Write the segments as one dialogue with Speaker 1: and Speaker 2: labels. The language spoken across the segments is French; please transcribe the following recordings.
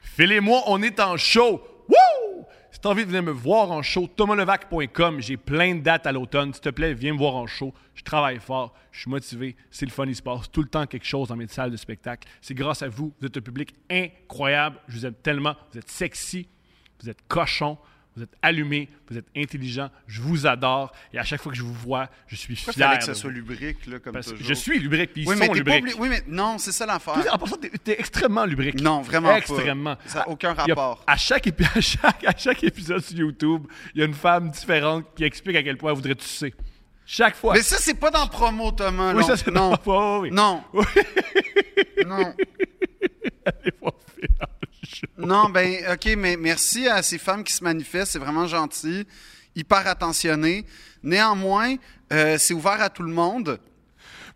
Speaker 1: Phil et moi, on est en show. Wouh! Si t'as envie de venir me voir en show, thomaslevac.com. J'ai plein de dates à l'automne. S'il te plaît, viens me voir en show. Je travaille fort, je suis motivé. C'est le fun, il se passe tout le temps quelque chose dans mes salles de spectacle. C'est grâce à vous. Vous êtes un public incroyable. Je vous aime tellement. Vous êtes sexy, vous êtes cochon, vous êtes allumé, vous êtes intelligent. Je vous adore. Et à chaque fois que je vous vois, je suis
Speaker 2: Pourquoi
Speaker 1: fier.
Speaker 2: fallait que
Speaker 1: de
Speaker 2: ça
Speaker 1: vous.
Speaker 2: soit lubrique, là,
Speaker 1: ben
Speaker 2: comme
Speaker 1: Parce que
Speaker 2: toujours?
Speaker 1: je suis lubrique, puis ils
Speaker 2: oui, mais
Speaker 1: sont
Speaker 2: t'es pas
Speaker 1: lubriques.
Speaker 2: obli- Oui, mais non, c'est ça l'affaire.
Speaker 1: En passant, t'es t'es extrêmement lubrique.
Speaker 2: Non, vraiment
Speaker 1: Extrêmement.
Speaker 2: pas. Ça n'a aucun
Speaker 1: Il y a-
Speaker 2: rapport.
Speaker 1: à, chaque épi- à, chaque, à chaque épisode sur YouTube, il y a une femme différente qui explique à quel point elle voudrait sucer. Chaque fois.
Speaker 2: Mais ça, c'est pas dans promo, Thomas.
Speaker 1: oui,
Speaker 2: non.
Speaker 1: ça, c'est
Speaker 2: non.
Speaker 1: pas. Oui, oui.
Speaker 2: Non.
Speaker 1: Oui.
Speaker 2: non.
Speaker 1: Allez voir Phil dans le show.
Speaker 2: Non, ben, OK, mais merci à ces femmes qui se manifestent. C'est vraiment gentil, hyper attentionné. Néanmoins, euh, c'est ouvert à tout le monde.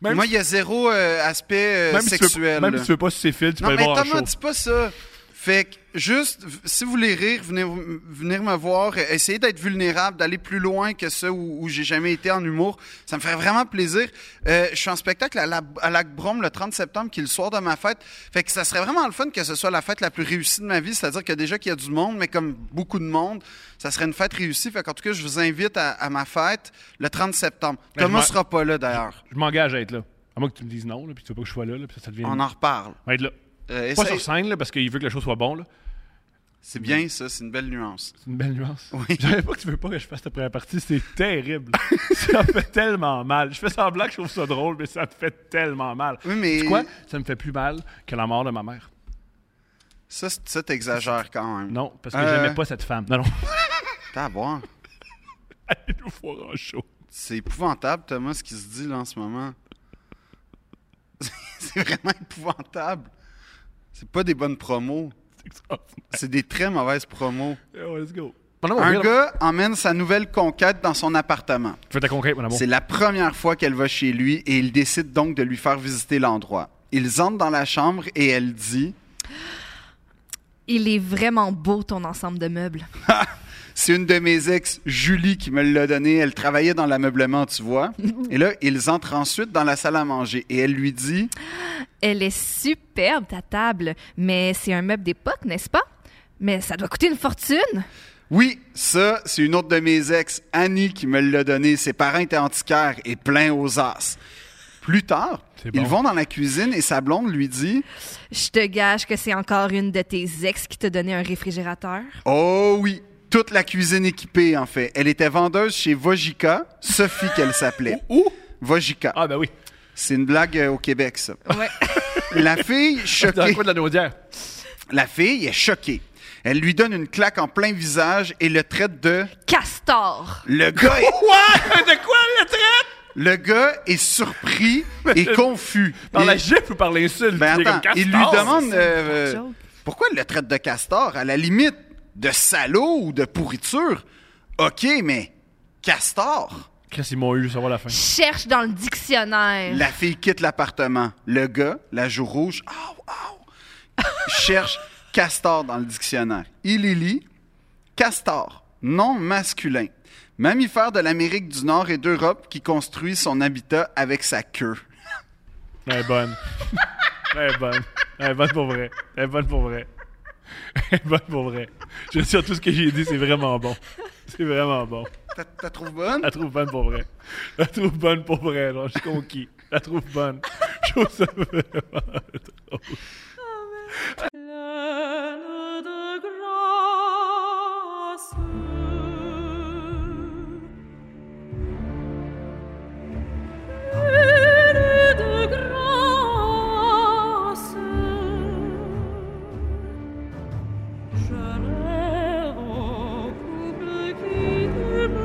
Speaker 1: Même
Speaker 2: Moi,
Speaker 1: si-
Speaker 2: il y a zéro euh, aspect euh,
Speaker 1: même si tu veux-
Speaker 2: sexuel.
Speaker 1: même
Speaker 2: là.
Speaker 1: si tu veux pas sucer Phil, tu
Speaker 2: non,
Speaker 1: peux
Speaker 2: mais
Speaker 1: aller voir en
Speaker 2: Thomas,
Speaker 1: show.
Speaker 2: dis pas ça. Fait que, juste, v- si vous voulez rire, venez, venir me voir. Euh, Essayez d'être vulnérable, d'aller plus loin que ça où, où j'ai jamais été en humour. Ça me ferait vraiment plaisir. Euh, je suis en spectacle à, la, à Lac Brome le 30 septembre, qui est le soir de ma fête. Fait que ça serait vraiment le fun que ce soit la fête la plus réussie de ma vie. C'est-à-dire que déjà qu'il y a du monde, mais comme beaucoup de monde, ça serait une fête réussie. Fait qu'en tout cas, je vous invite à, à ma fête le 30 septembre.
Speaker 1: Ben, je
Speaker 2: Thomas
Speaker 1: m'en-
Speaker 2: sera pas là, d'ailleurs.
Speaker 1: Je m'engage à être là. À moins que tu me dises non, là, puis tu veux pas que je sois là, là, puis ça, ça devient.
Speaker 2: On en reparle.
Speaker 1: On va être là.
Speaker 2: Euh,
Speaker 1: Pas
Speaker 2: essaye-
Speaker 1: sur scène, là, parce qu'il veut que le show soit bon, là.
Speaker 2: C'est bien ça, c'est une belle nuance.
Speaker 1: C'est une belle nuance.
Speaker 2: Oui.
Speaker 1: Je savais pas que tu veux pas que je fasse ta première partie. C'est terrible. ça me fait tellement mal. Je fais semblant que je trouve ça drôle, mais ça me fait tellement mal.
Speaker 2: Oui, mais-
Speaker 1: Tu sais quoi? Ça me fait plus mal que la mort de ma mère.
Speaker 2: Ça, c'est- ça t'exagères quand même.
Speaker 1: Non, parce que
Speaker 2: Euh,
Speaker 1: j'aimais pas cette femme. Non, non.
Speaker 2: T'as à voir.
Speaker 1: Allez nous voir en show.
Speaker 2: C'est épouvantable, Thomas, ce qui se dit là en ce moment. c'est vraiment épouvantable. C'est pas des bonnes promos.
Speaker 1: C'est extraordinaire.
Speaker 2: C'est des très mauvaises promos.
Speaker 1: Yo, let's go.
Speaker 2: Un gars emmène sa nouvelle conquête dans son appartement.
Speaker 1: Tu fais ta conquête, mon amour.
Speaker 2: C'est la première fois qu'elle va chez lui et il décide donc de lui faire visiter l'endroit. Ils entrent dans la chambre et elle dit
Speaker 3: Il est vraiment beau ton ensemble de meubles.
Speaker 2: C'est une de mes ex, Julie, qui me l'a donné. Elle travaillait dans l'ameublement, tu vois. Et là, ils entrent ensuite dans la salle à manger. Et elle lui dit
Speaker 3: Elle est superbe ta table, mais c'est un meuble d'époque, n'est-ce pas Mais ça doit coûter une fortune.
Speaker 2: Oui, ça, c'est une autre de mes ex, Annie, qui me l'a donné. Ses parents étaient antiquaires et pleins aux as. Plus tard,
Speaker 1: C'est
Speaker 2: ils
Speaker 1: bon.
Speaker 2: vont dans la cuisine et sa blonde lui dit
Speaker 3: Je te gage que c'est encore une de tes ex qui t'a donné un réfrigérateur.
Speaker 2: Oh oui, toute la cuisine équipée, en fait. Elle était vendeuse chez Vojika, Sophie qu'elle s'appelait.
Speaker 1: Où?
Speaker 2: Vojika.
Speaker 1: Ah, ben oui.
Speaker 2: C'est une blague euh, au Québec, ça.
Speaker 3: Ouais.
Speaker 2: La fille
Speaker 1: Dans le
Speaker 2: choquée.
Speaker 1: coin de la Naudière.
Speaker 2: La fille est choquée. Elle lui donne une claque en plein visage et le traite de
Speaker 3: Castor.
Speaker 2: le gars. est-
Speaker 1: Quoi? De quoi, le traite?
Speaker 2: le gars est surpris et confus.
Speaker 1: Par
Speaker 2: Il-
Speaker 1: la gifle ou par l'insulte?
Speaker 2: Ben
Speaker 1: Il est
Speaker 2: attends,
Speaker 1: comme
Speaker 2: il lui
Speaker 1: castor.
Speaker 2: demande
Speaker 3: C'est
Speaker 2: euh, euh,
Speaker 3: une joke.
Speaker 2: pourquoi il le traite de castor, à la limite de salaud ou de pourriture. OK, mais castor.
Speaker 1: Qu'est-ce qu'ils m'ont eu, ça va à la fin.
Speaker 3: Cherche dans le dictionnaire.
Speaker 2: La fille quitte l'appartement. Le gars, la joue rouge, au, au, cherche castor dans le dictionnaire. Il y lit castor, nom masculin, mammifère de l'Amérique du Nord et d'Europe qui construit son habitat avec sa queue.
Speaker 1: Elle est bonne. Elle est bonne. Elle est bonne pour vrai. Elle est bonne pour vrai. Elle est bonne pour vrai. Je retire tout ce que j'ai dit, c'est vraiment bon. C'est vraiment bon.
Speaker 2: T'as- T'as trouvé bonne?
Speaker 1: Je la trouve bonne pour vrai. Je la trouve bonne pour vrai, genre, je suis conquis. Je la trouve bonne. Je trouve ça vraiment drôle.
Speaker 4: Pleine de grâce, pleine de grâce, je rêve au couple qui demeure.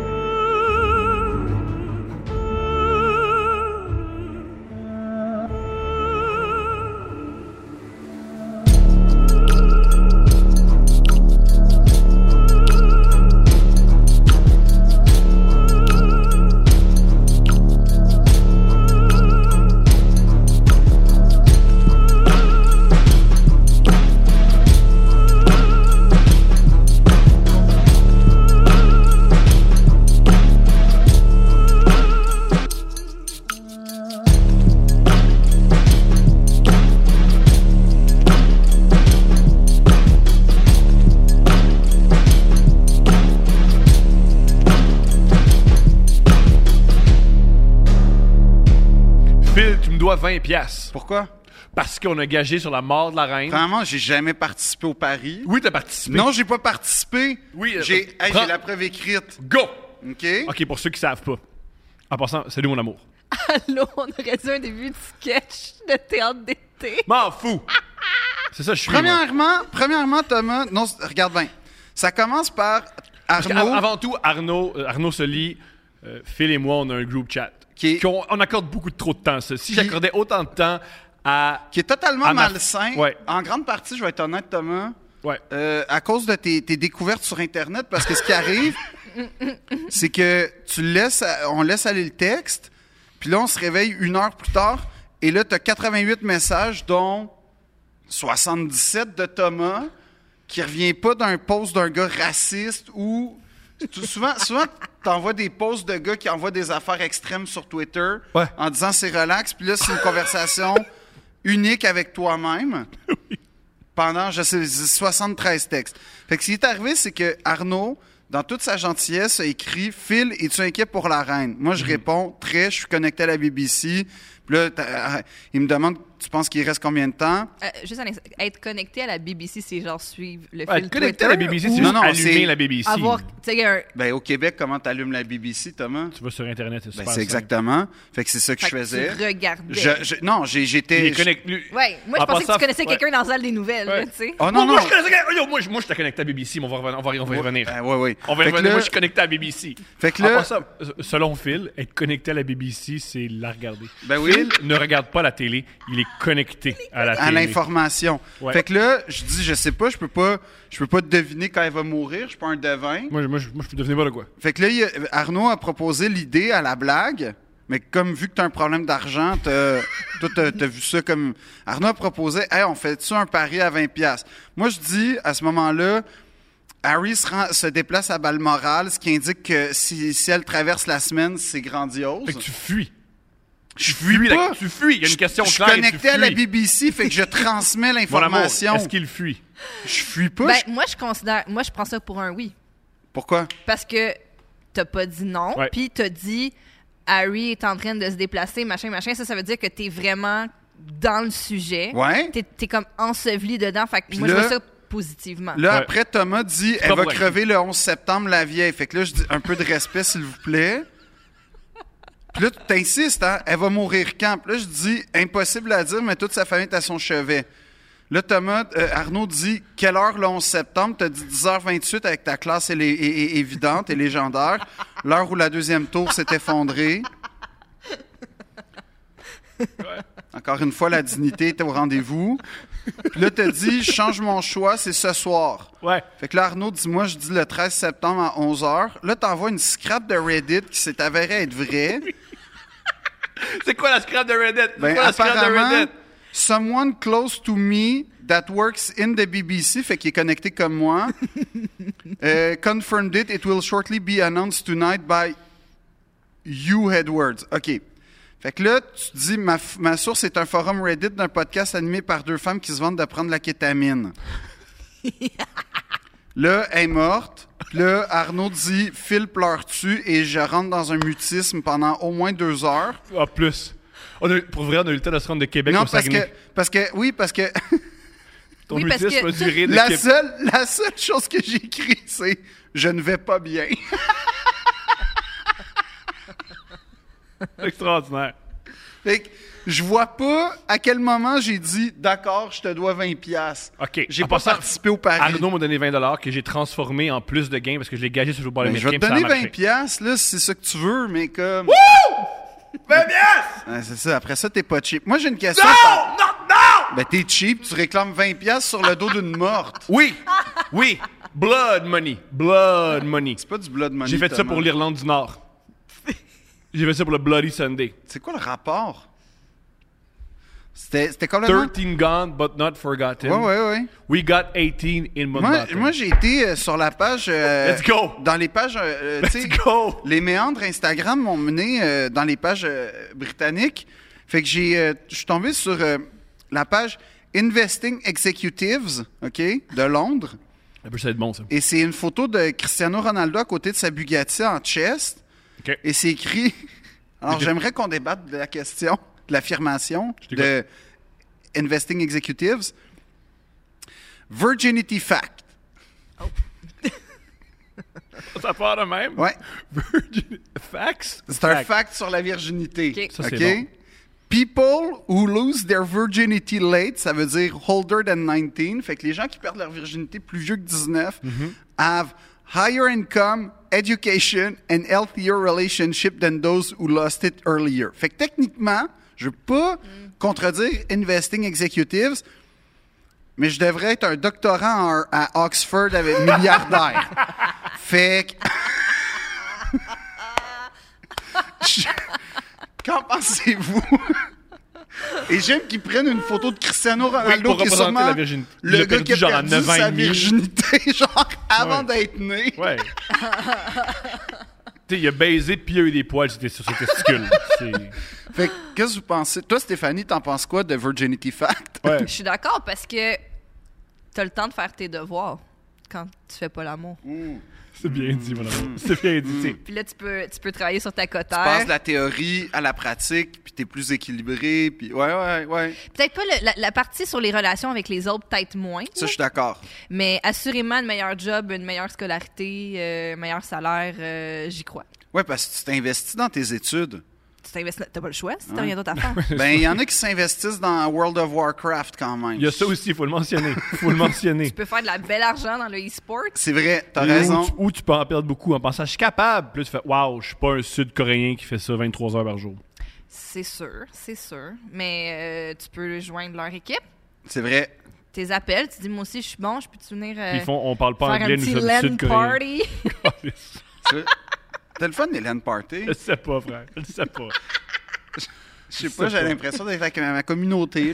Speaker 1: doit 20 pièces
Speaker 2: Pourquoi?
Speaker 1: parce qu'on a gagé sur la mort de la reine.
Speaker 2: Premièrement, j'ai jamais participé au pari.
Speaker 1: Oui, t'as participé.
Speaker 2: Non, j'ai pas participé.
Speaker 1: Oui, euh,
Speaker 2: J'ai hey,
Speaker 1: prends-
Speaker 2: j'ai la preuve écrite.
Speaker 1: Go!
Speaker 2: OK?
Speaker 1: OK, pour ceux qui savent pas. En passant, salut mon amour.
Speaker 3: Allô, on aurait dû un début de sketch de théâtre d'été.
Speaker 1: M'en fous! C'est ça, je suis. moi.
Speaker 2: Premièrement, premièrement, Thomas, non, c- regarde bien. Ça commence par
Speaker 1: Parce
Speaker 2: Arnaud.
Speaker 1: qu'av- Avant tout, Arnaud, euh, Arnaud Soli, euh, Phil et moi, on a un group chat.
Speaker 2: Qui est-
Speaker 1: Qu'on- on accorde beaucoup de trop de temps à ça. Si
Speaker 2: Qui-
Speaker 1: j'accordais autant de temps à.
Speaker 2: qui est totalement
Speaker 1: À Ah, ma-
Speaker 2: malsain.
Speaker 1: Ouais.
Speaker 2: En grande partie, je vais être honnête, Thomas,
Speaker 1: Ouais.
Speaker 2: euh, à cause de tes, tes découvertes sur Internet, parce que ce qui arrive, c'est que tu laisses, on laisse aller le texte, puis là, on se réveille une heure plus tard, et là, tu as 88 messages, dont 77 de Thomas, qui revient pas d'un post d'un gars raciste ou. tu- Souvent, souvent t'envoies des posts de gars qui envoient des affaires extrêmes sur Twitter
Speaker 1: Ouais.
Speaker 2: en disant c'est relax, puis là, c'est une conversation unique avec toi-même pendant, je sais, 73 textes. Fait que ce qui est arrivé, c'est que Arnaud, dans toute sa gentillesse, a écrit Phil, es-tu inquiet pour la reine Moi,
Speaker 1: Mhm.
Speaker 2: je réponds Très, je suis connecté à la BBC. Puis là, t'as- euh, il me demande Tu penses qu'il reste combien de temps
Speaker 3: Euh, juste un instant. Être connecté à la BBC, c'est genre suivre le
Speaker 1: Ouais,
Speaker 3: fil
Speaker 1: connecter
Speaker 3: Twitter.
Speaker 1: à la BBC,
Speaker 3: ou
Speaker 1: c'est
Speaker 2: Non,
Speaker 1: juste
Speaker 2: non,
Speaker 1: allumer
Speaker 2: c'est
Speaker 1: la BBC.
Speaker 3: Avoir, tu sais, il y a un-
Speaker 2: Ben, au Québec, comment t'allumes la BBC, Thomas
Speaker 1: Tu vas sur Internet, c'est
Speaker 2: Ben,
Speaker 1: super.
Speaker 2: c'est
Speaker 1: simple.
Speaker 2: exactement. Fait que c'est ça que
Speaker 3: fait
Speaker 2: je
Speaker 3: que
Speaker 2: faisais.
Speaker 3: Tu regardais.
Speaker 2: Je- je- non, j'ai-
Speaker 1: Il
Speaker 2: j'étais.
Speaker 1: est connect- lui-
Speaker 3: Ouais, moi, je
Speaker 1: En
Speaker 3: pensais que
Speaker 1: passant-
Speaker 3: tu connaissais
Speaker 1: ouais.
Speaker 3: quelqu'un dans la salle des nouvelles,
Speaker 1: Ouais.
Speaker 3: là, tu sais.
Speaker 2: Oh
Speaker 1: Moi,
Speaker 2: non, non.
Speaker 1: moi, je connais- yo, moi, je- moi, je t'ai connecté à BBC, mais on va revenir. On va, on va y revenir.
Speaker 2: Ben, ouais, ouais.
Speaker 1: On va y
Speaker 2: Fait que
Speaker 1: revenir.
Speaker 2: là-
Speaker 1: Moi, je suis connecté à la BBC.
Speaker 2: Fait que
Speaker 1: En
Speaker 2: là-
Speaker 1: passant, euh, selon Phil, être connecté à la BBC, c'est la regarder.
Speaker 2: Ben oui.
Speaker 1: Phil ne regarde pas la télé, il est connecté à la
Speaker 2: à
Speaker 1: télé.
Speaker 2: l'information.
Speaker 1: Ouais.
Speaker 2: Fait que là, je dis, je sais pas, je peux pas, je peux pas deviner quand elle va mourir, je suis pas un devin.
Speaker 1: Moi, je- moi, je, moi, je devenais pas de quoi.
Speaker 2: Fait que là, il y a- Arnaud a proposé l'idée à la blague, mais comme vu que t'as un problème d'argent, t'as- toi, t'as t'as vu ça comme... Arnaud a proposé, hey, on fait-tu un pari à 20$? piastres? Moi, je dis, à ce moment-là, Harry se, rend- se déplace à Balmoral, ce qui indique que si, si elle traverse la semaine, c'est grandiose.
Speaker 1: Fait que tu fuis.
Speaker 2: je
Speaker 1: fuis la-
Speaker 2: pas.
Speaker 1: tu fuis. Il y a une
Speaker 2: Je-
Speaker 1: question
Speaker 2: Je suis
Speaker 1: claire et tu
Speaker 2: connecté à la
Speaker 1: fuis.
Speaker 2: BBC, fait que je transmets
Speaker 1: Mon amour,
Speaker 2: l'information.
Speaker 1: est-ce qu'il fuit?
Speaker 2: Je fuis pas.
Speaker 3: Ben,
Speaker 2: je-
Speaker 3: moi, je considère, moi, je prends ça pour un oui.
Speaker 2: Pourquoi?
Speaker 3: Parce que t'as pas dit non,
Speaker 1: Ouais.
Speaker 3: puis t'as dit Harry est en train de se déplacer, machin, machin. Ça, ça veut dire que t'es vraiment dans le sujet.
Speaker 2: Ouais.
Speaker 3: T'es es comme enseveli dedans. Fait que moi,
Speaker 2: là-
Speaker 3: je vois ça positivement.
Speaker 2: Là,
Speaker 1: Ouais.
Speaker 2: après, Thomas dit
Speaker 1: pas
Speaker 2: elle va
Speaker 1: pour
Speaker 2: crever le 11 septembre, la vieille. Fait que là, je dis un peu de respect, s'il vous plaît. Puis là, tu t'insistes, hein elle va mourir quand Puis là, je dis impossible à dire, mais toute sa famille est à son chevet. Là, Thomas, euh, Arnaud dit quelle heure le 11 septembre Tu dit 10h28 avec ta classe et les- et- et- évidente et légendaire, l'heure où la deuxième tour s'est effondrée. Encore une fois, la dignité était au rendez-vous. Puis là, t'as dit, je change mon choix, c'est ce soir.
Speaker 1: Ouais.
Speaker 2: Fait que là, Arnaud dit, moi, je dis le 13 septembre à 11h. Là, t'envoies une scrap de Reddit qui s'est avérée être vraie.
Speaker 1: C'est quoi la scrap de Reddit? C'est
Speaker 2: Ben,
Speaker 1: quoi la scrap de
Speaker 2: apparemment,
Speaker 1: Reddit?
Speaker 2: someone close to me that works in the BBC, fait qu'il est connecté comme moi, euh, confirmed it. It will shortly be announced tonight by you, Edwards. OK. Fait que là, tu te dis, ma, f- ma source est un forum Reddit d'un podcast animé par deux femmes qui se vantent de prendre la kétamine. Là, elle est morte. Puis Là, Arnaud dit, Phil, pleures-tu? Et je rentre dans un mutisme pendant au moins deux heures.
Speaker 1: En Ah, plus. On a eu- pour vrai, on a eu le temps de se rendre de Québec
Speaker 2: Non,
Speaker 1: au
Speaker 2: parce que,
Speaker 1: Saguenay.
Speaker 2: parce que, oui, parce que
Speaker 1: Ton
Speaker 3: Oui, parce
Speaker 1: mutisme
Speaker 3: que-
Speaker 1: a duré de
Speaker 2: la
Speaker 1: Québec.
Speaker 2: seule, la seule chose que j'ai écrit, c'est je ne vais pas bien.
Speaker 1: Extraordinaire.
Speaker 2: fait que, je vois pas à quel moment j'ai dit d'accord, je te dois 20 pièces.
Speaker 1: OK.
Speaker 2: J'ai
Speaker 1: En
Speaker 2: pas
Speaker 1: passant,
Speaker 2: participé au pari.
Speaker 1: Arnaud m'a donné 20 que j'ai transformé en plus de gains parce que je l'ai gagé sur le football
Speaker 2: Ben, je
Speaker 1: américain.
Speaker 2: vais te
Speaker 1: puis ça a
Speaker 2: donner 20
Speaker 1: marché.
Speaker 2: pièces là, si c'est ça que tu veux, mais comme
Speaker 1: Ben, yes!
Speaker 2: Ouais, c'est ça, après ça t'es pas cheap. Moi j'ai une question.
Speaker 1: Non! Non! Non!
Speaker 2: Ben t'es cheap, tu réclames 20 pièces sur le dos d'une morte.
Speaker 1: Oui! Oui! Blood money. Blood money.
Speaker 2: C'est pas du blood money.
Speaker 1: J'ai fait ça
Speaker 2: Thomas.
Speaker 1: pour l'Irlande du Nord. J'ai fait ça pour le Bloody Sunday.
Speaker 2: C'est quoi le rapport C'était c'était complètement
Speaker 1: 13 gone but not forgotten.
Speaker 2: Ouais ouais ouais.
Speaker 1: We got 18 in
Speaker 2: Moi,
Speaker 1: Mumbai.
Speaker 2: moi, j'ai été euh, sur la page. euh,
Speaker 1: Let's go.
Speaker 2: Dans les pages. euh, euh, tu sais,
Speaker 1: go.
Speaker 2: Les méandres Instagram m'ont mené euh, dans les pages euh, britanniques. Fait que j'ai. euh, je suis tombé sur euh, la page Investing Executives, OK, de Londres.
Speaker 1: Ça peut juste être bon, ça.
Speaker 2: Et c'est une photo de Cristiano Ronaldo à côté de sa Bugatti en chest.
Speaker 1: OK.
Speaker 2: Et c'est écrit. Alors, j'aimerais qu'on débatte de la question. de l'affirmation
Speaker 1: t'écoute.
Speaker 2: de Investing Executives. Virginity Fact.
Speaker 1: Ça part de même.
Speaker 2: Ouais.
Speaker 1: Virgin- Fax?
Speaker 2: C'est un fact sur la virginité.
Speaker 3: Ok.
Speaker 1: Ça, c'est
Speaker 2: OK?
Speaker 1: bon.
Speaker 2: People who lose their virginity late, ça veut dire older than 19, fait que les gens qui perdent leur virginité plus vieux que 19
Speaker 1: Mm-hmm.
Speaker 2: have higher income, education and healthier relationship than those who lost it earlier. Fait que techniquement, je veux pas
Speaker 1: Mm.
Speaker 2: contredire investing executives, mais je devrais être un doctorant en- à Oxford avec milliardaire. fait que Je- Qu'en pensez-vous? Et j'aime qu'ils prennent une photo de Cristiano Ronaldo
Speaker 1: pour
Speaker 2: qui est
Speaker 1: représenter
Speaker 2: sûrement
Speaker 1: la virginité. Il
Speaker 2: le
Speaker 1: l'a
Speaker 2: gars
Speaker 1: perdu
Speaker 2: qui a
Speaker 1: genre à
Speaker 2: perdu
Speaker 1: 9 ans et
Speaker 2: sa
Speaker 1: demi.
Speaker 2: virginité genre avant
Speaker 1: Ouais.
Speaker 2: d'être né.
Speaker 1: Ouais. tu sais, il a baisé puis il a eu des poils sur, tes- sur ses testicules. C'est-
Speaker 2: Fait que, qu'est-ce que vous pensez? Toi, Stéphanie, t'en penses quoi de Virginity Fact?
Speaker 1: Ouais.
Speaker 3: Je suis d'accord parce que t'as le temps de faire tes devoirs quand tu fais pas l'amour.
Speaker 1: C'est bien dit, mon amour. C'est bien dit. tu sais.
Speaker 3: Puis là, tu peux, tu peux travailler sur ta
Speaker 2: Tu passes
Speaker 3: cotère.
Speaker 2: de la théorie à la pratique, puis t'es plus équilibré, puis ouais, ouais, ouais.
Speaker 3: Peut-être pas le- la, la partie sur les relations avec les autres, peut-être moins.
Speaker 2: Ça, je suis d'accord.
Speaker 3: Mais assurément, un meilleur job, une meilleure scolarité, euh, un meilleur salaire, euh, j'y crois.
Speaker 2: Ouais, parce que tu t'investis dans tes études.
Speaker 3: Tu t'investis, t'as pas le choix si t'as rien d'autre à faire.
Speaker 2: Ben, il y en a qui s'investissent dans World of Warcraft quand même.
Speaker 1: Il y a ça aussi, il faut le mentionner. faut le mentionner.
Speaker 3: tu peux faire de la belle argent dans le e-sport.
Speaker 2: C'est vrai, t'as
Speaker 1: Ou
Speaker 2: raison.
Speaker 1: tu, ou tu peux en perdre beaucoup en pensant, je suis capable. Puis là, tu fais, waouh, je suis pas un Sud-Coréen qui fait ça 23 heures par jour.
Speaker 3: C'est sûr, c'est sûr. Mais euh, tu peux joindre leur équipe.
Speaker 2: C'est vrai.
Speaker 3: Tes appels, tu dis, moi aussi, je suis bon, je peux te venir euh,
Speaker 1: Puis ils font, on parle pas
Speaker 3: faire
Speaker 1: anglais,
Speaker 3: un
Speaker 1: nous
Speaker 3: petit
Speaker 1: sommes
Speaker 3: LAN
Speaker 1: Sud-Coréens.
Speaker 3: party.
Speaker 2: C'est- T'as le fun, Hélène Party?
Speaker 1: Je sais pas, frère. Je sais pas.
Speaker 2: Je sais pas, j'ai l'impression d'être avec ma ma communauté,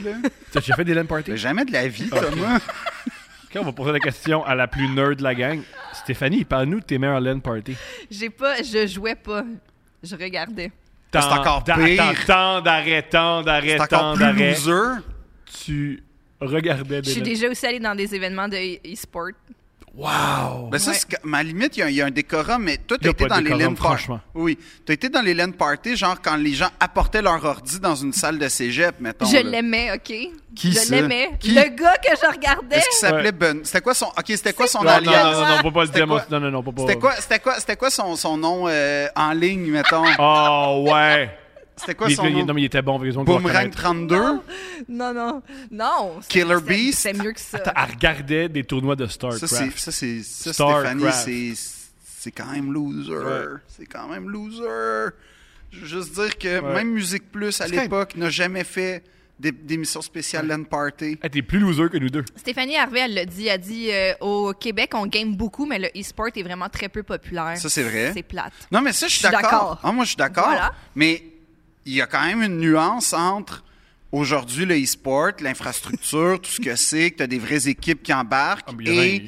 Speaker 2: là.
Speaker 1: T'as déjà fait des LAN
Speaker 2: Mais
Speaker 1: parties?
Speaker 2: Jamais de la vie, Thomas.
Speaker 1: Quand on va poser la question à la plus nerd de la gang, Stéphanie, parle-nous de tes meilleurs LAN parties.
Speaker 3: J'ai pas, je jouais pas. Je regardais.
Speaker 1: Tant,
Speaker 2: C'est encore
Speaker 1: d'a-
Speaker 2: pire.
Speaker 1: attends, Tant d'arrêt, tant d'arrêt,
Speaker 2: T'es
Speaker 1: tant
Speaker 2: encore plus
Speaker 1: d'arrêt.
Speaker 2: loser.
Speaker 1: Tu regardais
Speaker 3: Je
Speaker 1: des
Speaker 3: suis
Speaker 1: LAN-
Speaker 3: déjà aussi allée dans des événements de e- e-sport.
Speaker 1: Wow!
Speaker 2: Ben ça, c'est que- ma limite, il y a un- il y, a un décorum, mais toi,
Speaker 1: Y
Speaker 2: t'as
Speaker 1: a
Speaker 2: été
Speaker 1: pas
Speaker 2: dans
Speaker 1: de
Speaker 2: les
Speaker 1: décorum,
Speaker 2: LAN parties.
Speaker 1: franchement.
Speaker 2: Oui. T'as été dans les LAN parties, genre quand les gens apportaient leur ordi dans une salle de cégep, mettons.
Speaker 3: Je
Speaker 2: là.
Speaker 3: l'aimais, OK?
Speaker 2: Qui
Speaker 3: je
Speaker 2: ça?
Speaker 3: l'aimais.
Speaker 2: Qui?
Speaker 3: Le gars que je regardais.
Speaker 2: Est-ce qu'il s'appelait Ben? C'était quoi son. Ok, c'était quoi son
Speaker 1: Non, non,
Speaker 2: alias?
Speaker 1: non, non, non, faut pas le
Speaker 2: C'était
Speaker 1: dire.
Speaker 2: quoi?
Speaker 1: mon- Non, non, non, faut pas.
Speaker 2: C'était quoi, c'était quoi, c'était quoi son, son nom euh, en ligne, mettons?
Speaker 1: Oh, ouais!
Speaker 2: C'était quoi
Speaker 1: Il-
Speaker 2: son
Speaker 1: il-
Speaker 2: nom?
Speaker 1: non, mais il était bon, raison
Speaker 2: Boomerang 32?
Speaker 3: Non, non, non. c'est-
Speaker 2: Killer
Speaker 3: c'est-
Speaker 2: Beast?
Speaker 3: C'est mieux que ça.
Speaker 1: Elle regardait des tournois de StarCraft.
Speaker 2: Ça, c'est, ça, c'est, ça,
Speaker 1: Starcraft.
Speaker 2: Stéphanie, c'est, c'est quand même loser.
Speaker 1: Ouais.
Speaker 2: C'est quand même loser. Je veux juste dire que
Speaker 1: Ouais.
Speaker 2: même Musique Plus, à
Speaker 1: C'est quand
Speaker 2: l'époque, n'a jamais fait d'é- d'émission spéciale LAN Party.
Speaker 1: Ah, T'es plus loser que nous deux.
Speaker 3: Stéphanie Harvey, elle l'a dit. Elle a dit euh, au Québec, on game beaucoup, mais le e-sport est vraiment très peu populaire.
Speaker 2: Ça, c'est vrai.
Speaker 3: C'est plate.
Speaker 2: Non, mais ça, je suis
Speaker 3: Je suis d'accord.
Speaker 2: d'accord. Ah, moi, je suis d'accord.
Speaker 3: Voilà.
Speaker 2: Mais il y a quand même une nuance entre aujourd'hui le e-sport, l'infrastructure, tout ce que c'est, que tu as des vraies équipes qui
Speaker 1: Ah,
Speaker 2: embarquent. et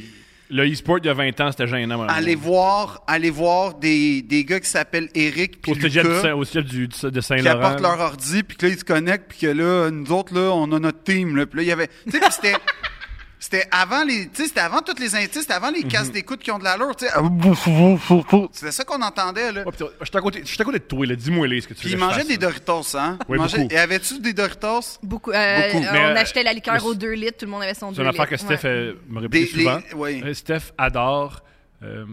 Speaker 1: Le e-sport il y a 20 ans, c'était gênant. mon amour.
Speaker 2: aller voir, aller voir des, des gars qui s'appellent Eric puis
Speaker 1: au cégep du
Speaker 2: Lucas.
Speaker 1: Saint- au cégep du- du- de
Speaker 2: qui
Speaker 1: Saint-Laurent.
Speaker 2: apportent leur ordi, puis que là, ils se connectent, puis que là, nous autres, là, on a notre team. Là. Puis là, il y avait... Tu sais, puis c'était... C'était avant les, tu sais, c'était avant toutes les, in- tu sais, c'était avant les
Speaker 1: Mhm.
Speaker 2: casses d'écoute qui ont de l'allure, tu
Speaker 1: Ah,
Speaker 2: sais. C'était ça qu'on entendait là.
Speaker 1: Ouais, putain, je suis à côté- je suis à côté de toi, là. dis-moi les, ce que tu
Speaker 2: Puis
Speaker 1: veux
Speaker 2: ils
Speaker 1: que je
Speaker 2: mangeaient
Speaker 1: fasse,
Speaker 2: des
Speaker 1: Oh, là.
Speaker 2: Doritos, hein.
Speaker 1: Oui,
Speaker 2: Ils mangeaient-
Speaker 1: beaucoup.
Speaker 2: Et avais-tu des Doritos
Speaker 3: Beaucoup. euh,
Speaker 2: Beaucoup,
Speaker 3: euh,
Speaker 1: mais,
Speaker 3: on
Speaker 1: euh,
Speaker 3: achetait la liqueur
Speaker 1: le-
Speaker 3: au 2 litres, tout le monde avait son 2
Speaker 1: C'est une
Speaker 3: litres.
Speaker 1: affaire que Steph
Speaker 3: Ouais.
Speaker 1: euh, me répète
Speaker 2: Des-
Speaker 1: souvent.
Speaker 2: les- oui.
Speaker 1: Euh, Steph adore. euh,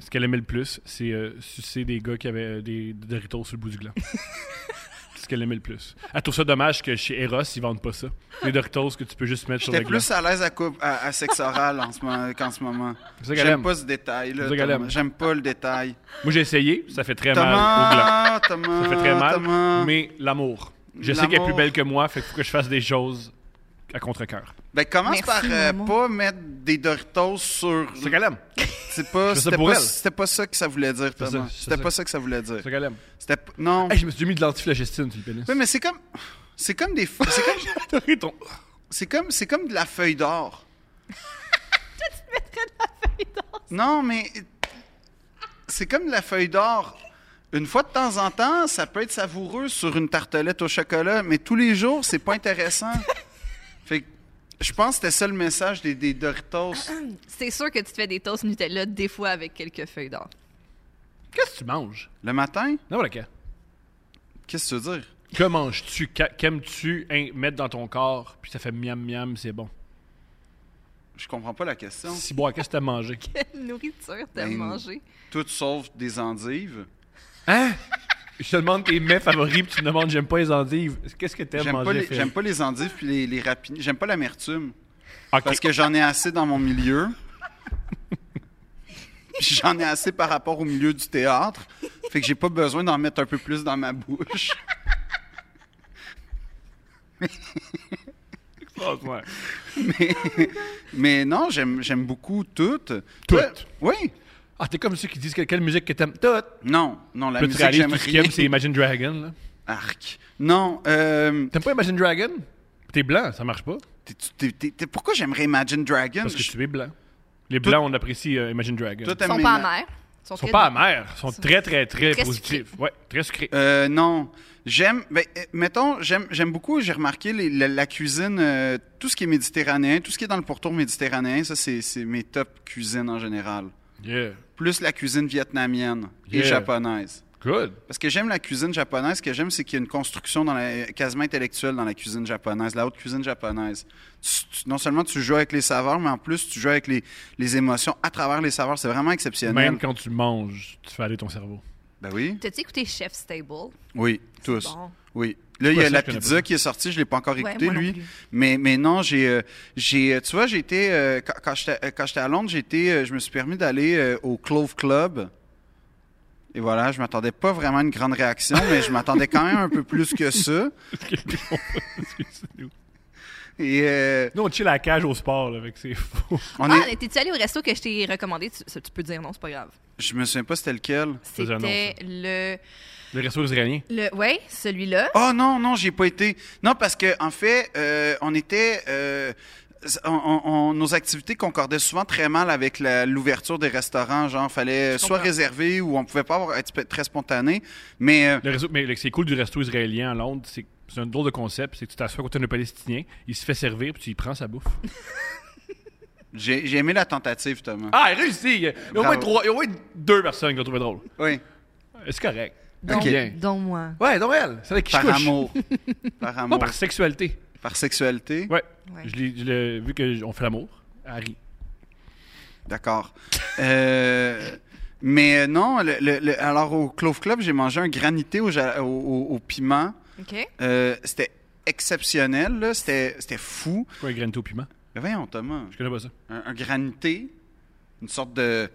Speaker 1: ce qu'elle aimait le plus, c'est euh, sucer des gars qui avaient euh, des, des Doritos sur le bout du gland. c'est ce qu'elle aimait le plus. Elle trouve ça dommage que chez Eros, ils vendent pas ça. Les Doritos que tu peux juste mettre sur le
Speaker 2: J'étais
Speaker 1: gland.
Speaker 2: plus à l'aise à, coupe- à, à sexe oral en ce moment, qu'en ce moment.
Speaker 1: C'est ça qu'elle aime.
Speaker 2: J'aime pas ce détail là.
Speaker 1: C'est ça qu'elle
Speaker 2: Thomas.
Speaker 1: aime.
Speaker 2: J'aime pas le détail.
Speaker 1: Moi, j'ai essayé. Ça fait très mal au gland.
Speaker 2: Thomas, Thomas,
Speaker 1: Ça fait très mal.
Speaker 2: Thomas.
Speaker 1: Mais l'amour. Je sais qu'elle est plus
Speaker 2: L'amour.
Speaker 1: belle que moi, fait qu'il faut que je fasse des choses à contre-cœur.
Speaker 2: Ben commence
Speaker 3: Merci,
Speaker 2: par euh,
Speaker 3: maman.
Speaker 2: pas mettre des Doritos sur
Speaker 1: C'est ce qu'elle aime.
Speaker 2: C'est pas,
Speaker 1: Je fais ça
Speaker 2: c'était
Speaker 1: pour
Speaker 2: pas,
Speaker 1: elle.
Speaker 2: c'était pas ça que ça voulait dire,
Speaker 1: ça,
Speaker 2: Thomas.
Speaker 1: c'est
Speaker 2: C'était
Speaker 1: ça.
Speaker 2: pas ça que ça voulait dire.
Speaker 1: C'est ce qu'elle aime.
Speaker 2: C'était p- non.
Speaker 1: Hey, je me suis mis de l'antiflagestine sur le pénis.
Speaker 2: Oui, mais c'est comme, c'est comme des, f- c'est comme,
Speaker 1: T'aurais ton-
Speaker 2: c'est comme, c'est comme de la feuille d'or. tu mettrais de la feuille d'or. Non, mais c'est comme de la feuille d'or. Une fois de temps en temps, ça peut être savoureux sur une tartelette au chocolat, mais tous les jours, c'est pas intéressant. fait que je pense que c'était ça le message des, des Doritos.
Speaker 3: C'est sûr que tu te fais des toasts Nutella des fois avec quelques feuilles d'or.
Speaker 1: Qu'est-ce que tu manges?
Speaker 2: Le matin,
Speaker 1: N'importe quoi.
Speaker 2: qu'est-ce que tu veux dire?
Speaker 1: Que manges-tu? Qu'a- Qu'aimes-tu hein, mettre dans ton corps? Puis ça fait miam miam, c'est bon.
Speaker 2: Je comprends pas la question.
Speaker 1: Si bois, qu'est-ce que t'as mangé?
Speaker 3: Quelle nourriture t'as
Speaker 2: Ben,
Speaker 3: mangé?
Speaker 2: Tout sauf des endives.
Speaker 1: Hein? Je te demande tes mets favoris, puis tu me demandes j'aime pas les endives. Qu'est-ce que t'aimes
Speaker 2: J'aime pas,
Speaker 1: manger?
Speaker 2: les,
Speaker 1: Phil?
Speaker 2: j'aime pas les endives puis les, les rapides. J'aime pas l'amertume.
Speaker 1: Ok.
Speaker 2: Parce que j'en ai assez dans mon milieu. Puis j'en ai assez par rapport au milieu du théâtre. Fait que j'ai pas besoin d'en mettre un peu plus dans ma bouche.
Speaker 1: Oh, ouais.
Speaker 2: Mais non, j'aime j'aime beaucoup toutes.
Speaker 1: Toutes?
Speaker 2: Toi- Oui.
Speaker 1: Ah, t'es comme ceux qui disent que, quelle musique que t'aimes. Tout!
Speaker 2: Non, non, la
Speaker 1: Puis tu
Speaker 2: musique,
Speaker 1: réalises
Speaker 2: j'aime
Speaker 1: que ce qu'ils
Speaker 2: rien.
Speaker 1: aiment, c'est Imagine Dragon. là.
Speaker 2: Arc. Non, euh,
Speaker 1: T'aimes pas Imagine Dragon? T'es blanc, ça marche pas.
Speaker 2: t'es- t'es- t'es- t'es- pourquoi j'aimerais Imagine Dragons?
Speaker 1: Parce que tu es blanc. Les blancs, on apprécie euh, Imagine Dragon. Ils
Speaker 2: Toi,
Speaker 3: Ils
Speaker 2: t'aimes
Speaker 3: sont pas
Speaker 2: Ima-
Speaker 3: amers. Ils sont,
Speaker 1: sont
Speaker 3: très
Speaker 1: pas
Speaker 3: bons.
Speaker 1: amers. Ils sont très, très, très,
Speaker 3: Très
Speaker 1: positifs. Ouais, très sucrés.
Speaker 2: Euh, non. J'aime, ben, euh, mettons, j'aime, j'aime beaucoup, j'ai remarqué les- la, la cuisine, euh, tout ce qui est méditerranéen, tout ce qui est dans le pourtour méditerranéen, ça, c'est, c'est mes top cuisines en général.
Speaker 1: Yeah.
Speaker 2: Plus la cuisine vietnamienne
Speaker 1: Yeah.
Speaker 2: et japonaise.
Speaker 1: Good.
Speaker 2: Parce que j'aime la cuisine japonaise, ce que j'aime, c'est qu'il y a une construction dans la, quasiment intellectuelle dans la cuisine japonaise, la haute cuisine japonaise. Tu- tu- non seulement tu joues avec les saveurs, mais en plus, tu joues avec les, les émotions à travers les saveurs. C'est vraiment exceptionnel.
Speaker 1: Même quand tu manges, tu fais aller ton cerveau.
Speaker 2: Ben oui.
Speaker 3: T'as-tu écouté Chef Stable?
Speaker 2: Oui, tous.
Speaker 3: Bon.
Speaker 2: Oui. Là, il y
Speaker 1: Ouais,
Speaker 2: a
Speaker 1: ça,
Speaker 2: la
Speaker 1: je connais
Speaker 2: pizza
Speaker 1: pas.
Speaker 2: qui est sortie, je l'ai pas encore
Speaker 3: Ouais,
Speaker 2: écoutée,
Speaker 3: moi non
Speaker 2: lui.
Speaker 3: plus.
Speaker 2: Mais, mais non, j'ai, euh, j'ai, euh, tu vois, j'ai été, euh, quand, quand j'étais, euh, quand j'étais à Londres, j'étais, je me suis permis d'aller euh, au Clove Club. Et voilà, je m'attendais pas vraiment à une grande réaction, mais je m'attendais quand même un peu plus que ça.
Speaker 1: Excusez-nous.
Speaker 2: Et euh,
Speaker 1: Nous, on chill à la cage au sport, là, avec ces faux.
Speaker 2: on
Speaker 3: ah,
Speaker 2: est,
Speaker 3: t'es-tu allé au resto que je t'ai recommandé? Tu, ça, tu peux dire non, c'est pas grave.
Speaker 2: je me souviens pas c'était lequel.
Speaker 1: les annonces,
Speaker 3: C'était le,
Speaker 1: Le resto israélien.
Speaker 3: le... Ouais, celui-là.
Speaker 2: Oh non, non, j'ai pas été. Non, parce que en fait, euh, on était. euh, on- on- on- nos activités concordaient souvent très mal avec la- l'ouverture des restaurants. Genre, fallait soit
Speaker 3: comprends.
Speaker 2: réserver ou on pouvait pas avoir, être sp- très spontané. Mais euh,
Speaker 1: Le resto- mais le- c'est cool du resto israélien à Londres, c'est c'est un drôle de concept, c'est que tu t'assois contre un Palestinien, il se fait servir, puis tu y prends sa bouffe.
Speaker 2: j'ai j'ai aimé la tentative, Thomas.
Speaker 1: Ah, il réussit! Il y a au moins,
Speaker 2: Bravo.
Speaker 1: trois, il y a au moins deux personnes qui l'ont trouvé drôle.
Speaker 2: Oui,
Speaker 1: Euh, C'est correct.
Speaker 3: Dont,
Speaker 2: Ok.
Speaker 3: dont moi.
Speaker 1: Ouais, donc elle, c'est avec qui je
Speaker 2: par
Speaker 1: couche.
Speaker 2: amour. par
Speaker 1: Non,
Speaker 2: amour.
Speaker 1: par
Speaker 2: Par...
Speaker 1: sexualité.
Speaker 2: sexualité.
Speaker 1: Ouais.
Speaker 3: Ouais.
Speaker 1: Je l'ai- je l'ai- vu qu'on fait l'amour, Harry.
Speaker 2: D'accord. Euh, mais euh, non, le- le- le- alors au Clove Club, j'ai mangé un granité au, ja- au- au- au piment.
Speaker 3: OK.
Speaker 2: Euh, c'était exceptionnel, là. c'était c'était fou.
Speaker 1: C'est quoi un granito au piment?
Speaker 2: Mais voyons, Thomas.
Speaker 1: Je connais pas ça.
Speaker 2: un, un granité, une sorte de.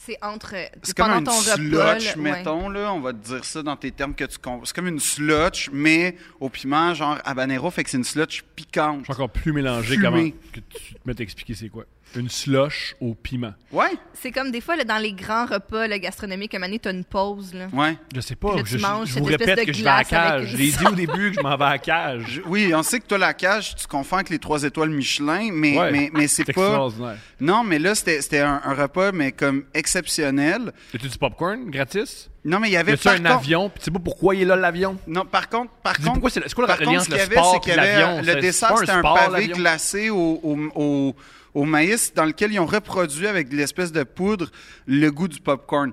Speaker 3: C'est entre.
Speaker 2: C'est comme
Speaker 3: pendant
Speaker 2: une
Speaker 3: ton
Speaker 2: slotch,
Speaker 3: repas, là, ouais.
Speaker 2: mettons, là, on va te dire ça dans tes termes que tu comprends. C'est comme une slotch, mais au piment, genre habanero, fait que c'est une slotch piquante.
Speaker 1: Je suis encore plus mélangé
Speaker 2: Fumé.
Speaker 1: comment que tu te mettes à expliquer c'est quoi. Une slush au piment.
Speaker 2: Ouais,
Speaker 3: C'est comme des fois, là, dans les grands repas là, gastronomiques, comme année, t'as une pause. Là.
Speaker 2: ouais.
Speaker 1: Je sais pas,
Speaker 3: Puis là, tu
Speaker 1: je, je-
Speaker 3: manges
Speaker 1: je
Speaker 3: cette
Speaker 1: vous
Speaker 3: espèce
Speaker 1: répète
Speaker 3: de
Speaker 1: que je vais à la
Speaker 3: glace avec
Speaker 1: cage.
Speaker 3: une
Speaker 1: Je l'ai dit au début que je m'en vais à la cage.
Speaker 2: Je- oui, on sait que toi, la cage, tu confonds avec les trois étoiles Michelin, mais,
Speaker 1: Ouais.
Speaker 2: mais, mais c'est pas.
Speaker 1: extraordinaire.
Speaker 2: Non, mais là, c'était c'était un, un repas, mais comme exceptionnel.
Speaker 1: As-tu du popcorn gratis?
Speaker 2: Non, mais il y
Speaker 1: Y
Speaker 2: avait.
Speaker 1: a-tu un
Speaker 2: par contre-
Speaker 1: avion? Puis tu sais pas pourquoi il est là l'avion?
Speaker 2: Non, par contre, par
Speaker 1: Dis
Speaker 2: contre,
Speaker 1: pourquoi c'est la- c'est quoi la
Speaker 2: par
Speaker 1: reliance,
Speaker 2: contre, ce qu'il y
Speaker 1: le
Speaker 2: avait,
Speaker 1: sport
Speaker 2: c'est qu'il y
Speaker 1: puis
Speaker 2: avait,
Speaker 1: l'avion?
Speaker 2: euh,
Speaker 1: C'est-
Speaker 2: le
Speaker 1: c'est
Speaker 2: dessert,
Speaker 1: pas un
Speaker 2: c'était un
Speaker 1: sport,
Speaker 2: pavé
Speaker 1: l'avion?
Speaker 2: glacé au, au, au, au maïs dans lequel ils ont reproduit avec de l'espèce de poudre le goût du popcorn.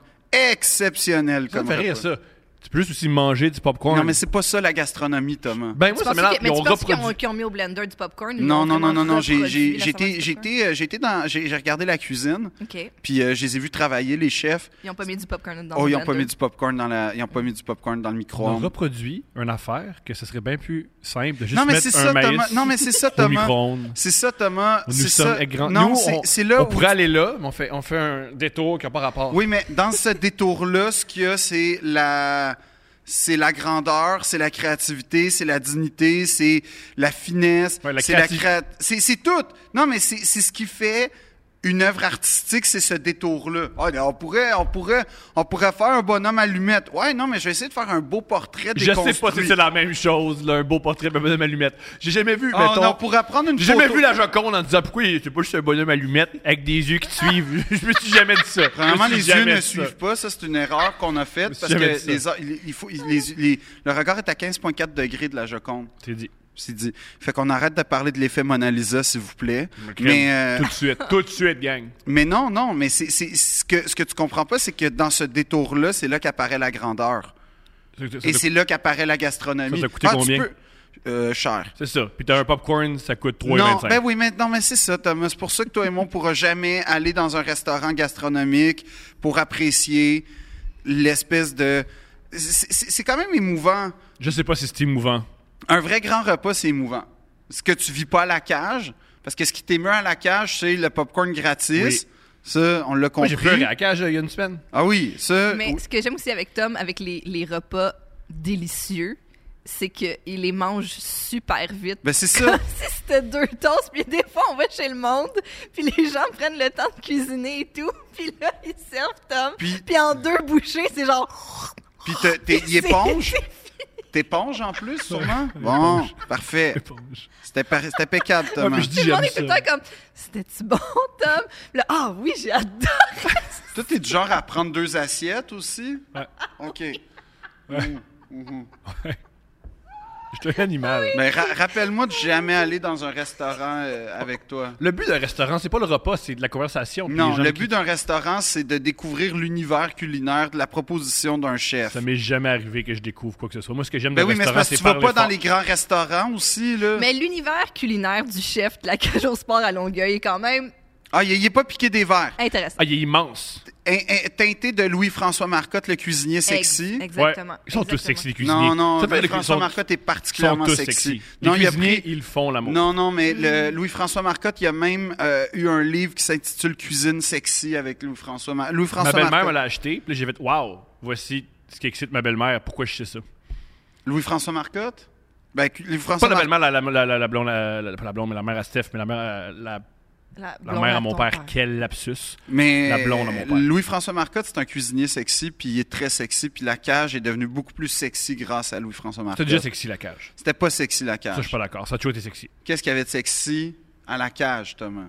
Speaker 2: Exceptionnel
Speaker 1: Ça me
Speaker 2: comme
Speaker 1: fait rire,
Speaker 2: repas.
Speaker 1: ça. Tu peux juste aussi manger du popcorn.
Speaker 2: Non, mais c'est pas ça la gastronomie, Thomas.
Speaker 1: Ben
Speaker 3: Tu
Speaker 1: moi, ça
Speaker 3: penses
Speaker 1: mélange.
Speaker 3: que-
Speaker 1: Ils
Speaker 3: mais
Speaker 1: ont
Speaker 3: tu penses qu'ils ont,
Speaker 1: reproduit.
Speaker 3: qu'ils ont mis au blender du popcorn? ou ils
Speaker 2: non,
Speaker 3: ont
Speaker 2: non, non,
Speaker 3: vraiment
Speaker 2: non, non, j'ai-
Speaker 3: reproduit
Speaker 2: j'ai-
Speaker 3: la
Speaker 2: j'étais,
Speaker 3: saveur du
Speaker 2: j'étais, euh, j'étais dans, j'ai j'ai regardé la cuisine,
Speaker 3: popcorn? OK.
Speaker 2: puis euh, je les ai vus travailler les chefs.
Speaker 3: Ils n'ont pas mis du popcorn dans
Speaker 2: Oh,
Speaker 3: le
Speaker 2: ils ont pas
Speaker 3: blender.
Speaker 2: mis du popcorn dans la, ils ont pas mis du popcorn dans
Speaker 1: Ils
Speaker 2: le
Speaker 1: ont
Speaker 2: micro-ondes.
Speaker 1: reproduit une affaire que ce serait bien plus simple de juste
Speaker 2: Non mais
Speaker 1: mettre
Speaker 2: c'est
Speaker 1: un
Speaker 2: ça,
Speaker 1: maïs
Speaker 2: Thomas. Non mais c'est ça,
Speaker 1: au
Speaker 2: Thomas.
Speaker 1: micro-ondes.
Speaker 2: C'est ça, Thomas.
Speaker 1: Nous
Speaker 2: C'est
Speaker 1: sommes
Speaker 2: ça.
Speaker 1: grands.
Speaker 2: Non,
Speaker 1: Nous,
Speaker 2: c'est-
Speaker 1: on,
Speaker 2: c'est là
Speaker 1: on
Speaker 2: où
Speaker 1: pourrait aller là, mais on fait, on fait un détour qui n'a pas rapport.
Speaker 2: Oui, mais dans ce détour-là, ce qu'il y a, c'est la... C'est la grandeur, c'est la créativité, c'est la dignité, c'est la finesse,
Speaker 1: Ouais, la
Speaker 2: c'est la
Speaker 1: créati-
Speaker 2: créa- c'est c'est tout. Non, mais c'est c'est ce qui fait une œuvre artistique, c'est ce détour-là. Ah, mais on pourrait, on pourrait, on pourrait faire un bonhomme allumette. Ouais, non, mais je vais essayer de faire un beau portrait
Speaker 1: Je
Speaker 2: déconstruit.
Speaker 1: sais pas si c'est la même chose, là, un beau portrait d'un bonhomme allumette. J'ai jamais vu,
Speaker 2: Ah,
Speaker 1: mettons.
Speaker 2: non, on pourrait prendre une
Speaker 1: J'ai jamais
Speaker 2: photo.
Speaker 1: vu la Joconde en disant pourquoi il- c'est pas juste un bonhomme allumette avec des yeux qui te suivent. Je me suis jamais dit ça.
Speaker 2: Premièrement,
Speaker 1: Je me
Speaker 2: les
Speaker 1: suis
Speaker 2: yeux
Speaker 1: jamais
Speaker 2: ne
Speaker 1: dit ça.
Speaker 2: suivent pas. Ça, c'est une erreur qu'on
Speaker 1: Je
Speaker 2: a
Speaker 1: me
Speaker 2: faite
Speaker 1: suis
Speaker 2: parce
Speaker 1: jamais dit
Speaker 2: que les, il- il faut, il- les- les- le regard est à 15,4 degrés de la Joconde.
Speaker 1: C'est dit.
Speaker 2: C'est dit. Fait qu'on arrête de parler de l'effet Mona Lisa, s'il vous plaît. Mais,
Speaker 1: Mais
Speaker 2: euh,
Speaker 1: Tout de suite, tout de suite, gang.
Speaker 2: mais non, non, mais c'est, c'est- ce, que, ce que tu comprends pas, c'est que dans ce détour-là, c'est là qu'apparaît la grandeur.
Speaker 1: Ça- ça- ça
Speaker 2: Et
Speaker 1: t'a-
Speaker 2: c'est là qu'apparaît la gastronomie.
Speaker 1: Ça
Speaker 2: Ah,
Speaker 1: t'a coûté
Speaker 2: tu
Speaker 1: combien?
Speaker 2: peux- Euh, cher.
Speaker 1: C'est ça. Puis t'as un popcorn, ça coûte
Speaker 2: Non,
Speaker 1: 3,25.
Speaker 2: ben oui, mais, non, mais c'est ça, Thomas. C'est pour ça que toi et moi, on pourra jamais aller dans un restaurant gastronomique pour apprécier l'espèce de... C'est c'est- c'est quand même émouvant.
Speaker 1: Je sais pas si c'est émouvant.
Speaker 2: Un vrai grand repas, c'est émouvant. Ce que tu vis pas à la cage, parce que ce qui t'émeut à la cage, c'est le popcorn gratis.
Speaker 1: Oui.
Speaker 2: Ça, on l'a
Speaker 1: Moi,
Speaker 2: compris.
Speaker 1: j'ai pleuré à la cage euh, il y a une semaine.
Speaker 2: ah oui, ça...
Speaker 3: Mais
Speaker 2: oui.
Speaker 3: ce que j'aime aussi avec Tom, avec les, les repas délicieux, c'est qu'il les mange super vite.
Speaker 2: Ben c'est ça.
Speaker 3: Comme si c'était deux tosses, puis des fois on va chez le monde, puis les gens prennent le temps de cuisiner et tout, puis là ils servent Tom,
Speaker 2: Puis-
Speaker 3: puis, en deux bouchées, c'est genre.
Speaker 2: Puis t'es- t'es y
Speaker 3: C'est-
Speaker 2: éponge. T'éponges en plus, sûrement?
Speaker 1: Ouais,
Speaker 2: Bon,
Speaker 1: éponge.
Speaker 2: parfait.
Speaker 1: Puis
Speaker 2: C'était par- c'était impeccable, Thomas.
Speaker 1: je
Speaker 3: Tout
Speaker 1: dis
Speaker 3: le
Speaker 1: j'aime
Speaker 3: monde est tout le
Speaker 1: ça.
Speaker 3: temps comme C'était-tu bon, Tom? Puis là, ah oui, j'ai adoré.
Speaker 2: Toi, t'es du genre à prendre deux assiettes aussi?
Speaker 1: Ouais.
Speaker 2: OK. Mm, mm-hmm.
Speaker 1: Je suis un animal.
Speaker 2: Mais ra- rappelle-moi de jamais aller dans un restaurant euh, avec toi.
Speaker 1: Le but d'un restaurant, c'est pas le repas, c'est de la conversation. puis les
Speaker 2: Non,
Speaker 1: gens
Speaker 2: le
Speaker 1: qui-
Speaker 2: but d'un restaurant, c'est de découvrir l'univers culinaire de la proposition d'un chef.
Speaker 1: Ça m'est jamais arrivé que je découvre quoi que ce soit. Moi, ce que j'aime
Speaker 2: Ben
Speaker 1: dans
Speaker 2: oui,
Speaker 1: le
Speaker 2: mais c'est
Speaker 1: restaurant,
Speaker 2: parce que
Speaker 1: c'est
Speaker 2: tu
Speaker 1: par
Speaker 2: vas pas dans les
Speaker 1: l'effort.
Speaker 2: grands restaurants aussi, là.
Speaker 3: Mais l'univers culinaire du chef de la cage au sport à Longueuil est quand même
Speaker 2: Ah, il est pas piqué des verres.
Speaker 3: intéressant.
Speaker 1: Ah, il est immense.
Speaker 2: Hein, hein, Teinté de Louis-François Marcotte, le cuisinier sexy.
Speaker 3: Ex- Exactement.
Speaker 1: Ouais. Ils sont tous
Speaker 3: Exactement.
Speaker 1: sexy, les cuisiniers.
Speaker 2: Non, non, ben,
Speaker 1: Ça fait les
Speaker 2: Louis-François
Speaker 1: cuisiniers
Speaker 2: Marcotte est
Speaker 1: sont, sont
Speaker 2: particulièrement
Speaker 1: tous
Speaker 2: sexy.
Speaker 1: sexy. Les
Speaker 2: Non, il a
Speaker 1: cuisiniers,
Speaker 2: pris-
Speaker 1: ils font l'amour.
Speaker 2: Non, non, mais le- Louis-François Marcotte, il a même euh, eu un livre qui s'intitule Cuisine sexy avec Louis-François Mar-
Speaker 1: Ma
Speaker 2: Louis-François
Speaker 1: belle-mère
Speaker 2: Marcotte.
Speaker 1: me l'a acheté. Puis là, j'ai fait Waouh, voici ce qui excite ma belle-mère. Pourquoi je sais ça
Speaker 2: Louis-François Marcotte? Ben, cu-
Speaker 1: Pas
Speaker 2: Louis-François
Speaker 1: la
Speaker 2: Mar-
Speaker 1: belle-mère, la, la, la, la- la blonde, la, la- pas la blonde, mais la mère à Steph, mais la mère, à- la,
Speaker 3: La,
Speaker 1: la
Speaker 3: blonde
Speaker 1: mère à
Speaker 3: à
Speaker 1: mon
Speaker 3: ton
Speaker 1: père. Quel lapsus.
Speaker 2: Mais
Speaker 1: La blonde à mon père.
Speaker 2: Louis-François Marcotte, c'est un cuisinier sexy, puis il est très sexy, puis la cage est devenue beaucoup plus sexy grâce à Louis-François
Speaker 1: C'était
Speaker 2: Marcotte.
Speaker 1: déjà sexy, la cage.
Speaker 2: C'était pas sexy, la
Speaker 1: Ça, je suis
Speaker 2: cage.
Speaker 1: pas d'accord. Ça a toujours été sexy.
Speaker 2: Qu'est-ce qu'il y avait de sexy à la cage, Thomas?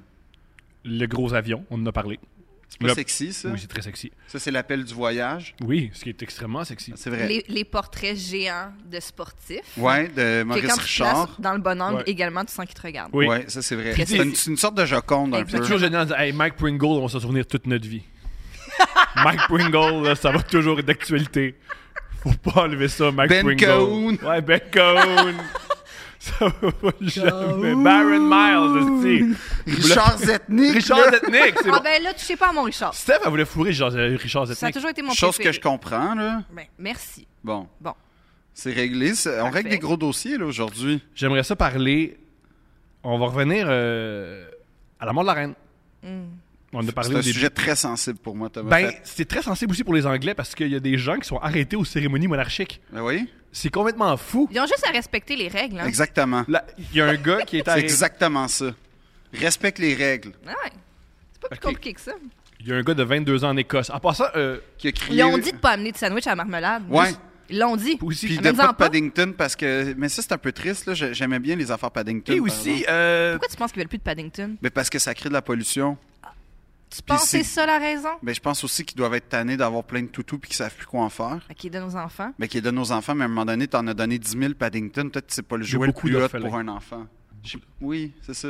Speaker 1: Le gros avion, on en a parlé.
Speaker 2: C'est pas
Speaker 1: Le-
Speaker 2: sexy, ça?
Speaker 1: Oui, c'est très sexy.
Speaker 2: Ça, c'est l'appel du voyage.
Speaker 1: Oui, ce qui est extrêmement sexy.
Speaker 2: C'est vrai.
Speaker 3: Les, les portraits géants de sportifs.
Speaker 2: Ouais, de
Speaker 3: Que
Speaker 2: Maurice
Speaker 3: quand tu te
Speaker 2: Richard.
Speaker 3: places dans le bon angle
Speaker 1: Ouais.
Speaker 3: également, tu sens qu'ils te regardent.
Speaker 1: Oui.
Speaker 2: Ouais, ça, c'est vrai.
Speaker 3: Très
Speaker 2: C'est une,
Speaker 1: sexy.
Speaker 2: c'est une sorte de joconde, un
Speaker 1: C'est
Speaker 2: peu.
Speaker 1: toujours génial de dire, hey, Mike Pringle, on va s'en souvenir toute notre vie. Mike Pringle, là, ça va toujours être d'actualité. Faut pas enlever ça, Mike
Speaker 2: Ben
Speaker 1: Pringle.
Speaker 2: Cahoon.
Speaker 1: Ouais, Ben Cahoon. ça va jamais. Baron Miles, aussi.
Speaker 2: Richard Zetnik.
Speaker 1: Richard
Speaker 2: là.
Speaker 1: Zetnik, c'est
Speaker 3: Ah
Speaker 1: bon.
Speaker 3: ben là, touchez pas à mon Richard.
Speaker 1: Steph, elle voulait fourrer Richard- Richard
Speaker 3: Ça a
Speaker 1: Zetnik.
Speaker 3: toujours été mon
Speaker 2: Chose que
Speaker 3: préféré.
Speaker 2: je comprends, là.
Speaker 3: Ben, merci.
Speaker 2: Bon.
Speaker 3: Bon.
Speaker 2: C'est réglé. ça. On
Speaker 3: Parfait.
Speaker 2: règle des gros dossiers, là, aujourd'hui.
Speaker 1: J'aimerais ça parler. On va revenir euh, à la mort de la reine. On en a parlé
Speaker 2: Mm. C'est
Speaker 1: au
Speaker 2: un
Speaker 1: début.
Speaker 2: sujet très sensible pour moi, Thomas.
Speaker 1: Ben,
Speaker 2: Fait-
Speaker 1: c'est très sensible aussi pour les Anglais parce qu'il y a des gens qui sont arrêtés aux cérémonies monarchiques.
Speaker 2: Ben oui,
Speaker 1: C'est complètement fou.
Speaker 3: Ils ont juste à respecter les règles. Hein.
Speaker 2: exactement.
Speaker 1: Là, Il y a un gars qui est
Speaker 2: C'est
Speaker 1: arrêté.
Speaker 2: exactement ça. Respecte les règles.
Speaker 3: Ah ouais. C'est pas plus
Speaker 1: Ok.
Speaker 3: compliqué que ça.
Speaker 1: Il y a un gars de 22 ans en Écosse. En passant, euh,
Speaker 2: Qui a crié.
Speaker 3: Ils ont dit de pas amener de sandwich à la marmelade.
Speaker 2: Ouais.
Speaker 3: Juste, Ils l'ont dit.
Speaker 1: aussi,
Speaker 2: Puis de
Speaker 3: Amène-en
Speaker 2: pas de
Speaker 3: pas.
Speaker 2: Paddington parce que. Mais ça, c'est un peu triste, là. J'ai- J'aimais bien les affaires Paddington.
Speaker 1: et
Speaker 2: par
Speaker 1: aussi,
Speaker 2: exemple.
Speaker 1: euh,
Speaker 3: Pourquoi tu penses qu'ils veulent plus de Paddington?
Speaker 2: Mais parce que ça crée de la pollution.
Speaker 3: Tu penses que
Speaker 2: c'est-
Speaker 3: c'est ça la raison?
Speaker 2: Mais je pense aussi qu'ils doivent être tannés d'avoir plein de toutous puis qu'ils savent plus quoi en faire.
Speaker 3: Ok, de nos enfants.
Speaker 2: Mais qu'ils donnent aux enfants, mais à un moment donné, t'en as donné 10 000 Paddington. Peut-être que c'est pas le
Speaker 1: y a
Speaker 2: jouet le
Speaker 1: beaucoup
Speaker 2: plus hot
Speaker 1: d'orphelins.
Speaker 2: pour un enfant. Je- Oui, c'est ça.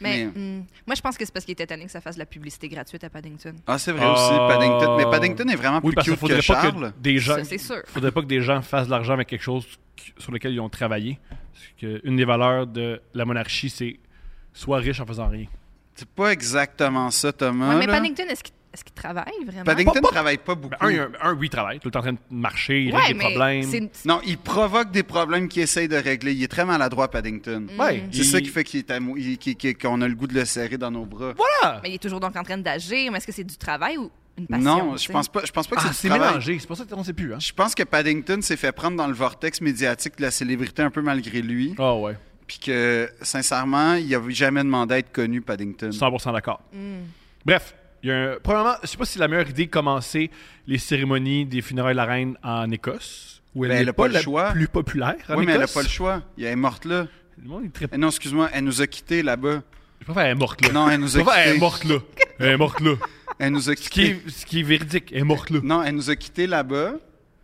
Speaker 3: Mais,
Speaker 2: Mais-
Speaker 3: hum, moi, je pense que c'est parce qu'il était tanné que ça fasse de la publicité gratuite à Paddington.
Speaker 2: Ah, c'est vrai
Speaker 1: Ah.
Speaker 2: aussi, Paddington. Mais Paddington est vraiment
Speaker 1: oui,
Speaker 2: plus
Speaker 1: parce qu'il
Speaker 2: cute
Speaker 1: faudrait
Speaker 2: que
Speaker 1: pas
Speaker 2: Charles.
Speaker 1: que des gens,
Speaker 3: Ça, c'est sûr.
Speaker 1: faudrait pas que des gens fassent de l'argent avec quelque chose qui- sur lequel ils ont travaillé. Parce que une des valeurs de la monarchie, c'est soit riche en faisant rien.
Speaker 2: C'est pas exactement ça, Thomas.
Speaker 3: Ouais, mais
Speaker 2: Ah, là.
Speaker 3: Paddington, hein? est-ce qu'il est-ce qu'il travaille vraiment?
Speaker 2: Paddington
Speaker 1: Pas- pas-
Speaker 2: travaille pas beaucoup.
Speaker 1: Ben, un, il y a- un, oui, il travaille, tout le temps en train de marcher, il
Speaker 3: Ouais,
Speaker 1: règle des
Speaker 3: mais
Speaker 1: problèmes.
Speaker 3: c'est une-
Speaker 2: Non, il provoque des problèmes qu'il essaye de régler. Il est très maladroit, Paddington.
Speaker 3: Mm.
Speaker 1: Ouais,
Speaker 2: C'est
Speaker 1: il-
Speaker 2: ça qui fait qu'il est amou- il- qu'il- qu'il- qu'on a le goût de le serrer dans nos bras.
Speaker 1: Voilà!
Speaker 3: Mais il est toujours donc en train d'agir. Mais est-ce que c'est du travail ou une passion?
Speaker 2: non, je pense pas. Je pense pas que
Speaker 1: Ah,
Speaker 2: c'est
Speaker 1: c'est
Speaker 2: du travail.
Speaker 1: mélangé, c'est pour ça qu'on sait plus. Hein?
Speaker 2: Je pense que Paddington s'est fait prendre dans le vortex médiatique de la célébrité un peu malgré lui,
Speaker 1: Ah ouais,
Speaker 2: puis que sincèrement, il a jamais demandé à être connu, Paddington.
Speaker 1: 100% d'accord. Bref, il y a un... premièrement, je sais pas si c'est la meilleure idée de commencer les cérémonies des funérailles de la reine en Écosse, où elle
Speaker 2: Ben,
Speaker 1: n'est
Speaker 2: elle a
Speaker 1: pas,
Speaker 2: pas le
Speaker 1: la
Speaker 2: choix.
Speaker 1: plus populaire en
Speaker 2: Oui, mais elle a
Speaker 1: Écosse.
Speaker 2: pas le choix. Il est morte là.
Speaker 1: Le monde est très...
Speaker 2: Eh non, excuse-moi, elle nous a quittés là-bas.
Speaker 1: Je préfère elle est morte là.
Speaker 2: Non, elle nous
Speaker 1: Je
Speaker 2: a
Speaker 1: préfère elle est
Speaker 2: quittés.
Speaker 1: morte là. Elle est morte là.
Speaker 2: Elle nous a
Speaker 1: Ce qui,
Speaker 2: quittés.
Speaker 1: est, ce qui est véridique, elle est morte là.
Speaker 2: Non, elle nous a quittés là-bas.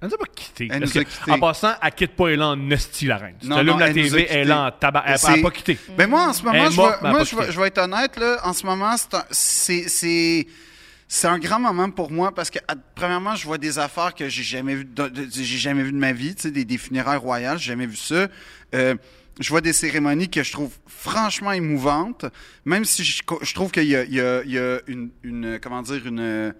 Speaker 1: Elle nous a pas quitté.
Speaker 2: Elle
Speaker 1: Parce
Speaker 2: nous a
Speaker 1: que,
Speaker 2: quittés.
Speaker 1: En passant, elle quitte pas Elan Nesty la reine. Si
Speaker 2: Non,
Speaker 1: t'allumes
Speaker 2: non,
Speaker 1: la
Speaker 2: elle nous a
Speaker 1: TV,
Speaker 2: quittés.
Speaker 1: elle est en tabac. Elle
Speaker 2: C'est-
Speaker 1: n'a pas quitté.
Speaker 2: Ben moi, en ce
Speaker 1: Elle
Speaker 2: moment,
Speaker 1: est
Speaker 2: je
Speaker 1: morte,
Speaker 2: vais,
Speaker 1: mais elle a
Speaker 2: moi,
Speaker 1: pas
Speaker 2: je vais,
Speaker 1: quitté.
Speaker 2: je vais être honnête, là, en ce moment, c'est un- c'est- c'est c'est un grand moment pour moi parce que, à- premièrement, je vois des affaires que j'ai jamais vues de, de- j'ai jamais vu de ma vie, tu sais, des, des funérailles royales, j'ai jamais vu ça. Euh, je vois des cérémonies que je trouve franchement émouvantes, même si je, co- je trouve qu'il y a, il y a- il y a une, une, comment dire, une, euh,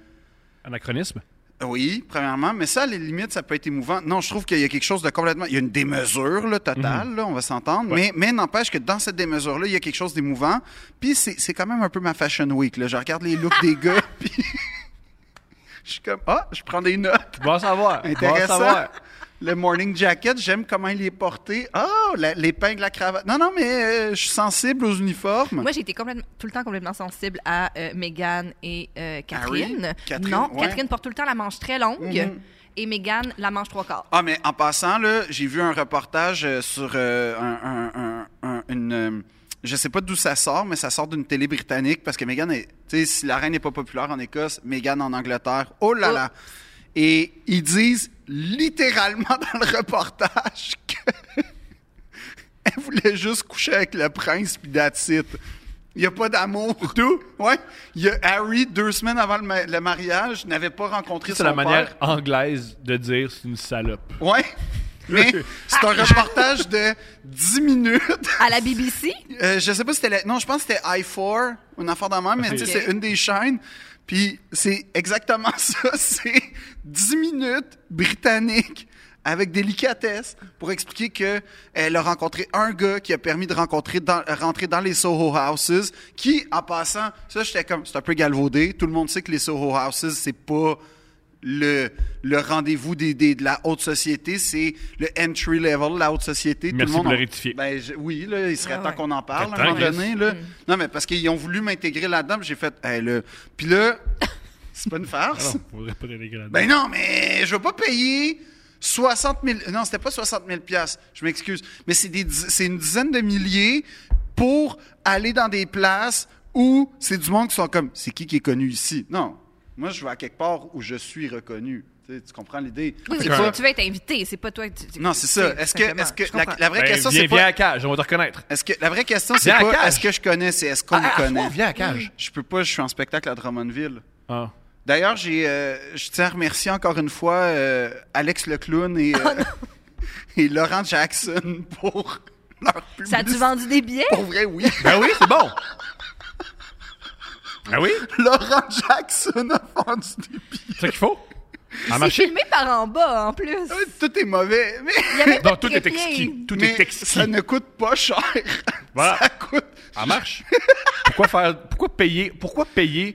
Speaker 1: Anachronisme.
Speaker 2: oui, premièrement, mais ça, à la limite, ça peut être émouvant. Non, je trouve qu'il y a quelque chose de complètement. Il y a une démesure là, totale, là, on va s'entendre.
Speaker 1: Mhm. Ouais.
Speaker 2: Mais, mais n'empêche que dans cette démesure-là, il y a quelque chose d'émouvant. Puis c'est c'est quand même un peu ma fashion week. Là. Je regarde les looks des gars, puis je suis comme Ah, je prends des notes.
Speaker 1: Bon à savoir. Bon à
Speaker 2: Intéressant.
Speaker 1: savoir.
Speaker 2: Le morning jacket, j'aime comment il est porté. Oh, la- l'épingle, la cravate. Non, non, mais euh, je suis sensible aux uniformes.
Speaker 3: Moi, j'ai été complètement, tout le temps complètement sensible à euh, Meghan et euh, Catherine.
Speaker 2: Harry? Ah Catherine,
Speaker 3: non,
Speaker 2: ouais.
Speaker 3: Catherine porte tout le temps la manche très longue
Speaker 2: Mhm.
Speaker 3: et Meghan la manche trois quarts.
Speaker 2: Ah, mais en passant, là, j'ai vu un reportage euh, sur euh, un, un- un- un- une. euh, je sais pas d'où ça sort, mais ça sort d'une télé britannique parce que Meghan est. Tu sais, si la reine n'est pas populaire en Écosse, Meghan en Angleterre, oh là là! Et ils disent littéralement dans le reportage que. Elle voulait juste coucher avec le prince, puis that's it. Il n'y a pas d'amour. Tout? Ouais. Il y a Harry, deux semaines avant le, ma- le mariage, n'avait pas rencontré
Speaker 1: C'est
Speaker 2: son
Speaker 1: la
Speaker 2: père.
Speaker 1: manière anglaise de dire c'est une salope.
Speaker 2: Ouais. Mais c'est un reportage de 10 minutes.
Speaker 3: À la BBC,
Speaker 2: Euh, je sais pas si c'était la- Non, je pense que c'était i4, une affaire dans même, mais tu sais,
Speaker 3: Ok.
Speaker 2: c'est une des chaînes. Puis c'est exactement ça. C'est 10 minutes britanniques avec délicatesse pour expliquer que elle a rencontré un gars qui a permis de rencontrer dans, rentrer dans les Soho Houses, qui, en passant, ça, j'étais comme, c'est un peu galvaudé. Tout le monde sait que les Soho Houses, c'est pas le, le rendez-vous des, des- de la haute société, c'est le entry level, la haute société.
Speaker 1: Merci
Speaker 2: tout le monde
Speaker 1: pour le
Speaker 2: en-
Speaker 1: rectifier.
Speaker 2: Ben, je- oui, là, il serait
Speaker 3: Ah
Speaker 2: temps
Speaker 3: ouais.
Speaker 2: qu'on en parle à
Speaker 1: Attends,
Speaker 2: un moment
Speaker 1: Chris.
Speaker 2: donné. Là. Non, mais parce qu'ils ont voulu m'intégrer là-dedans, puis j'ai fait, hey, là. Puis là, c'est pas une farce.
Speaker 1: Ah Non, faudrait pas dénigrer là-dedans.
Speaker 2: Ben non, mais je veux pas payer 60 000. Non, c'était pas 60 000 piastres, je m'excuse. Mais c'est des diz- c'est une dizaine de milliers pour aller dans des places où c'est du monde qui sont comme c'est qui qui est connu ici. Non, moi je vais à quelque part où je suis reconnu. Tu, sais, tu comprends l'idée
Speaker 3: oui, oui,
Speaker 2: C'est
Speaker 3: tu,
Speaker 2: pas-
Speaker 3: veux- tu veux être invité, c'est pas toi. que tu-
Speaker 2: Non, c'est
Speaker 3: tu
Speaker 2: ça.
Speaker 3: sais,
Speaker 2: Est-ce que
Speaker 3: simplement.
Speaker 2: est-ce que
Speaker 3: Je
Speaker 2: la,
Speaker 3: comprends.
Speaker 2: la vraie
Speaker 1: Ben,
Speaker 2: question
Speaker 1: viens,
Speaker 2: c'est
Speaker 1: viens à
Speaker 2: pas
Speaker 1: la cage, on va te reconnaître.
Speaker 2: est-ce que la vraie question c'est
Speaker 1: Viens à la
Speaker 2: pas
Speaker 1: cage. Ah,
Speaker 2: est-ce que je connais, c'est est-ce qu'on me connaît. Hmm.
Speaker 1: Viens à la cage.
Speaker 2: Je peux pas, je suis en spectacle à Drummondville.
Speaker 1: Ah.
Speaker 2: D'ailleurs, j'ai, euh, je tiens à remercier encore une fois euh, Alex le clown
Speaker 3: Oh,
Speaker 2: et, euh, et Laurent Jackson pour leur
Speaker 3: Ça a-tu
Speaker 2: publicité.
Speaker 3: vendu des billets?
Speaker 2: Pour vrai, oui.
Speaker 1: Ben oui, c'est bon. Ben oui,
Speaker 2: Laurent Jackson a vendu des billets.
Speaker 1: c'est ça qu'il faut. Ça a
Speaker 3: C'est
Speaker 1: marché.
Speaker 3: filmé par en bas, en plus.
Speaker 1: Ah
Speaker 2: Ouais, Tout est mauvais, mais,
Speaker 3: Il y avait pas
Speaker 1: Non,
Speaker 3: de
Speaker 1: tout est
Speaker 3: trépied.
Speaker 1: exquis. Tout
Speaker 2: mais
Speaker 1: est exquis.
Speaker 2: ça ne coûte pas cher.
Speaker 1: Voilà.
Speaker 2: Ça coûte.
Speaker 1: Ça marche. pourquoi faire pourquoi payer pourquoi payer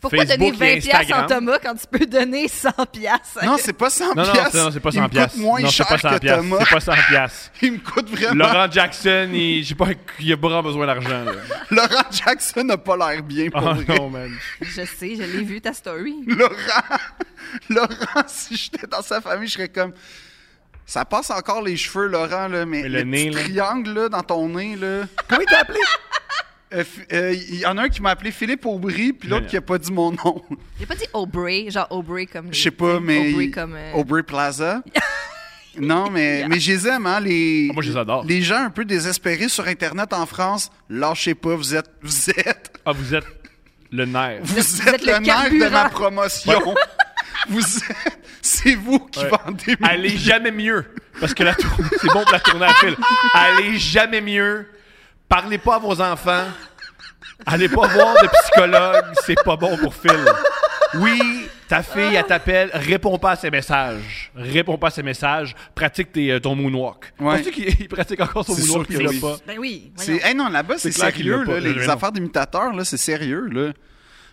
Speaker 3: Pourquoi
Speaker 1: Facebook
Speaker 3: donner 20
Speaker 1: et
Speaker 3: piastres
Speaker 1: Instagram
Speaker 3: en Thomas quand tu peux donner 100 piastres?
Speaker 2: Non, c'est pas 100
Speaker 1: Non non,
Speaker 2: piastres.
Speaker 1: c'est- non, c'est pas
Speaker 2: Il me
Speaker 1: 100
Speaker 2: coûte
Speaker 1: pièces.
Speaker 2: moins
Speaker 1: Non, c'est
Speaker 2: cher
Speaker 1: pas 100
Speaker 2: que
Speaker 1: pièces,
Speaker 2: Thomas.
Speaker 1: c'est pas 100 pièces.
Speaker 2: Il me coûte vraiment. Laurent,
Speaker 1: Laurent Jackson, il j'ai pas il a pas vraiment besoin d'argent là.
Speaker 2: Oh, Jackson n'a pas l'air bien pour
Speaker 1: Oh
Speaker 2: vrai.
Speaker 1: non man.
Speaker 3: Je sais, je l'ai vu ta story.
Speaker 2: Laurent, Laurent, si j'étais dans sa famille, je serais comme. Ça passe encore les cheveux, Laurent, là, mais,
Speaker 1: Mais le nez,
Speaker 2: petit
Speaker 1: là.
Speaker 2: triangle là, dans ton nez, là.
Speaker 1: Comment il t'a appelé
Speaker 2: Euh, f- euh, Il y en a un qui m'a appelé Philippe Aubry, puis l'autre
Speaker 1: Génial.
Speaker 2: qui a pas dit mon nom.
Speaker 3: J'ai pas dit Aubrey, genre Aubrey comme.
Speaker 2: Je sais pas, mais.
Speaker 3: Aubrey
Speaker 2: il-
Speaker 3: comme. euh,
Speaker 2: Aubrey Plaza. non, mais, mais je les aime, hein, les.
Speaker 1: Ah, moi, je les adore.
Speaker 2: Les gens un peu désespérés sur Internet en France, lâchez pas, vous êtes. Vous êtes.
Speaker 1: Ah vous êtes le nerf.
Speaker 2: Vous,
Speaker 3: êtes- vous
Speaker 2: êtes,
Speaker 3: êtes
Speaker 2: le,
Speaker 3: le
Speaker 2: nerf de ma
Speaker 3: carburant.
Speaker 2: promotion. vous êtes- C'est vous qui
Speaker 1: Ouais.
Speaker 2: vendez mes
Speaker 1: Allez jamais mieux. Parce que la tour- c'est bon pour la tournée à fil. Allez jamais mieux. Parlez pas à vos enfants. Allez pas voir de psychologue. C'est pas bon pour Phil. Oui, ta fille, elle t'appelle. Réponds pas à ses messages. Réponds pas à ses messages. Pratique tes, euh, ton moonwalk.
Speaker 2: Ouais.
Speaker 1: Penses-tu qu'il il pratique encore son
Speaker 2: C'est sûr
Speaker 1: moonwalk
Speaker 2: que
Speaker 1: qu'il l'a
Speaker 2: oui.
Speaker 1: pas?
Speaker 3: Ben oui.
Speaker 2: C'est,
Speaker 3: voyons.
Speaker 2: hey non, là-bas, c'est,
Speaker 1: clair qu'il
Speaker 2: sérieux,
Speaker 1: l'a pas,
Speaker 2: là,
Speaker 1: le
Speaker 2: les
Speaker 1: vrai
Speaker 2: affaires d'imitateurs, là, c'est sérieux. Là.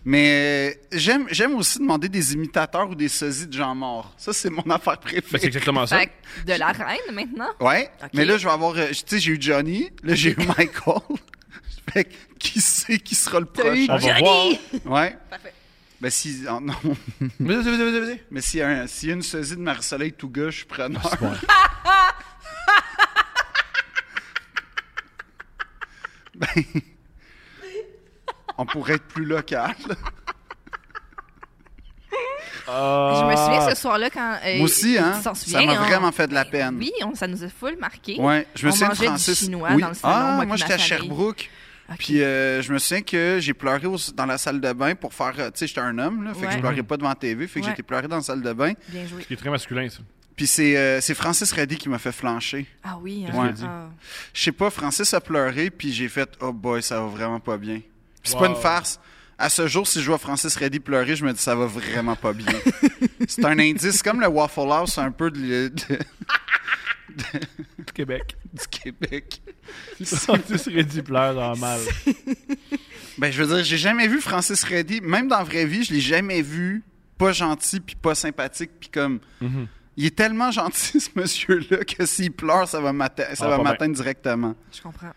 Speaker 2: Mais euh, j'aime, j'aime aussi demander des imitateurs ou des sosies de gens morts. Ça, c'est mon affaire
Speaker 1: Ben, c'est
Speaker 2: préférée.
Speaker 1: exactement ça.
Speaker 3: Fait que de la reine maintenant.
Speaker 2: Ouais,
Speaker 3: Ok.
Speaker 2: mais là, je vais avoir. euh, tu sais, j'ai eu Johnny, là, j'ai eu Michael. fait que qui sait qui sera le
Speaker 3: T'as
Speaker 2: prochain?
Speaker 3: eu
Speaker 1: On va
Speaker 3: Johnny!
Speaker 2: Ouais.
Speaker 3: Parfait.
Speaker 2: Ben, si. oh, non.
Speaker 1: Vas-y, vas-y, vas-y, vas-y.
Speaker 2: Mais s'il y, a un- s'il y a une sosie de Marie-Soleil Touga, je suis preneur.
Speaker 1: bon.
Speaker 2: ben, on pourrait être plus local.
Speaker 3: Je me souviens
Speaker 1: Ah.
Speaker 3: ce soir-là quand. euh,
Speaker 2: Moi aussi, hein.
Speaker 3: tu t'en
Speaker 2: Ça
Speaker 3: souviens,
Speaker 2: m'a
Speaker 3: hein?
Speaker 2: vraiment fait de la peine.
Speaker 3: Oui, on- ça nous a full marqué.
Speaker 2: Ouais, je me
Speaker 3: On
Speaker 2: souviens de
Speaker 3: mangeait du
Speaker 2: Francis.
Speaker 3: chinois dans le salon,
Speaker 2: ah,
Speaker 3: moi puis
Speaker 2: moi
Speaker 3: ma
Speaker 2: j'étais à
Speaker 3: famille.
Speaker 2: Sherbrooke.
Speaker 3: Ok.
Speaker 2: Puis euh, je me souviens que j'ai pleuré au- dans la salle de bain pour faire. euh, Tu sais, j'étais un homme, là. Fait que
Speaker 3: Ouais.
Speaker 2: je pleurais pas devant la TV. Fait que
Speaker 3: Ouais.
Speaker 2: j'étais pleuré dans la salle de bain.
Speaker 3: Bien joué.
Speaker 1: qui est très masculin, ça.
Speaker 2: Puis c'est euh, c'est Francis Reddy qui m'a fait flancher.
Speaker 3: Ah oui,
Speaker 1: Qu'est-ce
Speaker 3: hein?
Speaker 1: qu'il
Speaker 3: Ah.
Speaker 2: Je sais pas, Francis a pleuré, puis j'ai fait Oh boy, ça va vraiment pas bien. Puis c'est pas
Speaker 1: Wow.
Speaker 2: une farce. À ce jour, si je vois Francis Reddy pleurer, je me dis ça va vraiment pas bien. c'est un indice, c'est comme le Waffle House un peu de l'île de-
Speaker 1: Du Québec.
Speaker 2: du Québec.
Speaker 1: Francis Reddy pleure dans mal.
Speaker 2: Ben, je veux dire, j'ai jamais vu Francis Reddy, même dans la vraie vie, je l'ai jamais vu pas gentil puis pas sympathique puis comme.
Speaker 1: Mhm.
Speaker 2: Il est tellement gentil, ce monsieur-là, que s'il pleure, ça va m'atte- ça
Speaker 1: Ah,
Speaker 2: va
Speaker 1: pas bien.
Speaker 2: m'atteindre directement.
Speaker 3: Je comprends.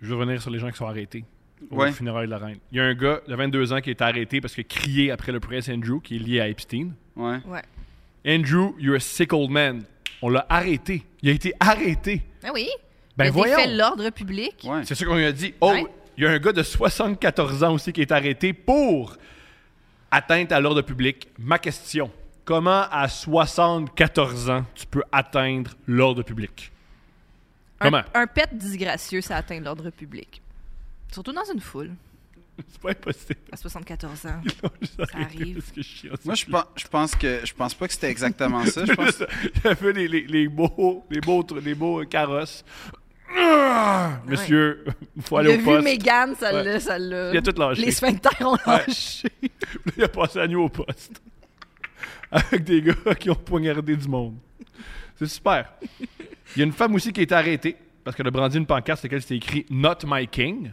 Speaker 1: Je veux revenir sur les gens qui sont arrêtés au
Speaker 2: Ouais.
Speaker 1: funérailles de la reine. Il y a un gars de 22 ans qui est arrêté parce qu'il a crié après le prince Andrew, qui est lié à Epstein.
Speaker 2: Ouais.
Speaker 3: Ouais.
Speaker 1: Andrew, you're a sick old man. On l'a arrêté. Il a été arrêté.
Speaker 3: Ah oui?
Speaker 1: Ben
Speaker 3: Il a
Speaker 1: voyons.
Speaker 3: fait l'ordre public.
Speaker 2: Ouais.
Speaker 1: C'est ça qu'on lui a dit. Oh,
Speaker 3: Ouais.
Speaker 1: il y a un gars de 74 ans aussi qui est arrêté pour atteinte à l'ordre public. Ma question, comment à 74 ans tu peux atteindre l'ordre public?
Speaker 3: Un-
Speaker 1: Comment?
Speaker 3: Un, pet disgracieux, ça atteint l'ordre public. Surtout dans une foule,
Speaker 1: C'est pas impossible.
Speaker 3: à 74 ans.
Speaker 1: Ils l'ont juste arrêté
Speaker 3: arrive.
Speaker 1: parce que je chiale.
Speaker 2: Moi, je pense, je pense que je pense pas que c'était exactement ça. Je pense
Speaker 1: Il a fait les, les- les beaux, les beaux, tr- les beaux euh, carrosses. Ah! Monsieur, il faut
Speaker 3: Il
Speaker 1: aller
Speaker 3: a
Speaker 1: au
Speaker 3: vu
Speaker 1: poste.
Speaker 3: Mégane, celle-là,
Speaker 1: Ouais.
Speaker 3: celle-là.
Speaker 1: Il a tout lâché.
Speaker 3: Les sphincters ont
Speaker 1: Ouais.
Speaker 3: lâché.
Speaker 1: Il a passé la nuit au poste. Avec des gars qui ont poignardé du monde. C'est super. Il y a une femme aussi qui a été arrêtée parce qu'elle a brandi une pancarte sur laquelle c'était écrit Not my king.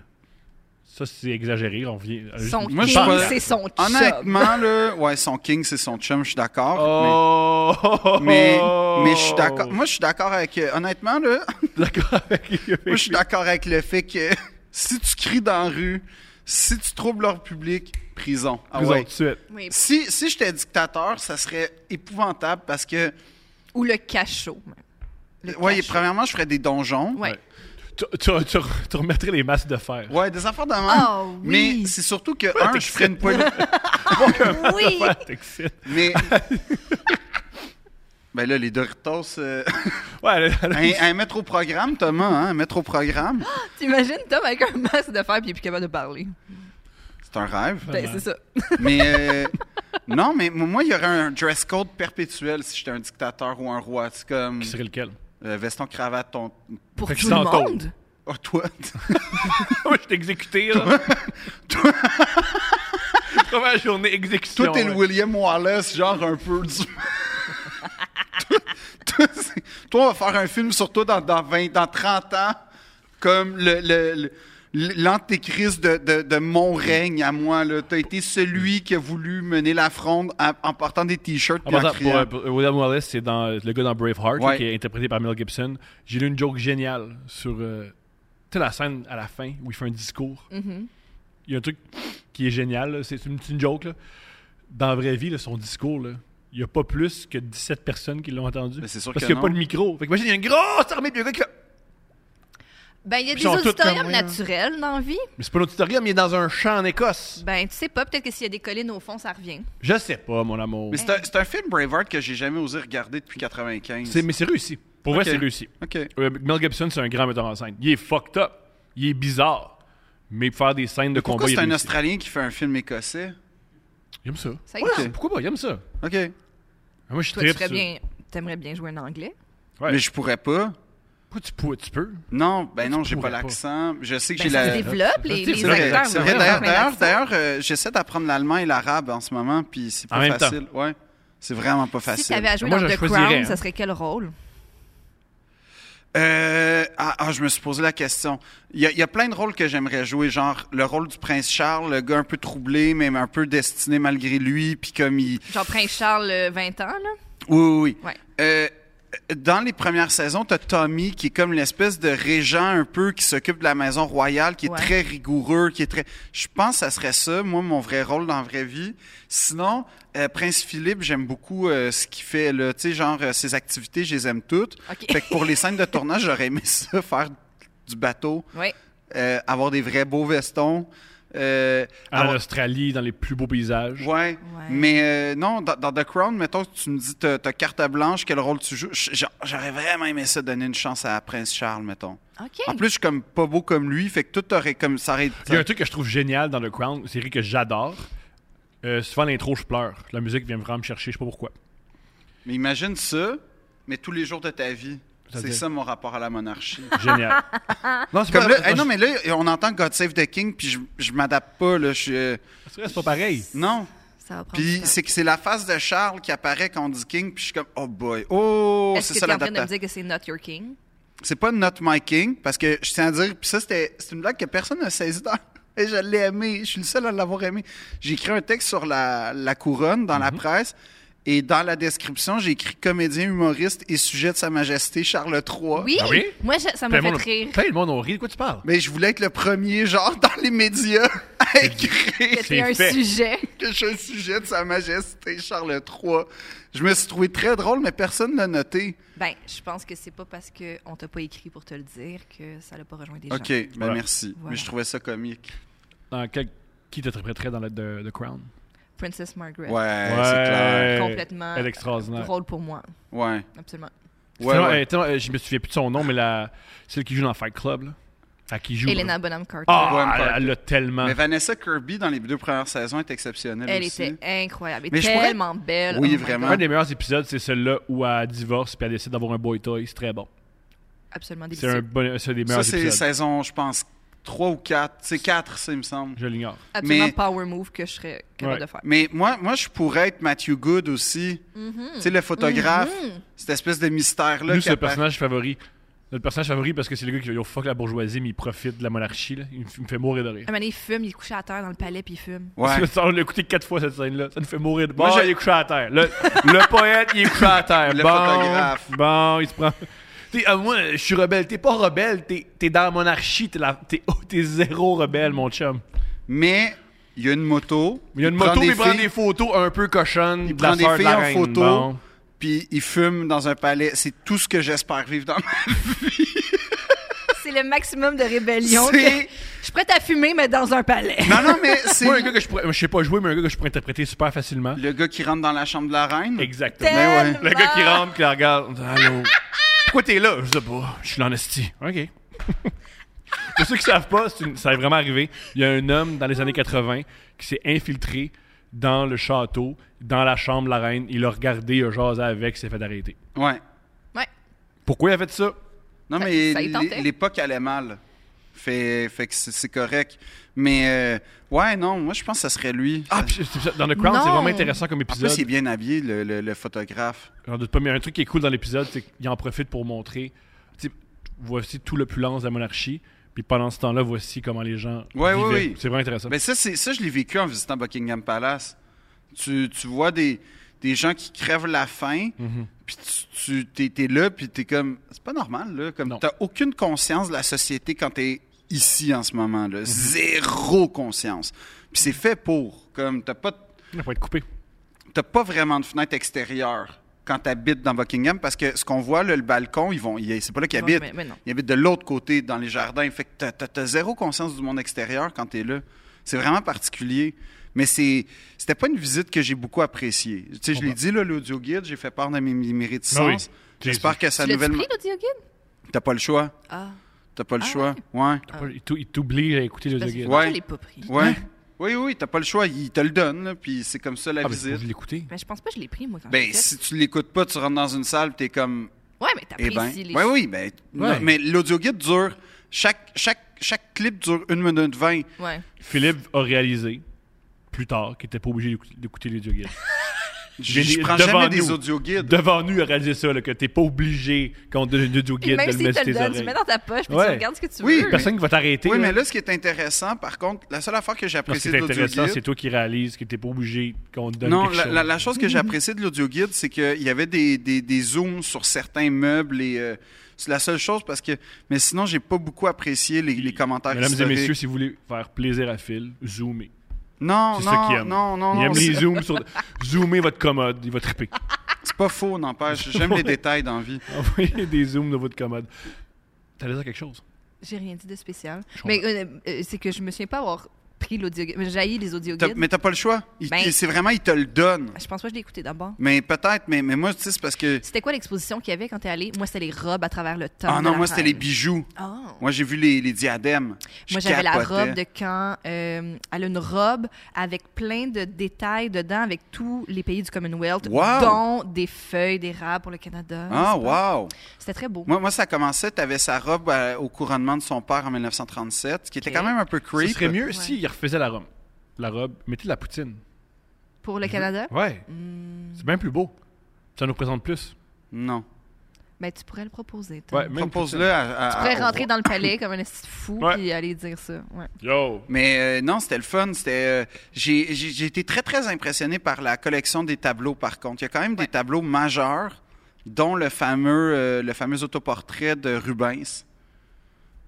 Speaker 1: Ça, c'est exagéré. On vient. euh,
Speaker 3: Son
Speaker 2: Moi, je
Speaker 3: king,
Speaker 2: pense-
Speaker 3: c'est son chum.
Speaker 2: Honnêtement, là, ouais, son king, c'est son chum, je suis d'accord.
Speaker 1: Oh!
Speaker 2: Mais, mais, mais je suis d'accord. Moi, je suis d'accord avec. euh, honnêtement, là,
Speaker 1: D'accord avec.
Speaker 2: moi, je suis d'accord avec le fait que si tu cries dans la rue, si tu troubles leur public, prison. Ah
Speaker 1: Vous autres,
Speaker 2: ouais.
Speaker 1: tout de suite.
Speaker 3: Oui.
Speaker 2: Si, si j'étais dictateur, ça serait épouvantable parce que,
Speaker 3: Ou le cachot. Le
Speaker 2: ouais,
Speaker 3: cachot.
Speaker 2: premièrement, je ferais des donjons.
Speaker 3: Ouais.
Speaker 1: Tu, tu- tu re- tu remettrais les masses de fer.
Speaker 2: Ouais, des affaires de même.
Speaker 3: Ah, oui.
Speaker 2: Mais c'est surtout que, un, je ferais une politique.
Speaker 3: Oui!
Speaker 1: Ah, t'excites.
Speaker 2: mais. ben là, les Doritos. euh,
Speaker 1: Ouais, elle- elle-
Speaker 2: Un, un mettre au programme, Thomas, hein, un mettre au programme.
Speaker 3: T'imagines Tom avec un masque de fer puis il est plus capable de parler.
Speaker 2: C'est un rêve.
Speaker 3: Ben, c'est ça.
Speaker 2: Mais euh, non, mais moi, il y aurait un dress code perpétuel si j'étais un dictateur ou un roi. C'est comme
Speaker 1: qui serait lequel?
Speaker 2: euh, veston, cravate, ton.
Speaker 3: Pour
Speaker 1: Fait que
Speaker 3: tout le
Speaker 1: sans tôle.
Speaker 3: monde.
Speaker 2: Oh, toi.
Speaker 1: Moi, je t'ai exécuté, là. Première journée exécution.
Speaker 2: Toi, t'es le
Speaker 1: ouais.
Speaker 2: William Wallace, genre un peu du. Toi- toi, c'est- toi, on va faire un film sur toi dans, dans 20, dans 30 ans, comme le. le- le- L'antéchrist de, de, de mon règne à moi, là. T'as été celui qui a voulu mener la fronde en, en portant des t-shirts
Speaker 1: En
Speaker 2: puis en
Speaker 1: passant, pour,
Speaker 2: criant.
Speaker 1: euh, pour William Wallace, c'est dans euh, le gars dans Braveheart, là,
Speaker 2: Ouais.
Speaker 1: qui est interprété par Mel Gibson. J'ai lu une joke géniale sur euh, tu sais, la scène à la fin où il fait un discours.
Speaker 2: Mm-hmm.
Speaker 1: Il y a un truc qui est génial, là. c'est une, c'est une joke. là. Dans la vraie vie, là, son discours, là, il n'y a pas plus que 17 personnes qui l'ont entendu.
Speaker 2: Ben, c'est sûr
Speaker 1: Parce
Speaker 2: que
Speaker 1: qu'il n'y a pas
Speaker 2: non.
Speaker 1: de micro. Fait que imagine, il y a une grosse armée de gars qui fait.
Speaker 3: Ben, il y a
Speaker 1: Puis
Speaker 3: des
Speaker 1: ils sont tous
Speaker 3: auditoriums
Speaker 1: comme, ouais, hein.
Speaker 3: naturels dans la vie.
Speaker 1: Mais c'est pas l'auditorium, il est dans un champ en Écosse.
Speaker 3: Ben, tu sais pas, peut-être que s'il y a des collines au fond, ça revient.
Speaker 1: Je sais pas, mon amour.
Speaker 2: Mais c'est un, c'est un film Braveheart que j'ai jamais osé regarder depuis 95.
Speaker 1: C'est- Mais c'est réussi. Pour
Speaker 2: Ok.
Speaker 1: vrai, c'est réussi.
Speaker 2: OK.
Speaker 1: Euh, Mel Gibson, c'est un grand metteur en scène. Il est fucked up. Il est bizarre. Mais pour faire des scènes de
Speaker 2: Pourquoi
Speaker 1: combat, il
Speaker 2: c'est un
Speaker 1: réussit.
Speaker 2: Australien qui fait un film écossais?
Speaker 1: Il aime ça.
Speaker 3: Ça
Speaker 1: Ouais,
Speaker 3: existe.
Speaker 1: Pourquoi pas? Il aime ça.
Speaker 2: OK.
Speaker 1: Ah, Moi, je
Speaker 3: Toi, tu
Speaker 1: tripe
Speaker 3: ferais
Speaker 1: sur-
Speaker 3: bien... T'aimerais bien jouer en anglais?
Speaker 1: Ouais.
Speaker 2: Mais je pourrais pas.
Speaker 1: Pourquoi tu peux? Tu peux?
Speaker 2: Non, ben non, j'ai pas
Speaker 1: pourrais pas.
Speaker 2: l'accent. Je sais que
Speaker 3: Ben,
Speaker 2: j'ai
Speaker 3: ça
Speaker 2: la...
Speaker 3: se développe, les,
Speaker 1: C'est
Speaker 3: les
Speaker 1: vrai,
Speaker 2: D'ailleurs,
Speaker 3: acteurs.
Speaker 1: c'est
Speaker 3: vont
Speaker 1: vrai,
Speaker 3: avoir
Speaker 2: d'ailleurs,
Speaker 3: plein d'accents.
Speaker 2: d'ailleurs, euh, j'essaie d'apprendre l'allemand et l'arabe en ce moment, puis c'est
Speaker 1: En
Speaker 2: pas
Speaker 1: même
Speaker 2: facile. Ouais, c'est vraiment pas
Speaker 3: Si
Speaker 2: facile.
Speaker 3: t'avais à jouer
Speaker 1: Moi,
Speaker 3: dans
Speaker 1: je
Speaker 3: The
Speaker 1: choisirais,
Speaker 3: Crown,
Speaker 1: hein.
Speaker 3: ça serait quel rôle?
Speaker 2: Euh, ah, ah, je me suis posé la question. Il y, a- il y a plein de rôles que j'aimerais jouer, genre le rôle du prince Charles, le gars un peu troublé, mais un peu destiné malgré lui, puis comme il,
Speaker 3: Genre Prince Charles, euh, 20 ans, là?
Speaker 2: Oui, oui, oui.
Speaker 3: Ouais.
Speaker 2: Euh, dans les premières saisons, t'as Tommy qui est comme l'espèce de régent un peu qui s'occupe de la maison royale, qui est
Speaker 3: Ouais.
Speaker 2: très rigoureux, qui est très. Je pense que ça serait ça, moi, mon vrai rôle dans la vraie vie. Sinon, euh, Prince Philippe, j'aime beaucoup euh, ce qu'il fait là, tu sais, genre euh, ses activités, je les aime toutes.
Speaker 3: OK.
Speaker 2: Fait que pour les scènes de tournage, j'aurais aimé ça, faire du bateau,
Speaker 3: Oui.
Speaker 2: euh, avoir des vrais beaux vestons. Euh,
Speaker 1: En
Speaker 2: alors-
Speaker 1: Australie, dans les plus beaux paysages.
Speaker 2: Ouais. Mais euh, non, dans, dans The Crown, mettons que tu me dis t'as t'as carte blanche, quel rôle tu joues. j- j'a- J'aurais vraiment aimé ça donner une chance à Prince Charles, mettons.
Speaker 3: OK.
Speaker 2: En plus, je suis comme pas beau comme lui, fait que tout aurait comme ça aurait.
Speaker 1: Il y a un truc que je trouve génial dans The Crown, une série que j'adore. Euh, souvent, l'intro, je pleure. La musique vient vraiment me chercher, je sais pas pourquoi.
Speaker 2: Mais imagine ça, mais tous les jours de ta vie.
Speaker 1: Ça
Speaker 2: C'est
Speaker 1: dit-
Speaker 2: ça mon rapport à la monarchie.
Speaker 1: Génial. non, c'est
Speaker 2: Comme
Speaker 1: pas-
Speaker 2: là, hey, non, mais là, on entend God Save the King, puis je, je m'adapte pas, là. Je, suis, euh,
Speaker 1: C'est vrai, c'est pas pareil.
Speaker 2: non.
Speaker 3: Ça va prendre
Speaker 2: Puis
Speaker 3: du temps.
Speaker 2: c'est que c'est la face de Charles qui apparaît quand on dit King, puis je suis comme, oh boy. Oh,
Speaker 3: Est-ce
Speaker 2: c'est
Speaker 3: que
Speaker 2: ça
Speaker 3: tu es en train de me
Speaker 2: l'adaptation.
Speaker 3: dire que c'est not your king?
Speaker 2: C'est pas Not My King, parce que je tiens à dire, puis ça, c'était c'est une blague que personne n'a saisi dans. Et je l'ai aimé, je suis le seul à l'avoir aimé. J'ai écrit un texte sur la, la couronne dans la presse, et dans la description, j'ai écrit comédien, humoriste et sujet de Sa Majesté Charles III.
Speaker 3: Oui.
Speaker 1: Ah oui?
Speaker 3: Moi, je- ça m'a
Speaker 1: Plein
Speaker 3: fait
Speaker 1: monde-
Speaker 3: rire.
Speaker 1: Plein de monde ont ri. De quoi tu parles?
Speaker 2: Mais je voulais être le premier, genre, dans les médias, à écrire
Speaker 3: Que t'es un
Speaker 1: fait.
Speaker 3: sujet.
Speaker 2: que je suis un sujet de Sa Majesté Charles III. Je me suis trouvé très drôle, mais personne l'a noté.
Speaker 3: Ben, je pense que c'est pas parce qu'on t'a pas écrit pour te le dire que ça l'a pas rejoint des
Speaker 2: OK,
Speaker 3: gens.
Speaker 2: ben
Speaker 1: Voilà.
Speaker 2: merci. Mais
Speaker 3: Voilà.
Speaker 2: je trouvais ça comique.
Speaker 1: Dans quel... Qui t'interpréterait dans la de, de Crown?
Speaker 3: Princess Margaret.
Speaker 2: Ouais, c'est clair.
Speaker 3: Complètement.
Speaker 1: Elle est extraordinaire.
Speaker 3: Rôle pour moi,
Speaker 2: Ouais.
Speaker 3: absolument.
Speaker 1: C'est
Speaker 2: Ouais,
Speaker 1: tellement-
Speaker 2: ouais.
Speaker 1: elle est tellement- euh, je me souviens plus de son nom, mais la... celle qui joue dans Fight Club, là. À qui joue.
Speaker 3: Elena Bonham Carter.
Speaker 2: Bonham
Speaker 1: Ah, elle-
Speaker 2: Carter.
Speaker 1: elle l'a tellement.
Speaker 2: Mais Vanessa Kirby, dans les deux premières saisons, est exceptionnelle
Speaker 3: elle
Speaker 2: aussi.
Speaker 3: était incroyable. Elle
Speaker 2: Mais
Speaker 3: est
Speaker 2: je pourrais-
Speaker 3: tellement belle. Oh
Speaker 2: Oui,
Speaker 3: my
Speaker 2: vraiment.
Speaker 1: Un
Speaker 3: God.
Speaker 1: des meilleurs épisodes, c'est celui-là où elle divorce puis elle décide d'avoir un boy toy. C'est très bon.
Speaker 3: Absolument
Speaker 1: C'est un
Speaker 3: délicieux.
Speaker 1: bon, c'est un des
Speaker 2: Ça,
Speaker 1: meilleurs
Speaker 2: c'est
Speaker 1: épisodes.
Speaker 2: saison, je pense, 3 ou 4. C'est 4, ça, il me semble.
Speaker 1: Je l'ignore.
Speaker 3: Absolument
Speaker 2: Mais-
Speaker 3: power move que je serais capable
Speaker 1: Ouais.
Speaker 3: de faire.
Speaker 2: Mais moi, moi, je pourrais être Matthew Good aussi.
Speaker 3: Mm-hmm.
Speaker 2: Tu sais, le photographe. Cette espèce de mystère-là.
Speaker 1: Nous,
Speaker 2: qui
Speaker 1: c'est le
Speaker 2: apparaît.
Speaker 1: personnage favori. Notre personnage favori parce que c'est le gars qui au fuck la bourgeoisie, mais il profite de la monarchie. là. Il me f- il me fait mourir de rire.
Speaker 3: Un moment, donné, il fume, il est couché à terre dans le palais puis il fume.
Speaker 2: Ouais.
Speaker 1: Ça, on l'a écouté quatre fois cette scène-là. Ça nous fait mourir de
Speaker 2: Moi,
Speaker 1: Bon,
Speaker 2: j'ai-
Speaker 1: il est couché à terre. Le, le poète, il est couché à terre.
Speaker 2: Le
Speaker 1: bon,
Speaker 2: photographe.
Speaker 1: Bon, il se prend. T'sais, euh, moi, je suis rebelle. T'es pas rebelle. T'es t'es dans la monarchie. T'es la- t'es- oh, t'es zéro rebelle, mon chum.
Speaker 2: Mais il y a une moto.
Speaker 1: Il y a une moto,
Speaker 2: prend
Speaker 1: mais il prend
Speaker 2: filles,
Speaker 1: des photos un peu cochonnes.
Speaker 2: Il
Speaker 1: de la
Speaker 2: prend des
Speaker 1: sœur de
Speaker 2: filles
Speaker 1: la
Speaker 2: en
Speaker 1: reine.
Speaker 2: photo.
Speaker 1: Bon.
Speaker 2: Puis il fume dans un palais. C'est tout ce que j'espère vivre dans ma
Speaker 3: C'est le maximum de rébellion. que-
Speaker 2: C'est-
Speaker 3: Je suis prête à fumer, mais dans un palais.
Speaker 2: Non, non, mais c'est
Speaker 1: Moi, un gars que je pourrais. Je sais pas jouer, mais un gars que je pourrais interpréter super facilement.
Speaker 2: le gars qui rentre dans la chambre de la reine.
Speaker 1: Exactement.
Speaker 2: Ben
Speaker 3: Tellement.
Speaker 1: Le gars
Speaker 3: Ah.
Speaker 1: qui rentre, qui la regarde. Allô. Pourquoi t'es là? Je sais pas. Je suis là en esti. OK. Pour ceux qui savent pas, c'est une- ça est vraiment arrivé. Il y a un homme dans les années 80 qui s'est infiltré dans le château, dans la chambre de la reine. Il a regardé, il a jasé avec, il s'est fait arrêter.
Speaker 2: Ouais.
Speaker 3: Ouais.
Speaker 1: Pourquoi il a fait ça?
Speaker 2: Non,
Speaker 3: Ça-
Speaker 2: mais
Speaker 3: ça y
Speaker 2: l'é-
Speaker 3: tentait.
Speaker 2: l'époque allait mal. Fait, fait que c'est- c'est correct. Mais euh, ouais, non, moi je pense que ça serait lui.
Speaker 1: Ah, puis c'est- c'est- dans The Crown, c'est
Speaker 3: Non.
Speaker 1: vraiment intéressant comme
Speaker 2: en
Speaker 1: épisode.
Speaker 2: plus, il est bien habillé, le, le- le photographe.
Speaker 1: J'en doute pas, mais un truc qui est cool dans l'épisode, c'est qu'il en profite pour montrer, tu sais, voici tout l'opulence de la monarchie, puis pendant ce temps-là, voici comment les gens
Speaker 2: Ouais,
Speaker 1: vivaient.
Speaker 2: ouais, oui.
Speaker 1: C'est vraiment intéressant.
Speaker 2: Ben ça, c'est- ça, je l'ai vécu en visitant Buckingham Palace. Tu, tu vois des, des gens qui crèvent la faim,
Speaker 1: Mhm.
Speaker 2: puis tu, tu t'es- t'es là, puis t'es comme. C'est pas normal, là. Comme
Speaker 1: Non.
Speaker 2: t'as aucune conscience de la société quand t'es ici en ce moment,
Speaker 1: Mhm.
Speaker 2: là. Zéro conscience. Puis c'est fait pour. Comme t'as pas. de-
Speaker 1: Il faut être coupé.
Speaker 2: t'as pas vraiment de fenêtre extérieure quand tu habites dans Buckingham parce que ce qu'on voit, là, le balcon, ils vont, ils- c'est pas là qu'ils
Speaker 3: Bon,
Speaker 2: habitent.
Speaker 3: mais- mais non.
Speaker 2: Ils habitent de l'autre côté, dans les jardins. Fait que t'as- t'as t'as zéro conscience du monde extérieur quand t'es là. C'est vraiment particulier. Mais c'est, c'était pas une visite que j'ai beaucoup appréciée. Tu sais, je l'ai dit, là, l'audio guide, j'ai fait part de mes, mes réticences.
Speaker 1: ben. Ah oui.
Speaker 2: J'espère que sa
Speaker 3: Tu l'as
Speaker 2: nouvelle.
Speaker 3: pris, l'audio guide?
Speaker 2: T'as pas le choix.
Speaker 3: Ah.
Speaker 2: T'as pas le
Speaker 3: Ah
Speaker 2: choix. Ouais.
Speaker 1: Il t'ou- il t'oblige à écouter le
Speaker 3: Parce que
Speaker 1: guide.
Speaker 2: Ouais.
Speaker 3: Je l'ai pas pris.
Speaker 2: Ouais. Oui, oui, t'as pas le choix. Ils te le donnent, là, puis c'est comme ça la
Speaker 1: Ah, mais
Speaker 2: visite.
Speaker 1: je l'écouter.
Speaker 3: Mais je pense pas que je l'ai pris, moi, quand
Speaker 2: Ben,
Speaker 3: j'étais petite.
Speaker 2: si tu l'écoutes pas, tu rentres dans une salle, t'es comme.
Speaker 3: Ouais, mais t'as pris
Speaker 2: Eh ben,
Speaker 3: ici les
Speaker 2: oui, oui, ben, non,
Speaker 1: Ouais.
Speaker 2: mais l'audio guide dure. Chaque, chaque, chaque clip dure 1 minute 20.
Speaker 3: Ouais.
Speaker 1: Philippe a réalisé, plus tard, qu'il était pas obligé d'écouter- d'écouter les guides.
Speaker 2: Je,
Speaker 1: J'ai-
Speaker 2: je prends
Speaker 1: devant
Speaker 2: jamais des
Speaker 1: nous.
Speaker 2: audio guides.
Speaker 1: Devant nous, il a réalisé ça, là, que t'es pas obligé, quand on te donne un audio
Speaker 3: Et
Speaker 1: guide, de
Speaker 3: même
Speaker 1: le
Speaker 3: si
Speaker 1: mettre
Speaker 3: tu
Speaker 1: sur tes
Speaker 3: le donnes, tu le
Speaker 1: oreilles.
Speaker 3: mets dans ta poche puis
Speaker 1: Ouais.
Speaker 3: tu regardes ce que tu
Speaker 2: Oui,
Speaker 3: veux.
Speaker 1: Personne qui va t'arrêter.
Speaker 2: Oui,
Speaker 1: là.
Speaker 2: mais là, ce qui est intéressant, par contre, la seule affaire que j'ai
Speaker 1: Non, ce qui
Speaker 2: appréciée de
Speaker 1: est
Speaker 2: l'audio
Speaker 1: intéressant, c'est
Speaker 2: guide.
Speaker 1: toi qui réalises que t'es pas obligé qu'on te donne
Speaker 2: Non,
Speaker 1: quelque
Speaker 2: la,
Speaker 1: chose.
Speaker 2: la- la chose que j'ai appréciée de l'audio guide, c'est qu'il y avait des, des, des zooms sur certains meubles et euh, c'est la seule chose parce que. Mais sinon, j'ai pas beaucoup apprécié les, les commentaires
Speaker 1: Mesdames et
Speaker 2: historiques.
Speaker 1: messieurs, si vous voulez faire plaisir à Phil, zoomez.
Speaker 2: non,
Speaker 1: C'est
Speaker 2: non,
Speaker 1: ça qu'il aime.
Speaker 2: non, non,
Speaker 1: il
Speaker 2: non,
Speaker 1: aime les
Speaker 2: c'est
Speaker 1: zooms sur. Zoomez votre commode, il va triper.
Speaker 2: c'est pas faux, n'empêche. J'aime les détails dans la vie.
Speaker 1: Envoyez des zooms de votre commode. T'allais dire quelque chose?
Speaker 3: J'ai rien dit de spécial.
Speaker 1: Je
Speaker 3: Mais euh, euh, c'est que je me souviens pas avoir pris l'audio. Mais j'ai les audio
Speaker 2: T'as-
Speaker 3: guides.
Speaker 2: Mais t'as pas le choix. Il-
Speaker 3: Ben-
Speaker 2: C'est vraiment, il te le donne.
Speaker 3: Je pense pas que je l'ai écouté d'abord.
Speaker 2: Mais peut-être, mais, mais moi, tu sais, c'est parce que.
Speaker 3: C'était quoi l'exposition qu'il y avait quand t'es allé? Moi, c'était les robes à travers le temps.
Speaker 2: Ah
Speaker 3: de
Speaker 2: non,
Speaker 3: la
Speaker 2: moi, c'était
Speaker 3: reine.
Speaker 2: les bijoux.
Speaker 3: Ah.
Speaker 2: Moi, j'ai vu les, les diadèmes. Je
Speaker 3: Moi, j'avais la
Speaker 2: capotais.
Speaker 3: robe de camp. euh, elle a une robe avec plein de détails dedans, avec tous les pays du Commonwealth,
Speaker 2: Wow!
Speaker 3: dont des feuilles d'érable pour le Canada.
Speaker 2: Ah,
Speaker 3: n'est-ce pas?
Speaker 2: wow!
Speaker 3: C'était très beau.
Speaker 2: Moi, moi, ça commençait, t'avais sa robe euh, au couronnement de son père en 1937, ce qui était
Speaker 3: Ok.
Speaker 2: quand même un peu
Speaker 1: Ce
Speaker 2: creep.
Speaker 1: serait mieux s'il refaisait la robe. La robe, mettez de la poutine.
Speaker 3: Pour le Canada,
Speaker 1: Ouais.
Speaker 3: Hmm.
Speaker 1: C'est bien plus beau. Ça nous présente plus.
Speaker 2: Non.
Speaker 3: ben, tu pourrais le proposer. toi.
Speaker 1: Ouais, même
Speaker 2: Propose-le à, à-
Speaker 3: Tu pourrais
Speaker 2: au-
Speaker 3: rentrer dans le palais comme un esti de fou
Speaker 1: Ouais.
Speaker 3: puis aller dire ça. Ouais.
Speaker 1: poutine. Yo!
Speaker 2: Mais euh, non, c'était le fun. C'était, euh, j'ai, j'ai- j'ai été très, très impressionné par la collection des tableaux, par contre. Il y a quand même des tableaux majeurs, dont le fameux, euh, le fameux autoportrait de Rubens.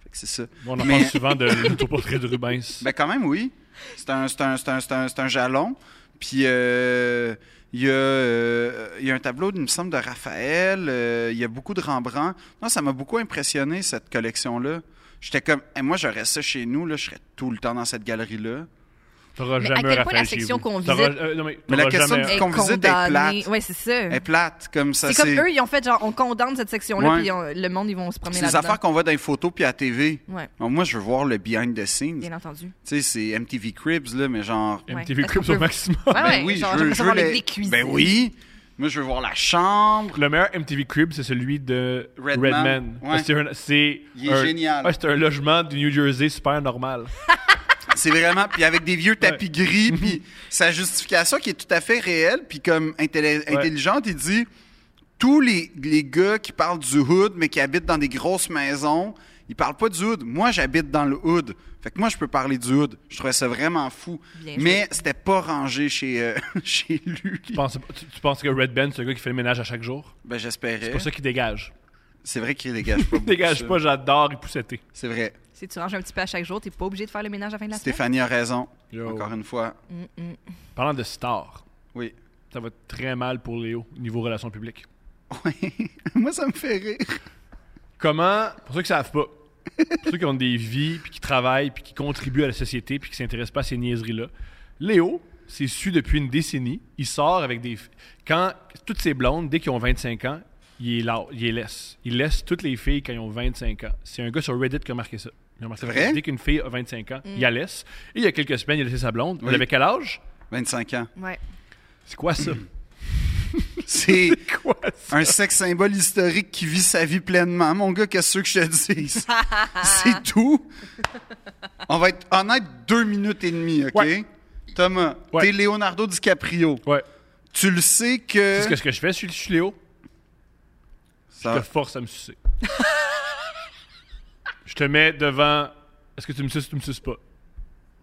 Speaker 2: Fait que c'est ça.
Speaker 1: On en
Speaker 2: Mais-
Speaker 1: parle souvent de l'autoportrait de Rubens.
Speaker 2: Ben quand même, oui. C'est un, c'est un, c'est un, c'est un, c'est un jalon. Puis euh, il y, a, euh, il y a un tableau, il me semble, de Raphaël. euh, il y a beaucoup de Rembrandt. Non, ça m'a beaucoup impressionné, cette collection-là. J'étais comme, Hey, moi, j'aurais ça chez nous. Là, je serais tout le temps dans cette galerie-là.
Speaker 1: T'auras
Speaker 3: Mais à
Speaker 1: jamais
Speaker 3: quel
Speaker 1: un
Speaker 3: point la
Speaker 1: Raphaël chez
Speaker 3: section
Speaker 1: vous.
Speaker 3: qu'on
Speaker 1: T'auras-
Speaker 3: visite-
Speaker 1: euh, non, mais,
Speaker 2: Mais la
Speaker 1: t'auras
Speaker 2: question
Speaker 1: jamais
Speaker 2: du
Speaker 1: un-
Speaker 3: Est
Speaker 2: qu'on visite est
Speaker 3: condamnée.
Speaker 2: plate.
Speaker 3: Ouais, c'est ça.
Speaker 2: Elle est plate, comme ça.
Speaker 3: C'est comme eux, ils ont fait genre, on condamne cette section-là,
Speaker 2: Ouais.
Speaker 3: puis on- le monde, ils vont se promener
Speaker 2: c'est des
Speaker 3: là-dedans.
Speaker 2: affaires qu'on voit dans les photos puis à la TV.
Speaker 3: Ouais,
Speaker 2: Bon, moi, je veux voir le behind the scenes.
Speaker 3: bien entendu.
Speaker 2: Tu sais, c'est MTV Cribs, là, mais genre.
Speaker 3: Ouais.
Speaker 1: MTV
Speaker 3: Est-ce
Speaker 1: Cribs
Speaker 3: qu'on
Speaker 1: au
Speaker 3: peut-
Speaker 1: maximum.
Speaker 3: Ouais, ouais,
Speaker 2: ben oui, je
Speaker 3: genre,
Speaker 2: veux,
Speaker 3: j'aimerais
Speaker 2: je
Speaker 3: ça
Speaker 2: veux
Speaker 3: voir les
Speaker 2: les-
Speaker 3: les cuisines.
Speaker 2: Ben oui. Moi, je veux voir la chambre.
Speaker 1: Le meilleur MTV Crib, c'est celui de
Speaker 2: Redman.
Speaker 1: Redman.
Speaker 2: Ouais.
Speaker 1: Parce que C'est un, c'est
Speaker 2: Il est
Speaker 1: un-
Speaker 2: génial.
Speaker 1: ouais, c'est un logement du New Jersey super normal.
Speaker 2: C'est vraiment. Puis avec des vieux tapis gris, puis sa justification qui est tout à fait réelle, puis comme intelle- intelligente, il dit tous les, les gars qui parlent du hood, mais qui habitent dans des grosses maisons, ils parlent pas du hood. Moi, j'habite dans le hood. Fait que moi, je peux parler du hood. Je trouvais ça vraiment fou.
Speaker 3: Bien
Speaker 2: mais c'était pas rangé chez, euh, chez lui.
Speaker 1: tu, penses, tu, tu penses que Redman, c'est le gars qui fait le ménage à chaque jour?
Speaker 2: Ben, j'espérais.
Speaker 1: C'est pour ça qu'il dégage.
Speaker 2: C'est vrai qu'il dégage pas. beaucoup,
Speaker 1: Il dégage
Speaker 2: ça.
Speaker 1: pas, j'adore, il pousseté.
Speaker 2: C'est vrai.
Speaker 3: Si tu ranges un petit peu à chaque jour, t'es pas obligé de faire le ménage à la fin Mm. de la semaine.
Speaker 2: Stéphanie a raison.
Speaker 1: Yo.
Speaker 2: Encore une fois.
Speaker 1: Parlant de stars,
Speaker 2: Oui.
Speaker 1: ça va très mal pour Léo niveau relations publiques.
Speaker 2: Oui. Moi, ça me fait rire.
Speaker 1: Comment, pour ceux qui savent pas, pour ceux qui ont des vies, puis qui travaillent, puis qui contribuent à la société, puis qui s'intéressent pas à ces niaiseries-là, Léo, c'est su depuis une décennie, il sort avec des... fi- Quand toutes ces blondes, dès qu'ils ont 25 ans, il est là, il les laisse. Il laisse toutes les filles quand ils ont 25 ans. C'est un gars sur Reddit qui a marqué ça. Il a marqué
Speaker 2: C'est
Speaker 1: ça.
Speaker 2: vrai? Mm.
Speaker 1: Dès qu'une fille a 25 ans, il la laisse. Et il y a quelques semaines, il a laissé sa blonde.
Speaker 2: Oui.
Speaker 1: Elle avait quel âge?
Speaker 2: 25 ans.
Speaker 3: Ouais.
Speaker 1: C'est quoi ça?
Speaker 2: C'est
Speaker 1: quoi ça?
Speaker 2: un sexe symbole historique qui vit sa vie pleinement. Mon gars, qu'est-ce que je te dis? C'est tout. On va être honnête deux minutes et demie, OK?
Speaker 1: Ouais.
Speaker 2: Thomas,
Speaker 1: Ouais.
Speaker 2: t'es Leonardo DiCaprio.
Speaker 1: Ouais.
Speaker 2: Tu le sais que...
Speaker 1: C'est ce que, ce que je fais, je suis- je suis Léo.
Speaker 2: Ça-
Speaker 3: Ah.
Speaker 1: Je te force à me sucer. je te mets devant. Est-ce que tu me suces ou tu me suces pas?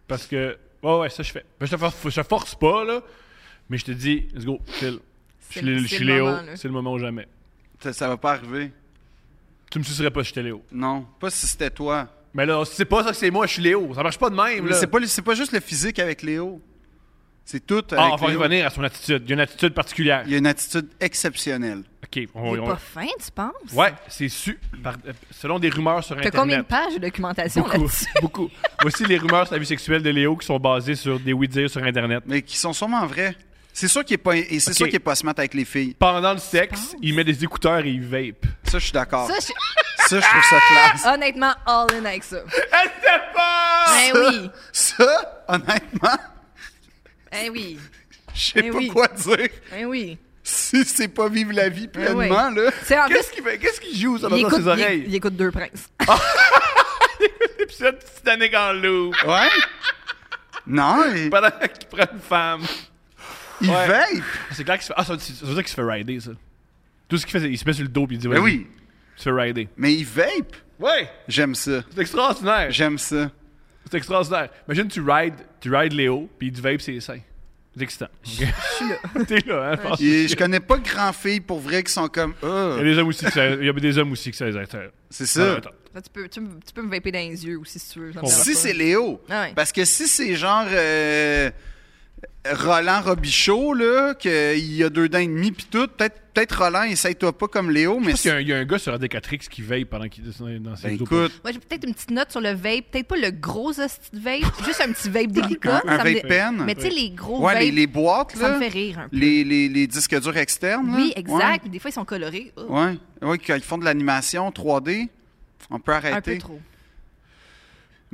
Speaker 1: Parce que. Ouais, ouais, ça je fais. Ben, je, te force, je te force pas, là. Mais je te dis, let's go, chill. Je
Speaker 3: C'est
Speaker 1: suis Lé-
Speaker 3: le-
Speaker 1: je
Speaker 3: c'est
Speaker 1: suis
Speaker 3: le
Speaker 1: Léo,
Speaker 3: moment, là.
Speaker 1: c'est le moment ou jamais.
Speaker 2: ça, ça va pas arriver.
Speaker 1: Tu me sucerais pas, j'étais Léo.
Speaker 2: Non, pas si c'était toi.
Speaker 1: Mais là, c'est pas ça que c'est moi, je suis Léo. Ça marche pas de même,
Speaker 2: Mais
Speaker 1: là.
Speaker 2: c'est pas, c'est pas juste le physique avec Léo. C'est tout avec
Speaker 1: Ah, on va
Speaker 2: Léo.
Speaker 1: revenir à son attitude. Il y a une attitude particulière.
Speaker 2: Il a une attitude exceptionnelle.
Speaker 1: Ok, on,
Speaker 3: Il est
Speaker 1: on-
Speaker 3: pas fin, tu penses?
Speaker 1: Ouais, c'est su. par- euh, Selon des rumeurs sur
Speaker 3: T'as
Speaker 1: Internet.
Speaker 3: combien de pages de documentation
Speaker 1: Beaucoup,
Speaker 3: là-dessus?
Speaker 1: beaucoup. Voici les rumeurs sur la vie sexuelle de Léo qui sont basées sur des oui-dire sur Internet.
Speaker 2: Mais qui sont sûrement vrais. C'est sûr qu'il est pas, et c'est
Speaker 1: Ok.
Speaker 2: sûr qu'il est pas smart avec les filles.
Speaker 1: Pendant le sexe, il met des écouteurs et il vape.
Speaker 2: Ça, je suis d'accord.
Speaker 3: Ça,
Speaker 2: Ça,
Speaker 3: je-
Speaker 2: je trouve ça classe.
Speaker 3: honnêtement, all in avec ça.
Speaker 2: Ah.
Speaker 1: pas!
Speaker 3: Ben oui,
Speaker 2: Ça, honnêtement,
Speaker 3: ben oui,
Speaker 2: je sais
Speaker 3: Eh
Speaker 2: pas
Speaker 3: oui.
Speaker 2: quoi dire.
Speaker 3: ben oui.
Speaker 2: Si c'est pas vivre la vie
Speaker 3: Ben oui.
Speaker 2: pleinement, là.
Speaker 3: Tu sais, en plus,
Speaker 1: Qu'est-ce qu'il fait? Qu'est-ce qu'il joue ça
Speaker 3: il
Speaker 1: dans
Speaker 3: écoute,
Speaker 1: ses
Speaker 3: il-
Speaker 1: oreilles?
Speaker 3: il écoute Deux Princes.
Speaker 1: L'épisode Titanic en loup.
Speaker 2: Ouais? Non, il,
Speaker 1: Pendant qu'il prend une femme.
Speaker 2: il
Speaker 1: Ben, Ouais.
Speaker 2: vape.
Speaker 1: C'est clair qu'il se fait. Ah, ça, c'est c'est pour ça qu'il se fait rider, ça. Tout ce qu'il fait, c'est qu'il se met sur le dos et il dit
Speaker 2: Ben
Speaker 1: Vas-y,
Speaker 2: oui,
Speaker 1: tu te fais rider.
Speaker 2: mais il vape.
Speaker 1: Ouais!
Speaker 2: J'aime ça.
Speaker 1: C'est extraordinaire.
Speaker 2: J'aime ça.
Speaker 1: C'est extraordinaire. Imagine, tu rides, tu rides Léo puis il te vape ses seins. C'est excitant. T'es là, hein, pense.
Speaker 2: Et je connais pas grand filles pour vrai qui sont comme Ah,
Speaker 1: Il y a des hommes aussi que ça, il y a des hommes aussi que ça les intéresse.
Speaker 2: C'est ça.
Speaker 1: Ben, Attends.
Speaker 3: Là, tu, peux, tu, me- tu peux me vaper dans les yeux aussi si tu veux. ça me
Speaker 1: Bon,
Speaker 3: dérange
Speaker 2: Si
Speaker 3: pas.
Speaker 2: c'est Léo.
Speaker 3: Ah ouais.
Speaker 2: Parce que si c'est genre. euh, Roland Robichaud, là, qu'il y a deux dents et demi, puis tout. Peut-être peut Roland, essaye-toi pas comme Léo, mais.
Speaker 1: Parce qu'il y a un- il y, a un gars sur ADK-Trix qui veille pendant qu'il est dans ses
Speaker 2: Ben,
Speaker 1: autos.
Speaker 2: écoute,
Speaker 3: Moi, j'ai peut-être une petite note sur le vape. Peut-être pas le gros hostie de vape, juste un petit vape délicat.
Speaker 2: Un- un
Speaker 3: ça me dé-
Speaker 2: vape pen.
Speaker 3: Mais tu sais, les gros
Speaker 2: ouais,
Speaker 3: vapes,
Speaker 2: les, les boîtes,
Speaker 3: ça
Speaker 2: là.
Speaker 3: me fait rire un peu.
Speaker 2: Les, les, les disques durs externes. là.
Speaker 3: Oui, exact. Des fois, ils sont colorés. Oh,
Speaker 2: Ouais. Ouais. ouais, quand ils font de l'animation 3D, on peut arrêter.
Speaker 3: un peu trop.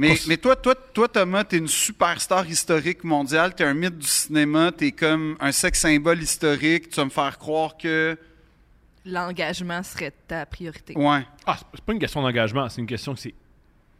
Speaker 2: Mais,
Speaker 1: Parce-
Speaker 2: mais toi, toi, toi, Thomas, t'es une superstar historique mondiale, t'es un mythe du cinéma, t'es comme un sexe symbole historique, tu vas me faire croire que...
Speaker 3: L'engagement serait ta priorité.
Speaker 2: Ouais.
Speaker 1: Ah, c'est- c'est pas une question d'engagement, c'est une question que c'est.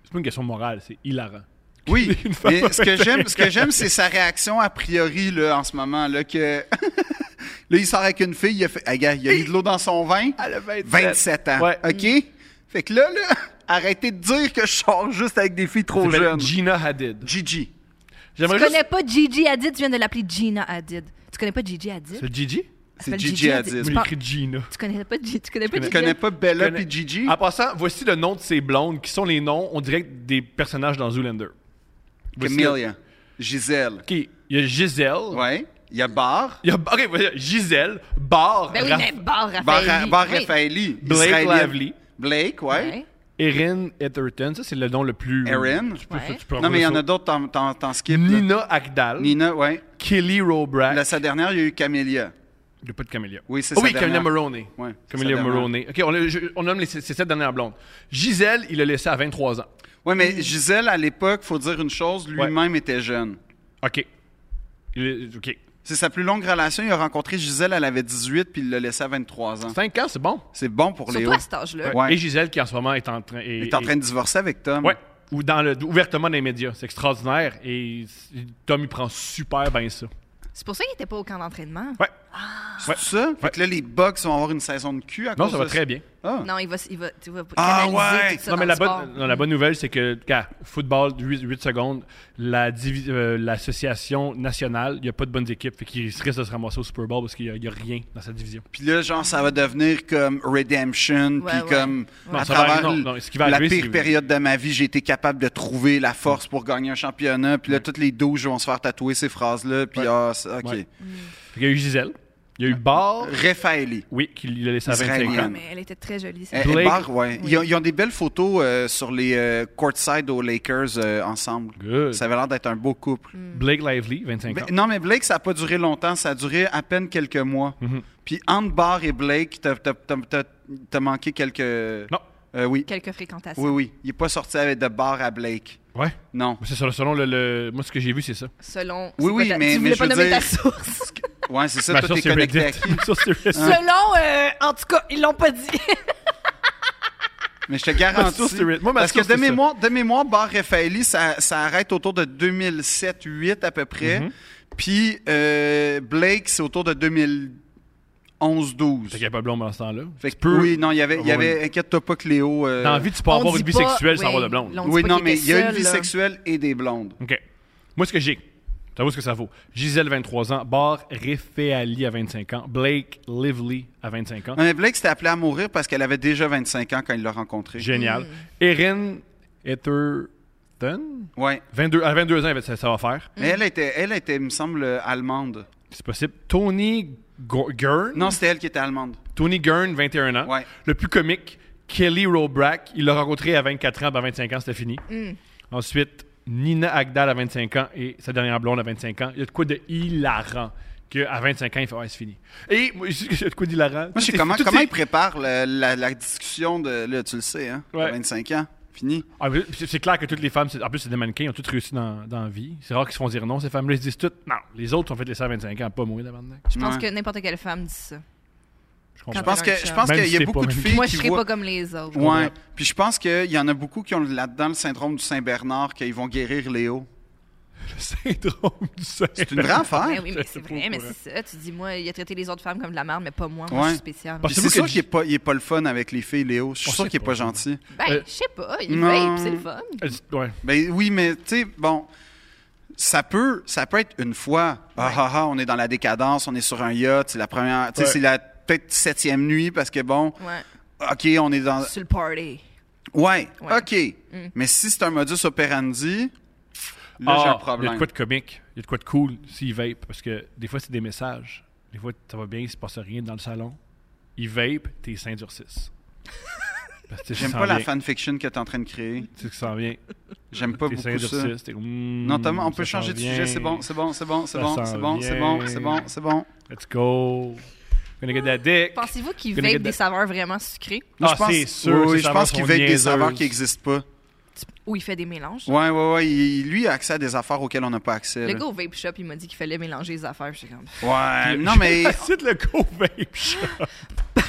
Speaker 1: C'est pas une question morale, c'est hilarant.
Speaker 2: Oui,
Speaker 1: Une femme
Speaker 2: mais ce que
Speaker 1: avec un
Speaker 2: j'aime, ce que j'aime, c'est sa réaction a priori là en ce moment là que là il sort avec une fille, il a fait, Ah, gars, il a mis de l'eau dans son vin,
Speaker 1: Elle a 27.
Speaker 2: 27 ans,
Speaker 1: Ouais.
Speaker 2: ok. Fait que là là, arrêtez de dire que je sors juste avec des filles trop
Speaker 1: s'appelle
Speaker 2: jeunes.
Speaker 1: Gina Hadid.
Speaker 2: Gigi.
Speaker 3: Tu
Speaker 1: J'aimerais
Speaker 3: connais
Speaker 1: juste.
Speaker 3: pas Gigi Hadid, tu viens de l'appeler Gina Hadid. Tu connais pas Gigi Hadid?
Speaker 1: C'est Gigi?
Speaker 3: Elle
Speaker 2: C'est
Speaker 3: s'appelle
Speaker 2: Gigi Hadid.
Speaker 3: Tu,
Speaker 1: Moi,
Speaker 2: Je
Speaker 1: j'ai
Speaker 3: par-
Speaker 1: écrit Gina.
Speaker 3: tu connais pas Gigi? Tu connais pas
Speaker 2: Tu
Speaker 3: Gigi
Speaker 2: connais
Speaker 3: Hadid?
Speaker 2: pas Bella
Speaker 1: Connais-
Speaker 2: puis Gigi
Speaker 1: En passant, voici le nom de ces blondes qui sont les noms, on dirait, des personnages dans Zoolander. Voici le-
Speaker 2: Camélia, Gisèle.
Speaker 1: OK, il y a Gisèle.
Speaker 2: Ouais. Il y a Bar.
Speaker 1: Il y a OK, voilà, Gisèle, Bar,
Speaker 3: Ben oui,
Speaker 1: Raph-
Speaker 3: mais Bar
Speaker 2: Bar,
Speaker 3: Raphaël.
Speaker 2: Bar
Speaker 3: Oui.
Speaker 2: Raphaëli.
Speaker 1: Blake
Speaker 2: israélienne.
Speaker 1: Lively.
Speaker 2: Blake, ouais.
Speaker 3: Ouais.
Speaker 1: Erin Etherton, ça c'est le nom le plus.
Speaker 2: Erin.
Speaker 1: Tu peux-
Speaker 3: Ouais.
Speaker 1: tu peux
Speaker 2: Non, mais il y en
Speaker 1: enlever
Speaker 2: a d'autres, t'en- t'en t'en
Speaker 1: ça.
Speaker 2: skip. là.
Speaker 1: Nina Agdal,
Speaker 2: Nina, ouais.
Speaker 1: Kelly Robrack.
Speaker 2: La, sa dernière, il y a eu Camélia.
Speaker 1: Il n'y a pas de Camélia.
Speaker 2: Oui, c'est
Speaker 1: Ah
Speaker 2: sa
Speaker 1: Oui, Camélia
Speaker 2: dernière.
Speaker 1: Maroney.
Speaker 2: Ouais, c'est
Speaker 1: Camélia
Speaker 2: sa dernière.
Speaker 1: Maroney. OK, on, a- je- on nomme les, ces ces sept dernières blondes. Gisèle, il l'a laissée à 23 ans.
Speaker 2: Oui,
Speaker 1: Mm.
Speaker 2: mais Gisèle, à l'époque, faut dire une chose, lui-même était jeune.
Speaker 1: OK. Il est- OK.
Speaker 2: C'est sa plus longue relation. Il a rencontré Gisèle, elle avait 18, puis il l'a laissée à 23 ans.
Speaker 1: 5 ans, c'est bon.
Speaker 2: C'est bon pour Léo.
Speaker 3: Surtout à cet âge-là.
Speaker 2: Euh, Ouais.
Speaker 1: Et Gisèle qui en ce moment est en train...
Speaker 2: Il est en train de divorcer avec Tom.
Speaker 1: Ouais. Ou dans le, ouvertement dans les médias. C'est extraordinaire. Et Tom, il prend super bien ça.
Speaker 3: C'est pour ça qu'il était pas au camp d'entraînement.
Speaker 1: Ouais.
Speaker 2: C'est ça? Fait que là, les Bucks vont avoir une saison de cul à
Speaker 1: Non,
Speaker 2: cause
Speaker 1: ça va
Speaker 2: de
Speaker 1: très bien.
Speaker 2: Ah.
Speaker 3: Non, il va, il va, tu vas
Speaker 2: Ah,
Speaker 3: canaliser
Speaker 2: ouais.
Speaker 3: tout ça
Speaker 1: Non,
Speaker 3: dans
Speaker 1: mais la
Speaker 3: le
Speaker 1: bonne,
Speaker 3: sport.
Speaker 1: non, la bonne nouvelle, c'est que, quand football, 8, secondes, la divi- euh, l'association nationale, il n'y a pas de bonnes équipes. Fait qu'il risque de se ramasser au Super Bowl parce qu'il n'y a, rien dans sa division.
Speaker 2: Puis là, genre, ça va devenir comme Redemption,
Speaker 3: Ouais,
Speaker 2: puis
Speaker 3: ouais.
Speaker 2: comme
Speaker 1: Non,
Speaker 2: à
Speaker 1: ça va
Speaker 2: travers
Speaker 1: arriver- non, non, ce qui va
Speaker 2: la
Speaker 1: arriver, c'est Mm.
Speaker 2: pire
Speaker 1: que-
Speaker 2: période de ma vie, j'ai été capable de trouver la force pour gagner un championnat. Puis là, toutes les douches vont se faire tatouer ces phrases-là. Puis
Speaker 1: Ouais.
Speaker 2: ah, ça- OK.
Speaker 1: Ouais. Fait qu'il y a eu Gisèle, il y a eu Bar,
Speaker 2: Euh, Raphaëli.
Speaker 1: oui, qui l'a laissé à 25
Speaker 2: Israélien.
Speaker 1: ans.
Speaker 3: Mais elle était très jolie.
Speaker 2: Eh,
Speaker 3: celle-là.
Speaker 1: Blake-
Speaker 2: Barr, ouais. Ils, ont, ils ont des belles photos euh, sur les euh, courtside aux Lakers euh, ensemble.
Speaker 1: Good.
Speaker 2: Ça avait l'air d'être un beau couple.
Speaker 1: Blake Lively, 25 ans.
Speaker 2: Mais- non, mais Blake, ça n'a pas duré longtemps. Ça a duré à peine quelques mois.
Speaker 1: Mm-hmm.
Speaker 2: Puis entre Barr et Blake, t'as- t'as- t'as t'as- t'as manqué quelques...
Speaker 1: Non.
Speaker 2: Euh, oui.
Speaker 3: Quelques fréquentations.
Speaker 2: Oui, oui. Il n'est pas sorti avec de Barr à Blake.
Speaker 1: Ouais.
Speaker 2: Non.
Speaker 1: C'est sur- selon le, le- Moi, ce que j'ai vu, c'est ça.
Speaker 3: Selon.
Speaker 2: Oui,
Speaker 3: c'est quoi
Speaker 2: oui,
Speaker 3: ta-
Speaker 2: mais-
Speaker 3: Tu
Speaker 2: mais
Speaker 3: voulais
Speaker 2: je
Speaker 3: pas
Speaker 2: veux
Speaker 3: nommer ta
Speaker 2: dire-
Speaker 3: source.
Speaker 2: Ouais, c'est ça.
Speaker 1: Ma
Speaker 2: toi,
Speaker 1: source,
Speaker 2: t'es
Speaker 1: c'est
Speaker 2: connecté à
Speaker 1: Reddit.
Speaker 2: qui?
Speaker 1: Ma source, c'est Reddit.
Speaker 2: hein?
Speaker 3: Selon. euh, en tout cas, ils l'ont pas dit.
Speaker 2: Mais je te
Speaker 1: Ma source,
Speaker 2: garantis.
Speaker 1: c'est Reddit. Moi, ma
Speaker 2: parce que
Speaker 1: source,
Speaker 2: de
Speaker 1: c'est ça.
Speaker 2: mémoire, de mémoire, Bar Raphaëli, ça, ça arrête autour de 2007-2008 à peu près.
Speaker 1: Mhm.
Speaker 2: Puis euh, Blake, c'est autour de 2011-12.
Speaker 1: Fait qu'il n'y a pas de blonde dans ce temps-là.
Speaker 2: Fait que,
Speaker 1: Tu peux-
Speaker 2: oui, non, il y avait, il y
Speaker 1: avoir
Speaker 2: avait inquiète-toi pas que Léo. euh,
Speaker 1: Dans la vie, tu peux avoir
Speaker 3: dit
Speaker 1: une vie
Speaker 3: pas-
Speaker 1: sexuelle sans
Speaker 3: oui,
Speaker 1: avoir de blonde.
Speaker 3: l'on dit
Speaker 2: oui,
Speaker 3: pas
Speaker 2: non,
Speaker 3: qu'il
Speaker 2: mais
Speaker 3: était
Speaker 2: il y a une
Speaker 3: seul,
Speaker 2: vie
Speaker 3: là.
Speaker 2: sexuelle et des blondes.
Speaker 1: OK. Moi, ce que j'ai, ça vaut ce que ça vaut. Gisèle, 23 ans. Bar Refeali à 25 ans. Blake Lively à 25 ans.
Speaker 2: Non, mais Blake s'était appelée à mourir parce qu'elle avait déjà 25 ans quand il l'a rencontrée.
Speaker 1: Génial.
Speaker 3: Mm.
Speaker 1: Erin Etherton?
Speaker 2: Ouais.
Speaker 1: 22, à 22 ans, elle va- ça, ça va faire.
Speaker 2: Mais elle était, elle était, il me semble, euh, allemande.
Speaker 1: C'est possible. Tony Go- Gurn.
Speaker 2: Non, c'était elle qui était allemande.
Speaker 1: Tony Gurn, 21 ans.
Speaker 2: Ouais.
Speaker 1: Le plus comique, Kelly Robrack. Il l'a rencontré à 24 ans, ben, à 25 ans, c'était fini.
Speaker 2: Mm.
Speaker 1: Ensuite, Nina Agdal à 25 ans et sa dernière blonde à 25 ans. Il y a de quoi de hilarant qu'à 25 ans, il fait Ouais, c'est fini. Et moi, je- il y a de quoi d'hilarant.
Speaker 2: Moi, je sais
Speaker 1: Tout
Speaker 2: comment,
Speaker 1: est- tout
Speaker 2: comment
Speaker 1: est-
Speaker 2: ils préparent la, la- la discussion de. Là, tu le sais, hein?
Speaker 1: Ouais.
Speaker 2: 25 ans. Fini.
Speaker 1: Ah, mais c'est c'est clair que toutes les femmes, c'est- en plus, c'est des mannequins, ils ont toutes réussi dans, dans la vie. C'est rare qu'ils se font dire non, ces femmes-là, ils se disent toutes non. Les autres ont fait laisser à 25 ans, pas moi, d'avant
Speaker 3: Je pense
Speaker 2: Ouais.
Speaker 3: que n'importe quelle femme dit ça.
Speaker 1: Je
Speaker 3: Quand
Speaker 1: comprends.
Speaker 2: Je pense que je pense
Speaker 1: Même
Speaker 2: qu'il
Speaker 1: si
Speaker 2: y a
Speaker 1: t'es
Speaker 2: beaucoup
Speaker 1: pas-
Speaker 2: de filles
Speaker 3: Moi,
Speaker 2: qui
Speaker 3: je serais
Speaker 2: voient.
Speaker 3: pas comme les autres.
Speaker 2: Ouais. Puis je pense qu'il y en a beaucoup qui ont là-dedans le syndrome du Saint-Bernard, qu'ils vont guérir Léo.
Speaker 1: Le syndrome du
Speaker 2: C'est une
Speaker 1: syndrome.
Speaker 2: vraie
Speaker 3: Mais
Speaker 2: affaire.
Speaker 3: Ben Eh oui,
Speaker 1: Je
Speaker 3: mais
Speaker 1: sais
Speaker 3: c'est
Speaker 1: pas
Speaker 3: vrai, mais
Speaker 1: pourquoi.
Speaker 3: c'est ça. Tu dis, moi, il a traité les autres femmes comme de la merde, mais pas moi. Moi, je
Speaker 2: Ouais.
Speaker 3: suis spéciale.
Speaker 1: Parce-
Speaker 2: Puis c'est
Speaker 1: Pensez-vous
Speaker 2: sûr
Speaker 1: que
Speaker 2: qu'il est pas, il est pas le fun avec les filles, Léo. Je suis
Speaker 1: On
Speaker 2: sûr
Speaker 1: sait
Speaker 2: qu'il est
Speaker 1: pas.
Speaker 2: pas gentil.
Speaker 3: Ben,
Speaker 1: Euh,
Speaker 3: je sais pas. Il
Speaker 2: non.
Speaker 3: vape, c'est le fun.
Speaker 1: Ouais.
Speaker 2: Ben oui, mais tu sais, bon, ça peut, ça peut être une fois. Ah ah ah, on est dans la décadence, on est sur un yacht, c'est la première, tu sais,
Speaker 1: Ouais.
Speaker 2: c'est la peut-être septième nuit parce que bon,
Speaker 3: Ouais.
Speaker 2: ok, on est dans,
Speaker 3: Sur le party.
Speaker 2: ouais,
Speaker 3: Ouais.
Speaker 2: ok. Mais si c'est un modus operandi, Là, j'ai
Speaker 1: Ah,
Speaker 2: un problème.
Speaker 1: Il y a de quoi de comique, il y a de quoi de cool s'il vape, parce que des fois, c'est des messages. Des fois, ça va bien, il se passe rien dans le salon. Il vape, tes seins durcissent. Parce que tu sais
Speaker 2: J'aime
Speaker 1: que ça
Speaker 2: pas
Speaker 1: s'en
Speaker 2: la
Speaker 1: vient.
Speaker 2: fanfiction que t'es en train de créer.
Speaker 1: Tu sais que ça s'en vient.
Speaker 2: J'aime pas
Speaker 1: Tes
Speaker 2: beaucoup
Speaker 1: seins
Speaker 2: ça.
Speaker 1: durcissent. t'es comme, hmm,
Speaker 2: Notamment, on
Speaker 1: ça
Speaker 2: peut
Speaker 1: s'en
Speaker 2: changer de
Speaker 1: vient.
Speaker 2: sujet. C'est bon, c'est bon, c'est bon, c'est
Speaker 1: Ça
Speaker 2: bon,
Speaker 1: s'en
Speaker 2: c'est bon, c'est bon, c'est bon,
Speaker 1: vient.
Speaker 2: c'est bon.
Speaker 1: Let's go. Gonna get that dick.
Speaker 3: Pensez-vous qu'ils
Speaker 1: Gonna get
Speaker 3: vapent des
Speaker 1: that-
Speaker 3: saveurs vraiment sucrées
Speaker 2: Moi,
Speaker 1: Ah,
Speaker 2: je pense-
Speaker 1: c'est sûr,
Speaker 2: oui,
Speaker 1: ces
Speaker 2: oui, je
Speaker 1: saveurs
Speaker 2: pense qu'il
Speaker 1: sont
Speaker 2: veut des
Speaker 1: niaiseuses.
Speaker 2: saveurs qui n'existent pas.
Speaker 3: ou il fait des mélanges?
Speaker 2: Ouais, ouais, ouais. Il, lui a accès à des affaires auxquelles on n'a pas accès.
Speaker 3: Le
Speaker 2: là.
Speaker 3: gars au vape shop, il m'a dit qu'il fallait mélanger les affaires. J'étais comme.
Speaker 2: Ouais, non, mais.
Speaker 1: Cite le go vape shop.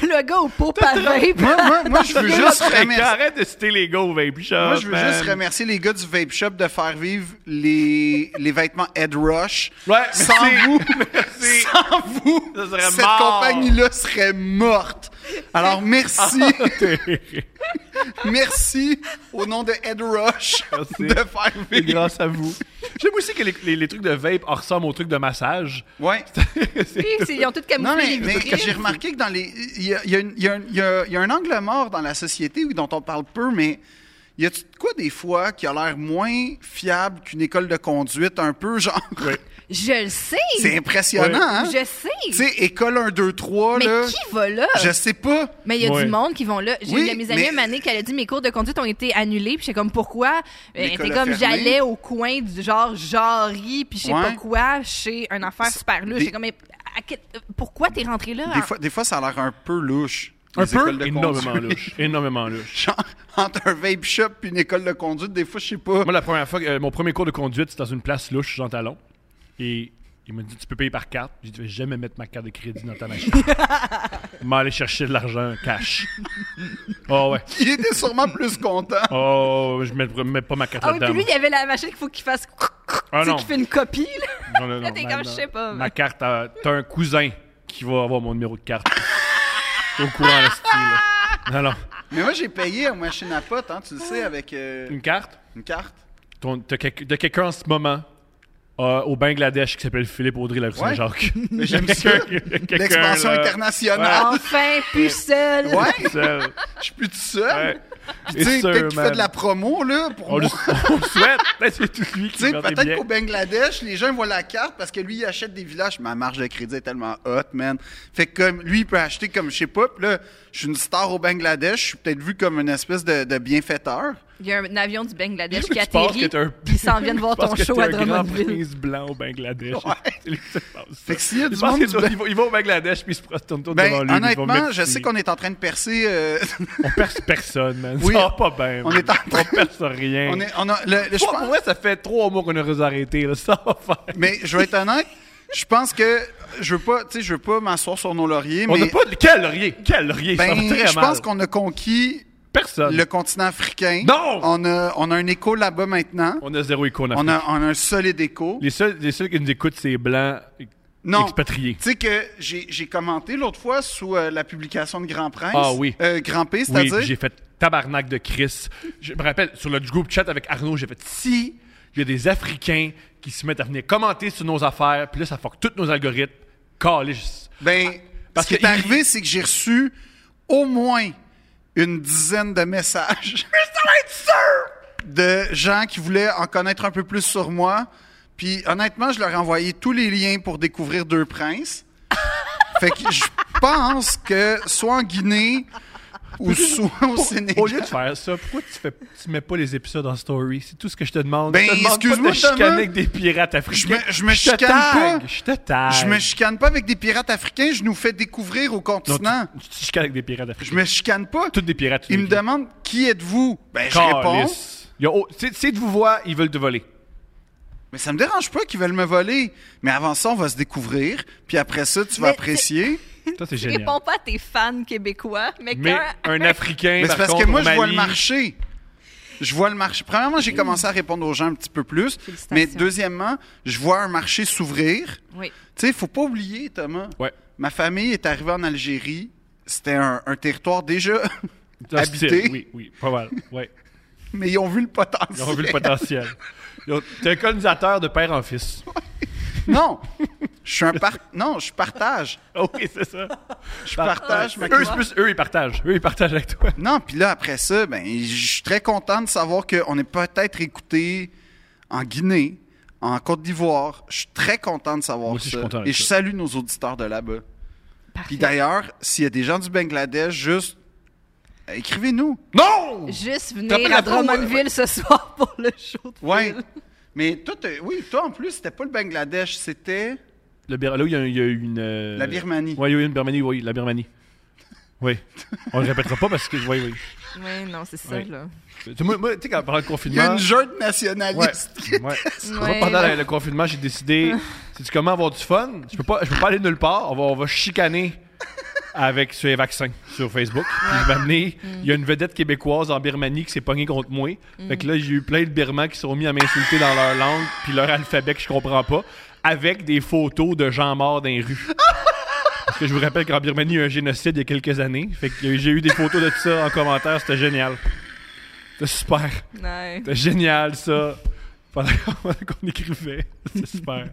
Speaker 3: le gars au pot à vape!
Speaker 2: moi, moi, moi, je veux juste
Speaker 1: Fait que
Speaker 2: remercier.
Speaker 1: Arrête de citer les go vape shop.
Speaker 2: Moi, je veux
Speaker 1: man.
Speaker 2: juste remercier les gars du vape shop de faire vivre les, les vêtements Ed Rush.
Speaker 1: Ouais,
Speaker 2: sans
Speaker 1: merci.
Speaker 2: vous,
Speaker 1: Merci.
Speaker 2: sans vous,
Speaker 1: Ça serait
Speaker 2: cette
Speaker 1: mort.
Speaker 2: compagnie-là serait morte. Alors merci, merci au nom de Ed Rush
Speaker 1: Merci.
Speaker 2: de faire
Speaker 1: Et
Speaker 2: vivre.
Speaker 1: grâce à vous. J'aime aussi que les, les- les trucs de vape ressemblent aux trucs de massage.
Speaker 2: Ouais.
Speaker 1: C'est-
Speaker 3: Oui, c'est- Ils ont tout camouflé
Speaker 2: Non, mais,
Speaker 3: les
Speaker 2: mais
Speaker 3: vitrines.
Speaker 2: j'ai remarqué que dans les. Il y a, il y a une- il y a un- il y a- il y a un angle mort dans la société oui, dont on parle peu, mais il y a de quoi des fois qui a l'air moins fiable qu'une école de conduite, un peu genre.
Speaker 3: Je le sais!
Speaker 2: C'est impressionnant,
Speaker 1: Ouais.
Speaker 2: hein?
Speaker 3: Je sais!
Speaker 2: Tu sais, école 1, 2, 3,
Speaker 3: mais
Speaker 2: là.
Speaker 3: qui va là?
Speaker 2: Je sais pas.
Speaker 3: Mais il y a
Speaker 1: Ouais.
Speaker 3: du monde qui vont là. J'ai
Speaker 2: Oui,
Speaker 3: eu de mes amis
Speaker 2: mais-
Speaker 3: une année qui a dit mes cours de conduite ont été annulés. Puis j'étais comme pourquoi? Euh,
Speaker 2: L'école
Speaker 3: T'es
Speaker 2: a
Speaker 3: comme
Speaker 2: fermé.
Speaker 3: j'allais au coin du genre Jarry, puis je sais
Speaker 2: Ouais.
Speaker 3: pas quoi, chez un affaire super là.
Speaker 2: Des-
Speaker 3: J'étais comme mais à quel- euh, pourquoi t'es rentré là?
Speaker 2: Des fois, des fois ça a l'air un peu louche.
Speaker 1: Un
Speaker 2: les
Speaker 1: peu
Speaker 2: écoles de
Speaker 1: énormément
Speaker 2: conduite.
Speaker 1: louche. Énormément louche.
Speaker 2: Genre, entre un vape shop et une école de conduite, des fois, je sais pas.
Speaker 1: Moi, la première fois, que- euh, mon premier cours de conduite, c'était dans une place louche, Jean Talon. Et il m'a dit Tu peux payer par carte. J'ai dit Je vais jamais mettre ma carte de crédit dans ta machine. Je vais aller chercher de l'argent cash. Oh ouais.
Speaker 2: Il était sûrement plus content.
Speaker 1: Oh, je mets, mets pas ma carte
Speaker 3: Ah oui,
Speaker 1: là-dedans.
Speaker 3: puis lui, il y avait la machine qu'il faut qu'il fasse.
Speaker 1: Ah
Speaker 3: tu sais,
Speaker 1: non.
Speaker 3: qu'il fait une copie, là.
Speaker 1: Non, non, non,
Speaker 3: t'es
Speaker 1: ma-
Speaker 3: comme,
Speaker 1: ma-
Speaker 3: je sais pas,
Speaker 1: Ma
Speaker 3: mais-
Speaker 1: carte, euh, t'as un cousin qui va avoir mon numéro de carte. T'es au courant, le style. Non, non.
Speaker 2: Mais moi, j'ai payé à machine à potes, hein, tu le sais, avec euh,
Speaker 1: Une carte
Speaker 2: une carte.
Speaker 1: ton- de, quel- de quelqu'un en ce moment euh, au Bangladesh qui s'appelle Philippe Audrey la rue Saint-Jacques. euh,
Speaker 2: Mais j'aime ça. L'expansion internationale.
Speaker 3: Enfin, pucelle!
Speaker 2: Ah. Ouais,
Speaker 1: internationale.
Speaker 2: je suis plus tout seul. Puis, Tu sais,
Speaker 1: C'est sûr,
Speaker 2: peut-être qu'il fait
Speaker 1: man.
Speaker 2: de la promo, là, pour
Speaker 1: On
Speaker 2: moi.
Speaker 1: le, on le souhaite. Peut-être c'est tout lui
Speaker 2: Tu
Speaker 1: qui
Speaker 2: sais,
Speaker 1: vend des
Speaker 2: peut-être
Speaker 1: billets.
Speaker 2: qu'au Bangladesh, les gens voient la carte parce que lui, il achète des villages. Ma marge de crédit est tellement hot, man. Fait que comme lui, il peut acheter comme, je sais pas, puis là, je suis une star au Bangladesh, je suis peut-être vu comme une espèce de, de bienfaiteur.
Speaker 3: Il y a un avion du Bangladesh
Speaker 1: Qu'est-ce que
Speaker 3: qui
Speaker 1: tu penses
Speaker 3: atterrit,
Speaker 1: que t'es un-
Speaker 3: puis ils s'en viennent voir
Speaker 1: Je pense
Speaker 3: ton
Speaker 1: que
Speaker 3: show
Speaker 1: t'es
Speaker 3: à
Speaker 1: un grand
Speaker 3: Drummondville.
Speaker 1: prince blanc au Bangladesh. C'est lui qui se passe.
Speaker 2: Fait que s'il y a du
Speaker 1: Je pense
Speaker 2: monde
Speaker 1: que
Speaker 2: du
Speaker 1: tu vas- il va- il va au Bangladesh puis il se prosterner
Speaker 2: Ben,
Speaker 1: devant lui.
Speaker 2: honnêtement, je sais qu'on est en train de percer. euh,
Speaker 1: On perce personne, man.
Speaker 2: Oui,
Speaker 1: ça va pas bien.
Speaker 2: on
Speaker 1: man.
Speaker 2: est en train-
Speaker 1: On perce rien.
Speaker 2: on est, on a, le- le- je
Speaker 1: Pour
Speaker 2: pense-
Speaker 1: vrai, ça fait trois mois qu'on aurait arrêté. Là. Ça va faire.
Speaker 2: mais je vais être honnête, je pense que je veux pas, tu sais, je veux pas m'asseoir sur nos lauriers,
Speaker 1: On n'a
Speaker 2: mais
Speaker 1: pas de. Quel laurier Quel laurier Ça
Speaker 2: ben,
Speaker 1: va très
Speaker 2: je
Speaker 1: mal.
Speaker 2: pense qu'on a conquis
Speaker 1: Personne.
Speaker 2: le continent africain.
Speaker 1: Non!
Speaker 2: On a, on a un écho là-bas maintenant.
Speaker 1: On a zéro icône.
Speaker 2: On a, on a un solide écho.
Speaker 1: Les, seuls, les seuls qui nous écoutent, c'est Blanc
Speaker 2: Non.
Speaker 1: expatriés.
Speaker 2: Tu sais que j'ai j'ai commenté l'autre fois sous euh, la publication de Grand Prince.
Speaker 1: Ah oui.
Speaker 2: Euh, Grand P,
Speaker 1: Oui,
Speaker 2: c'est-à-dire.
Speaker 1: puis j'ai fait tabarnak de Chris. Je me rappelle, sur le groupe chat avec Arnaud, j'ai fait si il y a des Africains qui se mettent à venir commenter sur nos affaires, puis là, ça fuck tous nos algorithmes. Calice.
Speaker 2: ben,
Speaker 1: parce
Speaker 2: ce qui
Speaker 1: que
Speaker 2: est
Speaker 1: il-
Speaker 2: arrivé, c'est que j'ai reçu au moins une dizaine de messages. De gens qui voulaient en connaître un peu plus sur moi. Puis honnêtement, je leur ai envoyé tous les liens pour découvrir Deux Princes. fait que je pense que soit en Guinée ou soit au Sénégal.
Speaker 1: Au lieu de faire ça, pourquoi tu, fais, tu mets pas les épisodes en story? C'est tout ce que je te demande.
Speaker 2: Ben,
Speaker 1: je te demande
Speaker 2: excuse-moi,
Speaker 1: pas de te chicaner
Speaker 2: Thomas.
Speaker 1: avec des pirates africains.
Speaker 2: Je me- je me
Speaker 1: te
Speaker 2: chicane
Speaker 1: tag,
Speaker 2: pas.
Speaker 1: Je te tag.
Speaker 2: Je me chicane pas avec des pirates africains, je nous fais découvrir au
Speaker 1: Non,
Speaker 2: continent.
Speaker 1: tu, tu te chicanes avec des pirates africains.
Speaker 2: Je me chicane pas.
Speaker 1: Toutes des pirates.
Speaker 2: Ils me
Speaker 1: tous des
Speaker 2: demandent qui êtes-vous. Ben, je
Speaker 1: pirates.
Speaker 2: réponds.
Speaker 1: Calice. Yo, oh, si, si tu vous vois, ils veulent te voler.
Speaker 2: Mais ça me dérange pas qu'ils veulent me voler. Mais avant ça, on va se découvrir. Puis après ça, tu vas
Speaker 3: Mais
Speaker 2: apprécier.
Speaker 1: Ça, c'est
Speaker 3: Tu
Speaker 1: génial.
Speaker 3: réponds pas à tes fans québécois, mais,
Speaker 1: Mais
Speaker 3: quand...
Speaker 1: un Africain,
Speaker 2: Mais c'est
Speaker 1: par
Speaker 2: parce
Speaker 1: contre,
Speaker 2: que moi,
Speaker 1: au
Speaker 2: je vois le
Speaker 1: Mali-
Speaker 2: marché. Je vois le marché. Premièrement, j'ai commencé à répondre aux gens un petit peu plus.
Speaker 3: Félicitations.
Speaker 2: Mais deuxièmement, je vois un marché s'ouvrir.
Speaker 3: Oui.
Speaker 2: Tu sais, faut pas oublier, Thomas.
Speaker 1: Ouais.
Speaker 2: Ma famille est arrivée en Algérie. C'était un, un territoire déjà,
Speaker 1: Hostile,
Speaker 2: habité.
Speaker 1: Oui, oui, pas mal. Ouais.
Speaker 2: mais ils ont vu le potentiel.
Speaker 1: Ils ont vu le potentiel. Ils ont- T'es un colonisateur de père en fils.
Speaker 2: Non, je suis un par... non, je partage.
Speaker 1: Ah oui, c'est ça.
Speaker 2: Je partage
Speaker 3: Ah,
Speaker 2: ma
Speaker 1: Eux, c'est plus, eux, ils partagent. Eux, ils partagent avec toi.
Speaker 2: Non, puis là après ça, ben je suis très content de savoir qu'on est peut-être écouté en Guinée, en Côte d'Ivoire. Je suis très content de savoir
Speaker 1: Moi aussi, je
Speaker 2: ça.
Speaker 1: suis content avec
Speaker 2: Et je
Speaker 1: ça.
Speaker 2: salue nos auditeurs de là-bas. Puis
Speaker 3: Parfait.
Speaker 2: d'ailleurs, s'il y a des gens du Bangladesh, juste euh, écrivez-nous.
Speaker 1: Non!
Speaker 3: Juste
Speaker 1: T'appelles
Speaker 3: venir
Speaker 1: la
Speaker 3: à
Speaker 1: promo-
Speaker 3: Drummondville ce soir pour le show de
Speaker 2: Ouais.
Speaker 3: Phil.
Speaker 2: Mais toi, t'as- oui, toi en plus, c'était pas le Bangladesh, c'était
Speaker 1: Le Bir- là, il y a- il y a eu une. euh,
Speaker 2: la Birmanie.
Speaker 1: Oui, il y a eu une Birmanie, oui, la Birmanie. Oui. On le répétera pas parce que. Oui, oui.
Speaker 3: Ouais, non, c'est ça,
Speaker 1: Ouais.
Speaker 3: là.
Speaker 1: Tu sais, Moi, moi, tu sais, quand- pendant le
Speaker 2: Il y a
Speaker 1: confinement.
Speaker 2: une jeune
Speaker 1: Ouais,
Speaker 2: nationaliste.
Speaker 1: ouais. Moi,
Speaker 3: Ouais,
Speaker 1: pendant
Speaker 3: là.
Speaker 1: le, le confinement, j'ai décidé. Sais-tu comment avoir du fun? Je peux pas, je peux pas aller nulle part. On va, on va chicaner avec sur les vaccins sur Facebook. Puis je vais amener- Il y a une vedette québécoise en Birmanie qui s'est pognée contre moi. Fait que là, j'ai eu plein de Birmans qui se sont mis à m'insulter dans leur langue, puis leur alphabet que je comprends pas, avec des photos de gens morts dans les rues. Parce que je vous rappelle qu'en Birmanie, il y a eu un génocide il y a quelques années. Fait que j'ai eu des photos de tout ça en commentaire. C'était génial. C'était super.
Speaker 3: Ouais.
Speaker 1: C'était génial, ça. Pendant qu'on- qu'on écrivait. C'était super.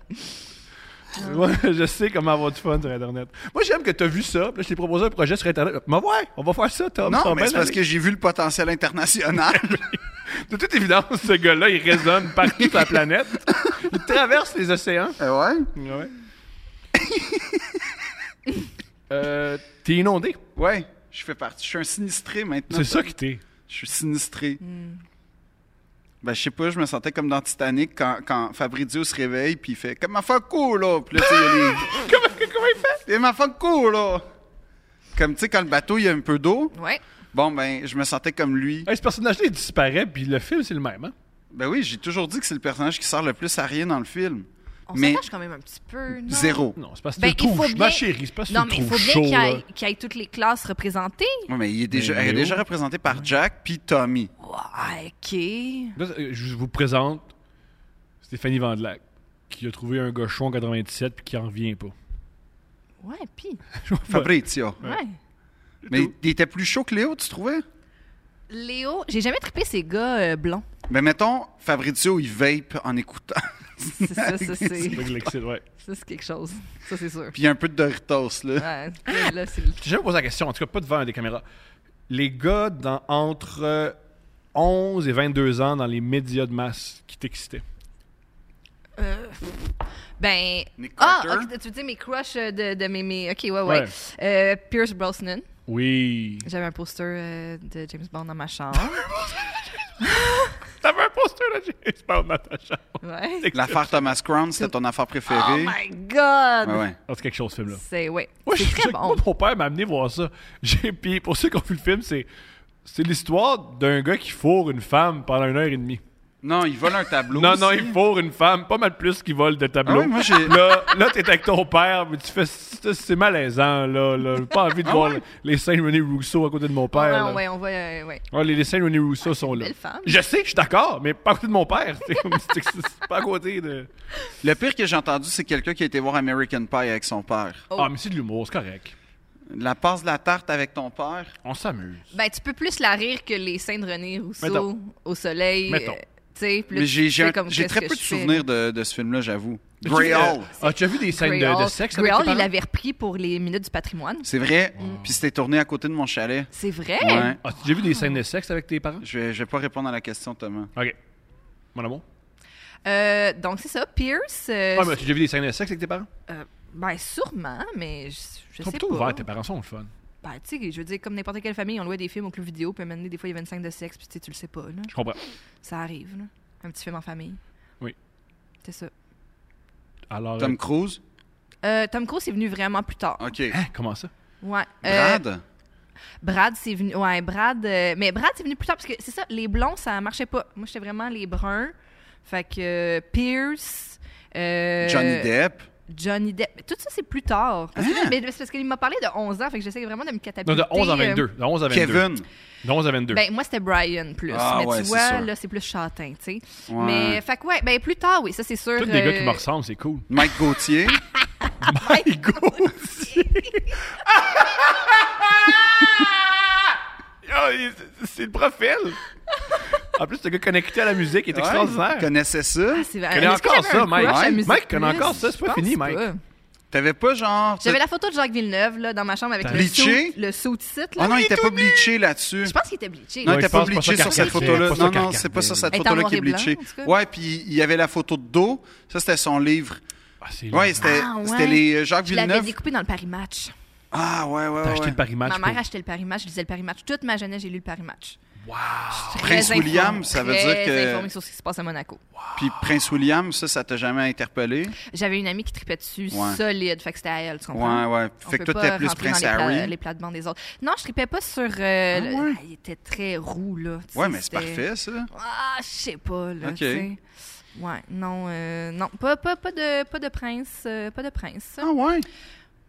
Speaker 3: Ah.
Speaker 1: Moi, je sais comment avoir du fun sur Internet. Moi, j'aime que tu as vu ça. puis Là, je t'ai proposé un projet sur Internet. Mais ouais, on va faire ça, Tom. Ça
Speaker 2: Non,
Speaker 1: va
Speaker 2: mais
Speaker 1: bien
Speaker 2: c'est parce
Speaker 1: aller.
Speaker 2: que j'ai vu le potentiel international.
Speaker 1: hein. De toute évidence, ce gars-là, il résonne partout sur la planète. Il traverse les océans.
Speaker 2: Euh, ouais.
Speaker 1: Ouais. Euh, t'es inondé.
Speaker 2: Ouais, je fais partie. Je suis un sinistré maintenant.
Speaker 1: C'est ça qui t'es.
Speaker 2: Je suis sinistré.
Speaker 3: Hmm.
Speaker 2: Ben, je sais pas, je me sentais comme dans Titanic quand, quand Fabrizio se réveille puis il fait Comme ma fuck cool, là. Puis là, tu sais, il y a les-
Speaker 1: Comment, comment il fait?
Speaker 2: Et ma fuck cool, là. Comme tu sais, quand le bateau, il y a un peu d'eau.
Speaker 3: Ouais.
Speaker 2: Bon, ben, je me sentais comme lui.
Speaker 1: Hey, ce personnage-là, il disparaît, puis le film, c'est le même. Hein?
Speaker 2: Ben oui, j'ai toujours dit que c'est le personnage qui sert le plus à rien dans le film.
Speaker 3: On
Speaker 2: Mais-
Speaker 3: s'attache quand même un petit peu, non?
Speaker 2: Zéro.
Speaker 1: Non, c'est parce que
Speaker 3: Ben,
Speaker 1: tu
Speaker 3: il
Speaker 1: le
Speaker 3: faut
Speaker 1: trouves.
Speaker 3: bien...
Speaker 1: Ma chérie, c'est parce que
Speaker 3: non,
Speaker 1: tu
Speaker 3: mais
Speaker 1: le
Speaker 3: il faut
Speaker 1: trouves
Speaker 3: bien
Speaker 1: chaud. hein.
Speaker 3: qu'il y
Speaker 1: là.
Speaker 3: ait- qu'il y ait toutes les classes représentées.
Speaker 2: Ouais, mais il est déjà,
Speaker 1: Mais
Speaker 2: elle est
Speaker 1: Léo.
Speaker 2: déjà représenté par Jack puis Tommy.
Speaker 3: Ouais, OK.
Speaker 1: Là, euh, je vous présente Stéphanie Vandelac, qui a trouvé un gauchon en 97 puis qui en revient pas.
Speaker 3: Ouais, pis.
Speaker 2: Fabrizio.
Speaker 3: Ouais.
Speaker 2: Mais il était plus chaud que Léo, tu trouvais?
Speaker 3: Léo, j'ai jamais trippé ces gars euh, blonds.
Speaker 2: Ben mettons, Fabrizio, il vape en écoutant.
Speaker 3: C'est ça, ça, c'est.
Speaker 1: Avec l'excès, ouais.
Speaker 3: Ça, c'est quelque chose. Ça, c'est sûr.
Speaker 2: Puis il y a un peu de Doritos, là.
Speaker 3: Ouais, là, là, c'est le-
Speaker 1: J'ai jamais posé la question, en tout cas pas devant des caméras. Les gars dans, entre euh, 11 et 22 ans dans les médias de masse qui t'excitaient.
Speaker 3: Euh, ben.
Speaker 2: Nick
Speaker 3: Ah,
Speaker 2: Carter.
Speaker 3: ok, tu veux dire mes crushs euh, de, de mes, mes- Ok, ouais, ouais.
Speaker 1: Ouais.
Speaker 3: Euh, Pierce Brosnan.
Speaker 1: Oui.
Speaker 3: J'avais un poster euh, de James Bond dans ma chambre.
Speaker 1: T'avais un poster là, James Bond dans ta chambre.
Speaker 3: ouais.
Speaker 2: L'affaire Thomas Crown, c'était ton affaire
Speaker 3: Oh
Speaker 2: préférée.
Speaker 3: my god!
Speaker 2: Ouais, ouais.
Speaker 1: Ah, C'est quelque chose, ce film-là.
Speaker 3: C'est, ouais.
Speaker 1: Moi,
Speaker 3: c'est
Speaker 1: je-
Speaker 3: très
Speaker 1: je-
Speaker 3: bon.
Speaker 1: moi, mon père m'a amené voir ça. J'ai, puis pour ceux qui ont vu le film, c'est, c'est l'histoire d'un gars qui fourre une femme pendant une heure et demie.
Speaker 2: Non, il vole un tableau.
Speaker 1: Non,
Speaker 2: aussi.
Speaker 1: non, il faut une femme, pas mal plus qui vole de tableau.
Speaker 2: Ah oui, moi, j'ai-
Speaker 1: Là, là t'es avec ton père, mais tu fais. C'est c'est malaisant, là. là. J'ai pas envie de
Speaker 2: Ah
Speaker 1: voir
Speaker 2: ouais?
Speaker 1: les scènes René Rousseau à côté de mon père.
Speaker 3: Ah Ouais,
Speaker 1: là.
Speaker 3: ouais, on va. euh, ouais.
Speaker 1: Ouais, les, les scènes René Rousseau sont là.
Speaker 3: belle femme.
Speaker 1: Je sais, je suis d'accord, mais pas à côté de mon père. C'est comme- c'est- c'est pas à côté de.
Speaker 2: Le pire que j'ai entendu, c'est quelqu'un qui a été voir American Pie avec son père.
Speaker 3: Oh.
Speaker 1: Ah, mais c'est de l'humour, c'est correct.
Speaker 2: La passe de la tarte avec ton père.
Speaker 1: On s'amuse.
Speaker 3: Ben, tu peux plus la rire que les scènes de René Rousseau
Speaker 1: Mettons.
Speaker 3: au soleil.
Speaker 1: Mettons.
Speaker 3: euh, tu sais, puis là,
Speaker 2: Mais j'ai-
Speaker 3: tu
Speaker 2: j'ai
Speaker 3: fais
Speaker 2: un-
Speaker 3: comme,
Speaker 2: j'ai
Speaker 3: qu'est-ce
Speaker 2: très
Speaker 3: que
Speaker 2: peu de
Speaker 3: je fais,
Speaker 2: souvenirs de, de ce film-là, j'avoue.
Speaker 1: As-tu vu,
Speaker 2: Grey
Speaker 1: euh,
Speaker 2: Hall.
Speaker 1: As-tu vu des scènes
Speaker 3: Grey
Speaker 1: de, de
Speaker 3: Hall.
Speaker 1: sexe?
Speaker 3: Grey
Speaker 1: avec tes
Speaker 3: Hall, il
Speaker 1: parents?
Speaker 3: l'avait repris pour les minutes du patrimoine.
Speaker 2: C'est vrai. Puis c'était tourné à côté de mon chalet.
Speaker 3: C'est vrai?
Speaker 2: Ouais.
Speaker 1: As-tu déjà Ah, vu des scènes de sexe avec tes parents?
Speaker 2: Je vais, je vais pas répondre à la question, Thomas.
Speaker 1: Ok. Mon amour.
Speaker 3: Euh, donc, c'est ça. Pierce. euh,
Speaker 1: Ah, mais as-tu déjà vu des scènes de sexe avec tes parents?
Speaker 3: euh, ben, sûrement, mais je, je
Speaker 1: Ils
Speaker 3: sais
Speaker 1: sont plutôt
Speaker 3: pas.
Speaker 1: ouverts, tes parents sont le fun.
Speaker 3: Ben, tu sais, je veux dire, comme n'importe quelle famille, on louait des films au club vidéo, puis à un moment donné, des fois, il y a 25 de sexe, puis tu sais, tu le sais pas, là.
Speaker 1: Je comprends.
Speaker 3: Ça arrive, là. Un petit film en famille.
Speaker 1: Oui.
Speaker 3: C'est ça.
Speaker 1: Alors.
Speaker 2: Tom Cruise.
Speaker 3: Euh, Tom Cruise est venu vraiment plus tard.
Speaker 2: OK.
Speaker 1: euh, hein, comment ça?
Speaker 3: Ouais. Euh,
Speaker 2: Brad.
Speaker 3: Brad, c'est venu. Ouais, Brad. euh, mais Brad, c'est venu plus tard parce que c'est ça, les blonds, ça marchait pas. Moi, j'étais vraiment les bruns. Fait que euh, Pierce. euh,
Speaker 2: Johnny Depp.
Speaker 3: Johnny Depp. Mais Tout ça, c'est plus tard. Parce que,
Speaker 2: Hein?
Speaker 3: mais c'est parce qu'il m'a parlé de 11 ans, fait que j'essaie vraiment de me catapulter.
Speaker 1: Non, de 11 à
Speaker 3: euh,
Speaker 1: 22. De 11 à 22.
Speaker 2: Kevin.
Speaker 1: De 11 à 22.
Speaker 3: Ben, moi, c'était Brian plus.
Speaker 2: Ah,
Speaker 3: mais
Speaker 2: ouais,
Speaker 3: tu
Speaker 2: c'est
Speaker 3: vois,
Speaker 2: sûr.
Speaker 3: là, c'est plus châtain, tu sais.
Speaker 2: Ouais.
Speaker 3: Mais, fait que, ouais, ben, plus tard, oui, ça, c'est sûr.
Speaker 1: Tous des gars qui
Speaker 3: euh,
Speaker 1: me ressemblent, c'est cool.
Speaker 2: Mike Gauthier.
Speaker 3: Ah, ben,
Speaker 1: My Gauthier! Ah! Yo, il- c'est- C'est le profil! En plus, le gars connecté à la musique est extraordinaire.
Speaker 2: Ouais, connaissais ça.
Speaker 3: Ah, C'est vrai.
Speaker 1: Connais
Speaker 3: Est-ce que
Speaker 1: encore
Speaker 3: j'avais
Speaker 1: ça,
Speaker 3: un
Speaker 1: Mike.
Speaker 3: crush à
Speaker 1: Mike
Speaker 3: Musique
Speaker 1: connaît
Speaker 3: Plus?
Speaker 1: encore ça, c'est pas
Speaker 3: Je
Speaker 1: fini,
Speaker 3: pense
Speaker 1: Mike.
Speaker 3: pas.
Speaker 2: T'avais pas genre.
Speaker 3: J'avais la photo de Jacques Villeneuve là, dans ma chambre avec
Speaker 1: T'as
Speaker 3: le
Speaker 2: bleaché?
Speaker 3: suit, le suit titre.
Speaker 2: Ah non, il était pas bleaché là-dessus.
Speaker 3: Je pense qu'il était bleaché.
Speaker 2: Non,
Speaker 1: Ouais,
Speaker 2: il était
Speaker 1: je
Speaker 2: pas
Speaker 1: pense pas ça
Speaker 2: bleaché
Speaker 1: qu'elle
Speaker 2: sur cette
Speaker 1: regardait,
Speaker 2: photo-là.
Speaker 1: pas ça
Speaker 2: Non,
Speaker 1: qu'elle
Speaker 2: non, c'est pas sur cette
Speaker 3: Elle était en
Speaker 2: photo-là
Speaker 3: noir
Speaker 2: qui est
Speaker 3: et blanc,
Speaker 2: bleaché.
Speaker 3: en tout cas.
Speaker 2: Ouais, puis il y avait la photo de dos. Ça, c'était son livre.
Speaker 1: Ah, c'est
Speaker 2: Ouais,
Speaker 1: long.
Speaker 2: c'était
Speaker 3: Ah, ouais.
Speaker 2: c'était les euh, Jacques
Speaker 3: Je l'avais
Speaker 2: Villeneuve.
Speaker 3: découpé dans le Paris Match.
Speaker 2: Ah, ouais, ouais.
Speaker 1: T'as acheté
Speaker 2: ouais.
Speaker 1: le Paris Match.
Speaker 3: ma mère
Speaker 1: pour-
Speaker 3: achetait le Paris Match, je lisais le Paris Match. Toute ma jeunesse, j'ai lu le Paris Match.
Speaker 1: Wow!
Speaker 3: Très
Speaker 2: Prince
Speaker 3: informée,
Speaker 2: William, ça veut dire
Speaker 3: Très
Speaker 2: que-
Speaker 3: informée sur ce qui se passe à Monaco.
Speaker 2: Puis Prince William, ça, ça t'a jamais interpellé.
Speaker 3: J'avais une amie qui tripait dessus,
Speaker 2: Ouais.
Speaker 3: solide. Fait que c'était à elle, tu comprends?
Speaker 2: Ouais, ouais.
Speaker 3: On
Speaker 2: Fait que
Speaker 3: peut
Speaker 2: toi,
Speaker 3: pas
Speaker 2: t'es plus
Speaker 3: rentrer
Speaker 2: Prince
Speaker 3: dans les pla-
Speaker 2: Harry.
Speaker 3: les plates-bandes des autres. Non, je tripais pas sur. euh, le-
Speaker 2: ouais?
Speaker 3: Ah, il était très roux, là. tu
Speaker 2: Ouais,
Speaker 3: sais,
Speaker 2: mais c'est
Speaker 3: c'était-
Speaker 2: parfait, ça.
Speaker 3: Ah, je sais pas, là.
Speaker 2: Ok.
Speaker 3: tu sais. Ouais, non, euh, non, pas, pas, pas, de, pas de prince, euh, pas de prince.
Speaker 2: Ah, ouais.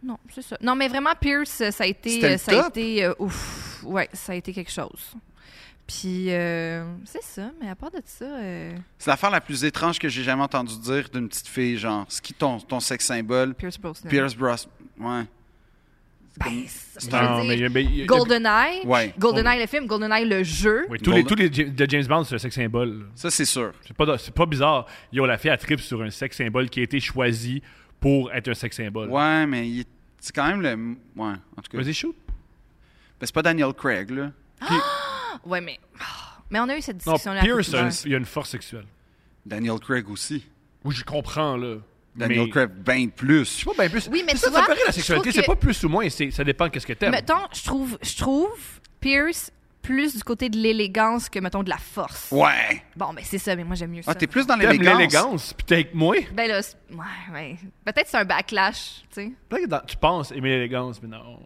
Speaker 3: Non, c'est ça. Non, mais vraiment, Pierce, euh, ça a été,
Speaker 2: C'était le
Speaker 3: euh, ça a
Speaker 2: top.
Speaker 3: été, euh, ouf, ouais, ça a été quelque chose. Puis euh, c'est ça, mais à part de ça, euh,
Speaker 2: C'est l'affaire la plus étrange que j'ai jamais entendu dire d'une petite fille, genre, ce qui ton, ton sexe symbole,
Speaker 3: Pierce Brosnan.
Speaker 2: Pierce Brosnan. Ouais.
Speaker 3: Ben, c'est- je
Speaker 1: Non,
Speaker 3: veux
Speaker 1: mais il y
Speaker 3: dire,
Speaker 1: a- mais il y a-
Speaker 3: GoldenEye,
Speaker 2: Ouais.
Speaker 3: GoldenEye le film, GoldenEye le jeu.
Speaker 1: Oui, tous les, tous les Ja- de James Bond, c'est un sex symbole. là.
Speaker 2: Ça, c'est sûr.
Speaker 1: C'est pas, c'est pas bizarre. Yo, la fille, elle tripe sur un sex symbole qui a été choisi pour être un sex symbole.
Speaker 2: Ouais, mais il est- c'est quand même le. Ouais, en tout cas.
Speaker 1: Vas-y, shoot.
Speaker 2: Ben, c'est pas Daniel Craig, là.
Speaker 3: Ouais, mais oh, mais on a eu cette
Speaker 1: Non,
Speaker 3: discussion là.
Speaker 1: Pierce, a une- il y a une force sexuelle.
Speaker 2: Daniel Craig aussi.
Speaker 1: Oui, je comprends, là.
Speaker 2: Daniel
Speaker 1: mais...
Speaker 2: Craig, bien plus.
Speaker 1: C'est pas bien plus.
Speaker 3: Oui, mais
Speaker 1: C'est ça,
Speaker 3: tu
Speaker 1: ça
Speaker 3: vois,
Speaker 1: paraît la
Speaker 3: je
Speaker 1: sexualité,
Speaker 3: trouve
Speaker 1: c'est
Speaker 3: que-
Speaker 1: pas plus ou moins, c'est- ça dépend qu'est-ce que t'aimes.
Speaker 3: Mettons, je trouve, je trouve Pierce plus du côté de l'élégance que mettons de la force.
Speaker 2: Ouais.
Speaker 3: Bon, mais c'est ça, mais moi j'aime mieux ça.
Speaker 2: Ah, t'es plus dans
Speaker 1: T'aimes
Speaker 2: l'élégance.
Speaker 1: l'élégance, puis t'es avec moi.
Speaker 3: Ben là, c'est- ouais, ouais. Peut-être c'est un backlash, tu sais.
Speaker 1: Peut-être que dans- Tu penses aimer l'élégance, mais non.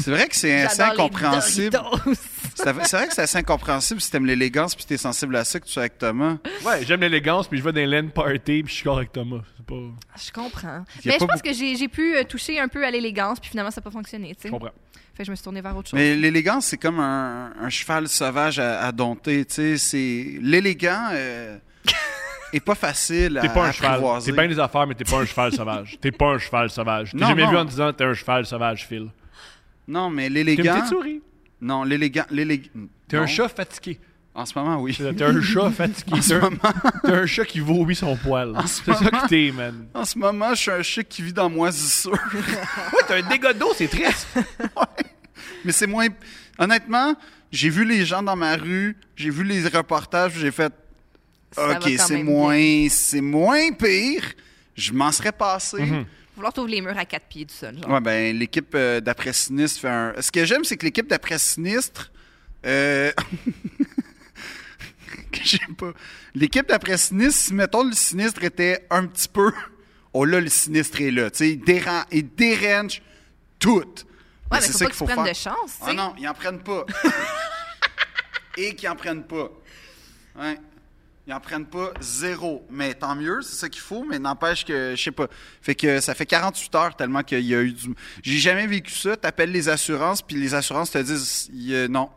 Speaker 2: C'est vrai que c'est assez
Speaker 3: J'adore les
Speaker 2: incompréhensible.
Speaker 3: Doritos.
Speaker 2: C'est c'est vrai que c'est assez incompréhensible si t'aimes l'élégance puis t'es sensible à ça que tu sois avec Thomas.
Speaker 1: Ouais, j'aime l'élégance, puis je vais dans les land party, puis je suis corps avec Thomas. C'est pas.
Speaker 3: Ah, Je comprends.
Speaker 2: Y a
Speaker 3: Mais je
Speaker 2: pas
Speaker 3: pense que j'ai j'ai pu euh, toucher un peu à l'élégance, puis finalement, ça n'a pas fonctionné, tu
Speaker 1: Je
Speaker 3: sais.
Speaker 1: comprends.
Speaker 3: Fait que je me suis tournée vers autre chose.
Speaker 2: Mais l'élégance, c'est comme un, un cheval sauvage à, à dompter. Tu sais, c'est l'élégant euh, est pas facile à
Speaker 1: T'es pas un
Speaker 2: à
Speaker 1: cheval.
Speaker 2: apprivoiser.
Speaker 1: T'es bien des affaires, mais t'es pas un cheval sauvage. T'es pas un cheval sauvage. T'es
Speaker 2: Non,
Speaker 1: jamais
Speaker 2: non.
Speaker 1: vu en disant t'es un cheval sauvage, Phil.
Speaker 2: Non, mais
Speaker 1: T'es une
Speaker 2: l'élégant.
Speaker 1: petite souris.
Speaker 2: Non, l'élégant, l'élég-
Speaker 1: T'es
Speaker 2: non.
Speaker 1: un chat fatigué.
Speaker 2: En ce moment, oui.
Speaker 1: T'es un chat fatigué. T'es un, t'es un chat qui vomit son poil.
Speaker 2: ce
Speaker 1: C'est ça
Speaker 2: moment-
Speaker 1: que t'es, man.
Speaker 2: En ce moment, je suis un chic qui vit dans moisissure.
Speaker 1: Ouais, t'es un dégât d'eau, c'est triste.
Speaker 2: Mais c'est moins. Honnêtement, j'ai vu les gens dans ma rue, j'ai vu les reportages, j'ai fait.
Speaker 3: Ça va
Speaker 2: ok,
Speaker 3: quand
Speaker 2: c'est
Speaker 3: même
Speaker 2: moins, c'est moins pire. Je m'en serais passé.
Speaker 1: Mhm.
Speaker 3: Vouloir t'ouvrir les murs à quatre pieds du sol, genre.
Speaker 2: Ouais, ben l'équipe euh, d'après sinistre fait un. Ce que j'aime, c'est que l'équipe d'après sinistre. euh, que j'aime pas. L'équipe d'après sinistre, si mettons le sinistre était un petit peu. Oh là, le sinistre est là. Tu sais, il, déra- il dérange tout.
Speaker 3: Ouais,
Speaker 2: Ben,
Speaker 3: mais
Speaker 2: c'est
Speaker 3: faut
Speaker 2: ça
Speaker 3: pas
Speaker 2: qu'il faut
Speaker 3: que tu
Speaker 2: faire.
Speaker 3: prennes de chance, tu
Speaker 2: Ah
Speaker 3: sais.
Speaker 2: non, ils en prennent pas. Et qu'ils en prennent pas. Ouais. Ils en prennent pas zéro. Mais tant mieux, c'est ça qu'il faut, mais n'empêche que, je sais pas. Fait que ça fait 48 heures tellement qu'il y a eu du. J'ai jamais vécu ça. T'appelles les assurances, puis les assurances te disent il y a- non.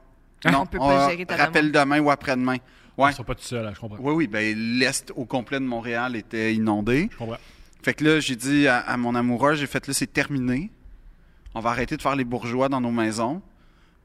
Speaker 1: Ah,
Speaker 2: non,
Speaker 3: on peut pas
Speaker 2: euh,
Speaker 3: gérer ta
Speaker 2: Rappelle demain ou après-demain. Ouais.
Speaker 1: Ils sont pas tout seuls, là, je comprends.
Speaker 2: Oui, oui, ben l'Est au complet de Montréal était inondé.
Speaker 1: Je comprends.
Speaker 2: Fait que là, j'ai dit à, à mon amoureux, j'ai fait là, c'est terminé. On va arrêter de faire les bourgeois dans nos maisons.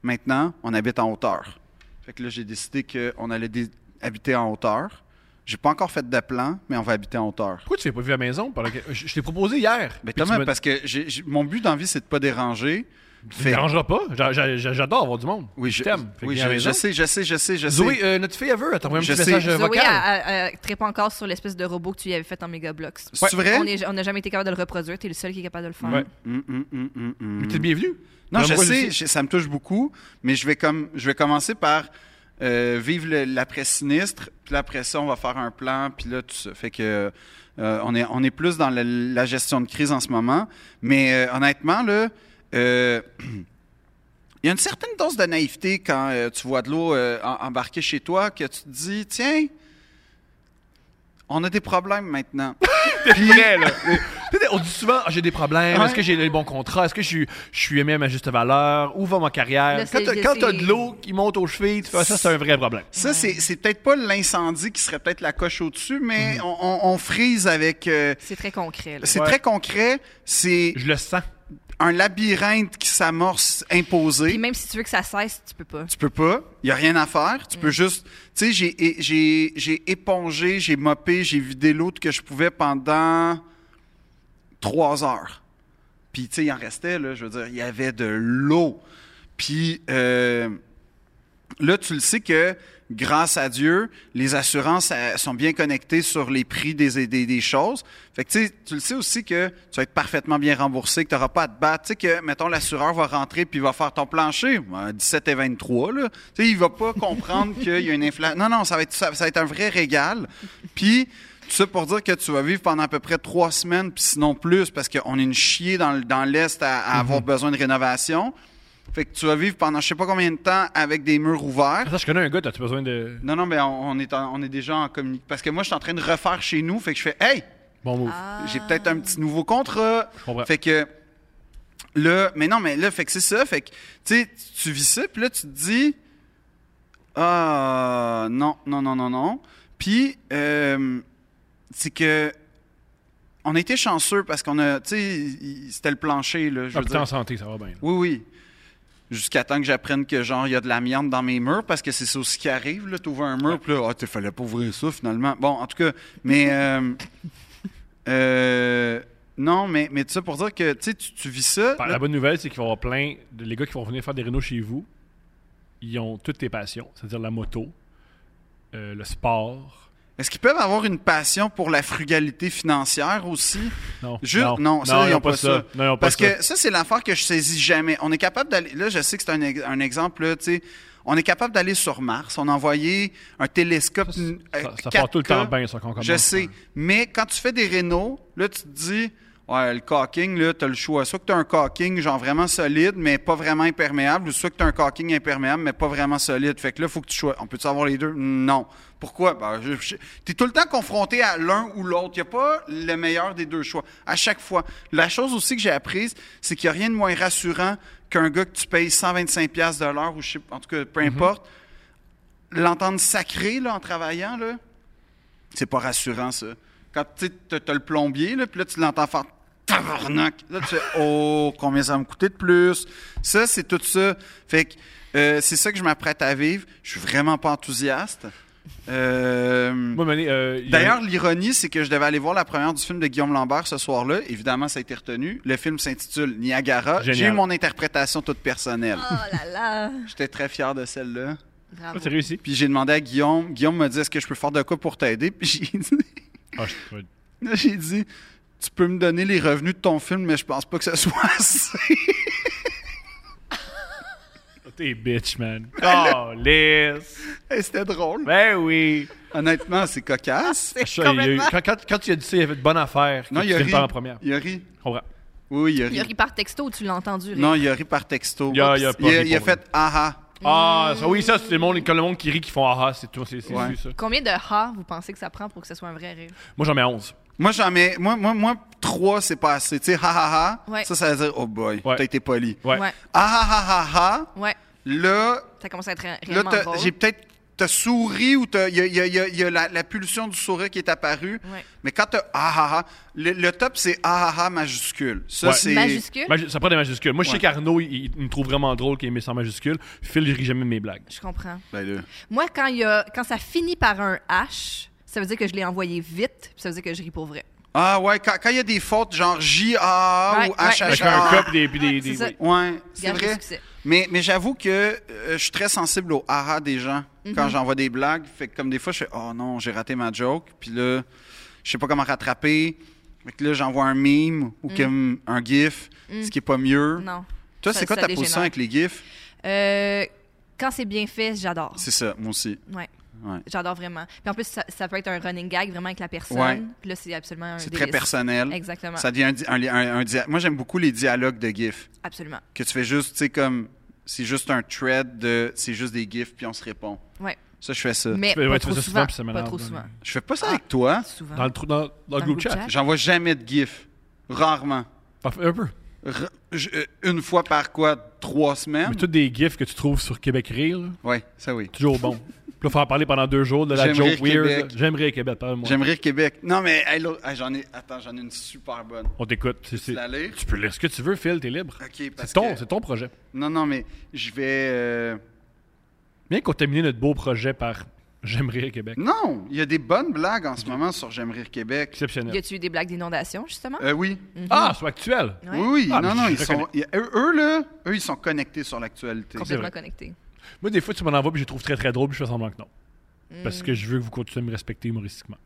Speaker 2: Maintenant, on habite en hauteur. Fait que là, j'ai décidé qu'on allait dé- habiter en hauteur. J'ai pas encore fait de plan, mais on va habiter en hauteur.
Speaker 1: Pourquoi tu fais pas vivre à la maison? pendant que- Je je t'ai proposé hier.
Speaker 2: Ben,
Speaker 1: Puis tu
Speaker 2: Thomas,
Speaker 1: me-
Speaker 2: parce que j'ai- j'ai- mon but d'envie, c'est de pas déranger.
Speaker 1: Ça me
Speaker 2: Fait-
Speaker 1: dérangera pas. J'a- j'a- j'a- J'adore avoir du monde.
Speaker 2: oui, je,
Speaker 1: t'aime. Fait que
Speaker 2: oui,
Speaker 1: viens
Speaker 2: je-
Speaker 1: à la
Speaker 2: je
Speaker 1: maison.
Speaker 2: sais, je sais, je sais, je sais.
Speaker 1: Zoé, euh, notre fille, elle veut. Attends, envoie un
Speaker 2: Je
Speaker 1: petit
Speaker 2: sais.
Speaker 1: message euh,
Speaker 3: Zoé,
Speaker 1: vocal.
Speaker 3: elle- elle- elle trippe encore sur l'espèce de robot que tu lui avais fait en Megablocks.
Speaker 2: C'est vrai?
Speaker 3: On est- On n'a jamais été capable de le reproduire. T'es le seul qui est capable de le faire.
Speaker 1: Ouais.
Speaker 2: Hum, hum, hum, hum, hum.
Speaker 1: Mais T'es le bienvenu.
Speaker 2: Non,
Speaker 1: Alors,
Speaker 2: je
Speaker 1: moi,
Speaker 2: sais,
Speaker 1: suis-
Speaker 2: je- ça me touche beaucoup, mais je vais comme je vais commencer par euh, vivre le- l'après sinistre, puis là, après ça on va faire un plan, puis là tout ça. Fait que euh, on est on est plus dans la, la gestion de crise en ce moment, mais euh, honnêtement là, euh, il y a une certaine dose de naïveté quand euh, tu vois de l'eau euh, en- embarquer chez toi que tu te dis tiens, on a des problèmes maintenant.
Speaker 1: Puis- Tu sais, On dit souvent, Ah, j'ai des problèmes,
Speaker 2: Ouais.
Speaker 1: est-ce que j'ai les bons contrats, est-ce que je, suis- je suis aimé à ma juste valeur, où va ma carrière?
Speaker 3: Là,
Speaker 1: quand
Speaker 3: c'est-
Speaker 1: t'as quand t'as
Speaker 3: c'est-
Speaker 1: de l'eau qui monte aux chevilles, tu fais ah, ça, c'est un vrai problème.
Speaker 2: Ça, c'est- c'est peut-être pas l'incendie qui serait peut-être la coche au-dessus, mais on, on- on frise avec. euh,
Speaker 3: C'est très concret, là.
Speaker 2: c'est
Speaker 1: Ouais.
Speaker 2: très concret. C'est
Speaker 1: Je le sens.
Speaker 2: un labyrinthe qui s'amorce imposé.
Speaker 3: Puis même si tu veux que ça cesse, tu peux pas.
Speaker 2: Tu peux pas. Il y a rien à faire. Tu peux
Speaker 3: Mm.
Speaker 2: juste. Tu sais, j'ai- é- j'ai j'ai épongé, j'ai mopé, j'ai vidé l'autre que je pouvais pendant trois heures. Puis, tu sais, il en restait, là, je veux dire, il y avait de l'eau. Puis, euh, là, tu le sais que, grâce à Dieu, les assurances euh, sont bien connectées sur les prix des, des, des choses. Fait que, tu sais, tu le sais aussi que tu vas être parfaitement bien remboursé, que tu n'auras pas à te battre. Tu sais que, mettons, l'assureur va rentrer puis il va faire ton plancher, ben, 17 et 23, là. Tu sais, il va pas comprendre qu'il y a une inflation. Non, non, ça va être, ça, ça va être un vrai régal. Puis, tout ça pour dire que tu vas vivre pendant à peu près trois semaines, puis sinon plus, parce qu'on est une chier dans, le- dans l'Est à, à avoir besoin de rénovation. Fait que tu vas vivre pendant je sais pas combien de temps avec des murs ouverts.
Speaker 1: Ça, je connais un gars, t'as-tu besoin de.
Speaker 2: Non, non, mais on, on est, en- on est déjà en communication. Parce que moi, je suis en train de refaire chez nous. Fait que je fais, hey,
Speaker 1: Bon
Speaker 3: Ah.
Speaker 1: move.
Speaker 2: Ah, j'ai peut-être un petit nouveau contrat.
Speaker 1: comprends.
Speaker 2: Fait que là, mais non, mais là, fait que c'est ça. Fait que tu sais, tu vis ça, puis là, tu te dis, ah, non, non, non, non, non. Puis, euh, c'est que on a été chanceux parce qu'on a, tu sais, il- c'était le plancher, là. Je
Speaker 1: Ah, puis
Speaker 2: veux
Speaker 1: t'es
Speaker 2: dire.
Speaker 1: en santé, ça va bien. là.
Speaker 2: Oui, oui. Jusqu'à temps que j'apprenne que, genre, il y a de l'amiante dans mes murs, parce que c'est ça aussi qui arrive, là. T'ouvres un mur, puis là, ah, tu fallait pas ouvrir ça, finalement. Bon, en tout cas, mais. euh, euh, non, mais, mais tu sais, pour dire que, tu sais, tu tu vis ça.
Speaker 1: Par-
Speaker 2: là,
Speaker 1: La bonne nouvelle, c'est qu'il va y avoir plein de les gars qui vont venir faire des rénaux chez vous. Ils ont toutes tes passions, c'est-à-dire la moto, euh, le sport.
Speaker 2: Est-ce qu'ils peuvent avoir une passion pour la frugalité financière aussi?
Speaker 1: Non,
Speaker 2: Juste- non, ça, ils
Speaker 1: n'ont
Speaker 2: ont pas ça.
Speaker 1: Non, ils ont pas
Speaker 2: Parce
Speaker 1: ça.
Speaker 2: que ça, c'est l'affaire que je saisis jamais. On est capable d'aller. Là, je sais que c'est un, ex- un exemple, là, tu sais. On est capable d'aller sur Mars. On a envoyé un télescope.
Speaker 1: Ça,
Speaker 2: euh,
Speaker 1: ça, ça part tout le
Speaker 2: 4K.
Speaker 1: temps bien, ça, quand on commence.
Speaker 2: Je sais. Mais quand tu fais des rénaux, là, tu te dis, ouais, le caulking, là, t'as le choix. Soit que t'as un caulking, genre vraiment solide, mais pas vraiment imperméable, ou soit que t'as un caulking imperméable, mais pas vraiment solide. Fait que là, faut que tu choisisses. On peut-tu avoir les deux? Non. Pourquoi? Ben, je- je- t'es tout le temps confronté à l'un ou l'autre. Il a pas le meilleur des deux choix. À chaque fois. La chose aussi que j'ai apprise, c'est qu'il n'y a rien de moins rassurant qu'un gars que tu payes 125$ piastres de l'heure, ou je sais, en tout cas, peu importe, l'entendre sacrer, là, en travaillant, là. C'est pas rassurant, ça. Quand tu sais, t'as- t'as le plombier, là, puis là, tu l'entends faire tabarnak. Là, tu fais Oh, combien ça va me coûter de plus? Ça, c'est tout ça. Fait que euh, c'est ça que je m'apprête à vivre. Je suis vraiment pas enthousiaste. Euh,
Speaker 1: Moi, Mané, euh, il y a-
Speaker 2: D'ailleurs, l'ironie, c'est que je devais aller voir la première du film de Guillaume Lambert ce soir-là. Évidemment, ça a été retenu. Le film s'intitule Niagara.
Speaker 1: Génial.
Speaker 2: J'ai mon interprétation toute personnelle.
Speaker 3: Oh là là.
Speaker 2: J'étais très fier de celle-là.
Speaker 3: Bravo.
Speaker 1: Ah, c'est réussi.
Speaker 2: Puis j'ai demandé à Guillaume. Guillaume m'a dit Est-ce que je peux faire de quoi pour t'aider? Puis j'ai dit
Speaker 1: Ah, je-
Speaker 2: Là, j'ai dit, tu peux me donner les revenus de ton film, mais je pense pas que ce soit assez.
Speaker 1: T'es bitch, man.
Speaker 2: Ah.
Speaker 1: Calisse.
Speaker 2: Hey, C'était drôle.
Speaker 1: Ben oui.
Speaker 2: Honnêtement, c'est cocasse.
Speaker 3: Ah,
Speaker 1: Ça, il y a eu-
Speaker 3: complètement-
Speaker 1: quand, quand, quand tu as dit ça, il y avait de bonnes affaires.
Speaker 2: Non,
Speaker 1: que
Speaker 2: il a
Speaker 1: tu
Speaker 2: ri.
Speaker 1: pas en première.
Speaker 2: Il a ri.
Speaker 1: Je comprends.
Speaker 2: Oui, oui, il a ri.
Speaker 3: Il a ri par texto, tu l'as entendu. rire.
Speaker 2: Non, il a ri par texto.
Speaker 1: Il a- il a pas ri
Speaker 2: il a
Speaker 1: pour
Speaker 2: fait ah ah.
Speaker 1: Ah, ça, oui, ça, c'est le monde, quand le monde qui rit, qui font ah ah, c'est tout, c'est c'est
Speaker 2: Ouais.
Speaker 1: su, ça.
Speaker 3: Combien de ha vous pensez que ça prend pour que ce soit un vrai rire?
Speaker 1: Moi, j'en mets 11.
Speaker 2: Moi, j'en mets. Moi, moi, moi, trois, c'est pas assez. Tu sais, ha ha ha.
Speaker 3: Ouais.
Speaker 2: Ça, ça veut dire, oh boy,
Speaker 1: Ouais.
Speaker 2: t'as été poli.
Speaker 1: Ouais.
Speaker 3: ouais.
Speaker 2: Ah ah ah ah ah.
Speaker 3: Ouais.
Speaker 2: Là,
Speaker 3: Ça commence à être ré-
Speaker 2: là
Speaker 3: réellement
Speaker 2: t'as-
Speaker 3: drôle.
Speaker 2: j'ai peut-être. T'as souri ou t'as- il y a, il y a- il y a- il y a la, la pulsion du sourire qui est apparue.
Speaker 3: Ouais.
Speaker 2: Mais quand t'as ah ah ah, le, le top c'est ah ah ah majuscule. Ça,
Speaker 1: Ouais.
Speaker 2: c'est.
Speaker 3: Majuscule?
Speaker 1: Maj- ça prend des majuscules. Moi, je sais
Speaker 2: Ouais.
Speaker 1: qu'Arnaud, il, il me trouve vraiment drôle qu'il est mis sans majuscule. Phil, il rit jamais de mes blagues.
Speaker 3: Je comprends.
Speaker 2: Ben là.
Speaker 3: Moi, quand, il y a, quand ça finit par un H, ça veut dire que je l'ai envoyé vite, puis ça veut dire que je ris pour vrai.
Speaker 2: Ah ouais, quand quand il y a des fautes genre J A
Speaker 3: Ouais,
Speaker 2: ou
Speaker 3: ouais.
Speaker 2: H
Speaker 1: Avec
Speaker 2: H
Speaker 1: un
Speaker 2: A.
Speaker 1: cop et des. des,
Speaker 3: C'est
Speaker 1: des
Speaker 3: ça.
Speaker 1: ouais.
Speaker 2: Ah, Ouais, c'est
Speaker 3: Gage de
Speaker 2: vrai.
Speaker 3: succès.
Speaker 2: Mais, mais j'avoue que euh, je suis très sensible au aha des gens
Speaker 3: Mhm.
Speaker 2: quand j'envoie des blagues. Fait que comme des fois, je fais Oh non, j'ai raté ma joke. Puis là, je sais pas comment rattraper. Fait que là, j'envoie un meme ou comme un gif, ce qui est pas mieux.
Speaker 3: Mm. Non.
Speaker 2: Toi,
Speaker 3: Ça-
Speaker 2: c'est quoi
Speaker 3: ça
Speaker 2: ta
Speaker 3: dégénère.
Speaker 2: position avec les gifs
Speaker 3: Euh, quand c'est bien fait, j'adore.
Speaker 2: C'est ça, moi aussi.
Speaker 3: Ouais.
Speaker 2: Ouais.
Speaker 3: J'adore vraiment. Puis en plus, ça, ça peut être un running gag vraiment avec la personne.
Speaker 2: Ouais.
Speaker 3: Puis là, c'est absolument un
Speaker 2: C'est
Speaker 3: délice.
Speaker 2: très personnel.
Speaker 3: Exactement.
Speaker 2: Ça devient un, di- un, li- un- un dia- Moi, j'aime beaucoup les dialogues de gifs.
Speaker 3: Absolument.
Speaker 2: que tu fais juste, tu sais, comme, c'est juste un thread de, c'est juste des gifs, puis on se répond.
Speaker 3: Ouais.
Speaker 2: Ça, je fais ça.
Speaker 3: Mais Ah.
Speaker 1: fais- ouais, tu fais
Speaker 3: pas, trop
Speaker 1: ça souvent,
Speaker 3: souvent,
Speaker 1: puis ça
Speaker 3: pas
Speaker 1: m'énerve,
Speaker 3: trop
Speaker 1: là.
Speaker 3: souvent.
Speaker 2: Je fais pas ça avec toi.
Speaker 3: Souvent.
Speaker 1: Dans le, trou- dans, dans le group chat.
Speaker 2: J'envoie jamais de gifs. Rarement.
Speaker 1: Ah, Un peu.
Speaker 2: R- je- euh, une fois par quoi? Trois semaines?
Speaker 1: Mais toutes des gifs que tu trouves sur Québec Rire, là,
Speaker 2: Ouais, ça oui.
Speaker 1: toujours bon. Puis là, faut en parler pendant deux jours de la
Speaker 2: J'aime
Speaker 1: joke
Speaker 2: rire
Speaker 1: weird.
Speaker 2: Québec.
Speaker 1: là. J'aime rire Québec, parle-moi.
Speaker 2: J'aime rire Québec. Non, mais, hey, l'autre- hey, j'en ai, attends, j'en ai une super bonne.
Speaker 1: On t'écoute. C'est- c'est-
Speaker 2: Tu la lire?
Speaker 1: Tu peux lire ce que tu veux, Phil, t'es libre.
Speaker 2: Ok, parce
Speaker 1: C'est ton,
Speaker 2: que-
Speaker 1: c'est ton projet.
Speaker 2: Non, non, mais je vais. euh,
Speaker 1: Bien contaminer notre beau projet par J'aime rire Québec.
Speaker 2: Non, il y a des bonnes blagues en ce moment sur J'aime rire Québec.
Speaker 1: Exceptionnel.
Speaker 3: Y a-tu eu des blagues d'inondation, justement?
Speaker 2: Euh, oui.
Speaker 1: Ah, c'est actuel.
Speaker 3: Ouais.
Speaker 2: Oui, oui.
Speaker 1: Ah,
Speaker 2: non,
Speaker 1: mais
Speaker 2: non,
Speaker 1: je
Speaker 2: ils sont. ils- eux, eux, là, eux, ils sont connectés sur
Speaker 1: C'est
Speaker 2: l'actualité.
Speaker 1: vrai.
Speaker 3: Complètement connecté.
Speaker 1: Moi, des fois, tu m'en envoies puis je les trouve très très drôle puis je fais semblant que non. Parce que je veux que vous continuez à me respecter humoristiquement.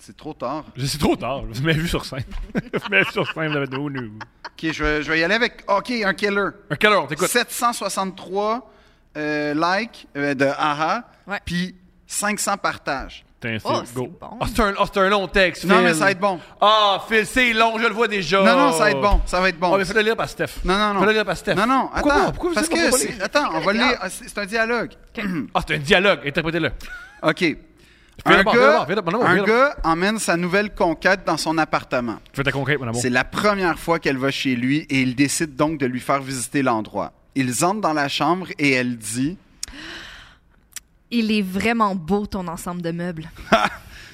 Speaker 2: C'est trop tard.
Speaker 1: Je- C'est trop tard. Je m'ai vu sur scène. je m'ai vu sur scène avec nous. nous.
Speaker 2: OK, je vais, je vais y aller avec. OK, un killer.
Speaker 1: Un quelle heure, t'écoutes?
Speaker 2: 763 euh, likes euh, de Aha,
Speaker 3: Ouais.
Speaker 2: puis 500 partages.
Speaker 1: Putain, c'est
Speaker 3: Oh, c'est
Speaker 1: go.
Speaker 3: bon.
Speaker 1: Ah, c'est un, ah, c'est un long texte.
Speaker 2: Non,
Speaker 1: Phil.
Speaker 2: mais ça va être bon.
Speaker 1: Ah, Phil, c'est long, je le vois déjà.
Speaker 2: Non, non, ça va être bon. Ça va être bon.
Speaker 1: Ah, mais fais-le lire par Steph.
Speaker 2: non, non, non.
Speaker 1: Fais-le lire par Steph.
Speaker 2: Non, non,
Speaker 1: Pourquoi
Speaker 2: attends.
Speaker 1: pas? Pourquoi vous
Speaker 2: parce
Speaker 1: savez pas
Speaker 2: que.
Speaker 1: pourquoi
Speaker 2: c'est- Attends, on va lire. Ah, C'est c'est un dialogue.
Speaker 1: Ah, c'est un dialogue. Interprétez-le.
Speaker 2: OK.
Speaker 1: Fais
Speaker 2: Un
Speaker 1: d'abord, fais
Speaker 2: gars,
Speaker 1: d'abord, fais d'abord, non, non,
Speaker 2: un
Speaker 1: fais
Speaker 2: gars emmène sa nouvelle conquête dans son appartement.
Speaker 1: Je vais te conquête, mon amour.
Speaker 2: C'est la première fois qu'elle va chez lui et il décide donc de lui faire visiter l'endroit. Ils entrent dans la chambre et elle dit
Speaker 3: Il est vraiment beau, ton ensemble de meubles.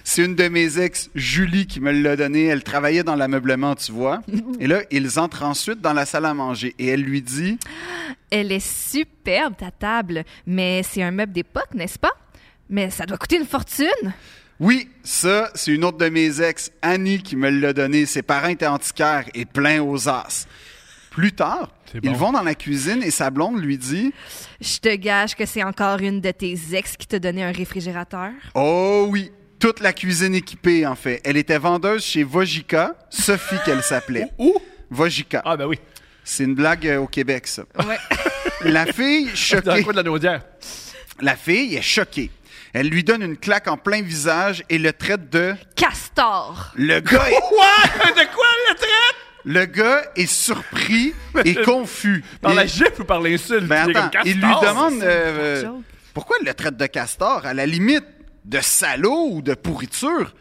Speaker 2: C'est une de mes ex, Julie, qui me l'a donné. Elle travaillait dans l'ameublement, tu vois. Et là, ils entrent ensuite dans la salle à manger et elle lui dit
Speaker 3: Elle est superbe, ta table, mais c'est un meuble d'époque, n'est-ce pas? Mais ça doit coûter une fortune.
Speaker 2: Oui, ça, c'est une autre de mes ex, Annie, qui me l'a donné. Ses parents étaient antiquaires et pleins aux as. Plus tard,
Speaker 1: C'est
Speaker 2: ils
Speaker 1: bon.
Speaker 2: vont dans la cuisine et sa blonde lui dit
Speaker 3: Je te gage que c'est encore une de tes ex qui t'a donné un réfrigérateur.
Speaker 2: Oh oui, toute la cuisine équipée, en fait. Elle était vendeuse chez Vojika, Sophie qu'elle s'appelait.
Speaker 1: Où?
Speaker 2: Vojika.
Speaker 1: Ah, ben oui.
Speaker 2: C'est une blague euh, au Québec, ça.
Speaker 3: Ouais.
Speaker 2: La fille,
Speaker 1: Dans le
Speaker 2: choquée.
Speaker 1: coin de la Naudière.
Speaker 2: La fille est choquée. Elle lui donne une claque en plein visage et le traite de.
Speaker 3: Castor.
Speaker 2: Le gars est,
Speaker 1: Quoi? De quoi, le traite?
Speaker 2: le gars est surpris et confus.
Speaker 1: Par
Speaker 2: Il-
Speaker 1: la gifle ou par l'insulte?
Speaker 2: Ben
Speaker 1: Il est
Speaker 2: attends,
Speaker 1: comme
Speaker 2: il lui
Speaker 1: castor.
Speaker 2: demande
Speaker 3: c'est
Speaker 2: euh, euh,
Speaker 3: une joke.
Speaker 2: pourquoi il le traite de castor, à la limite de salaud ou de pourriture.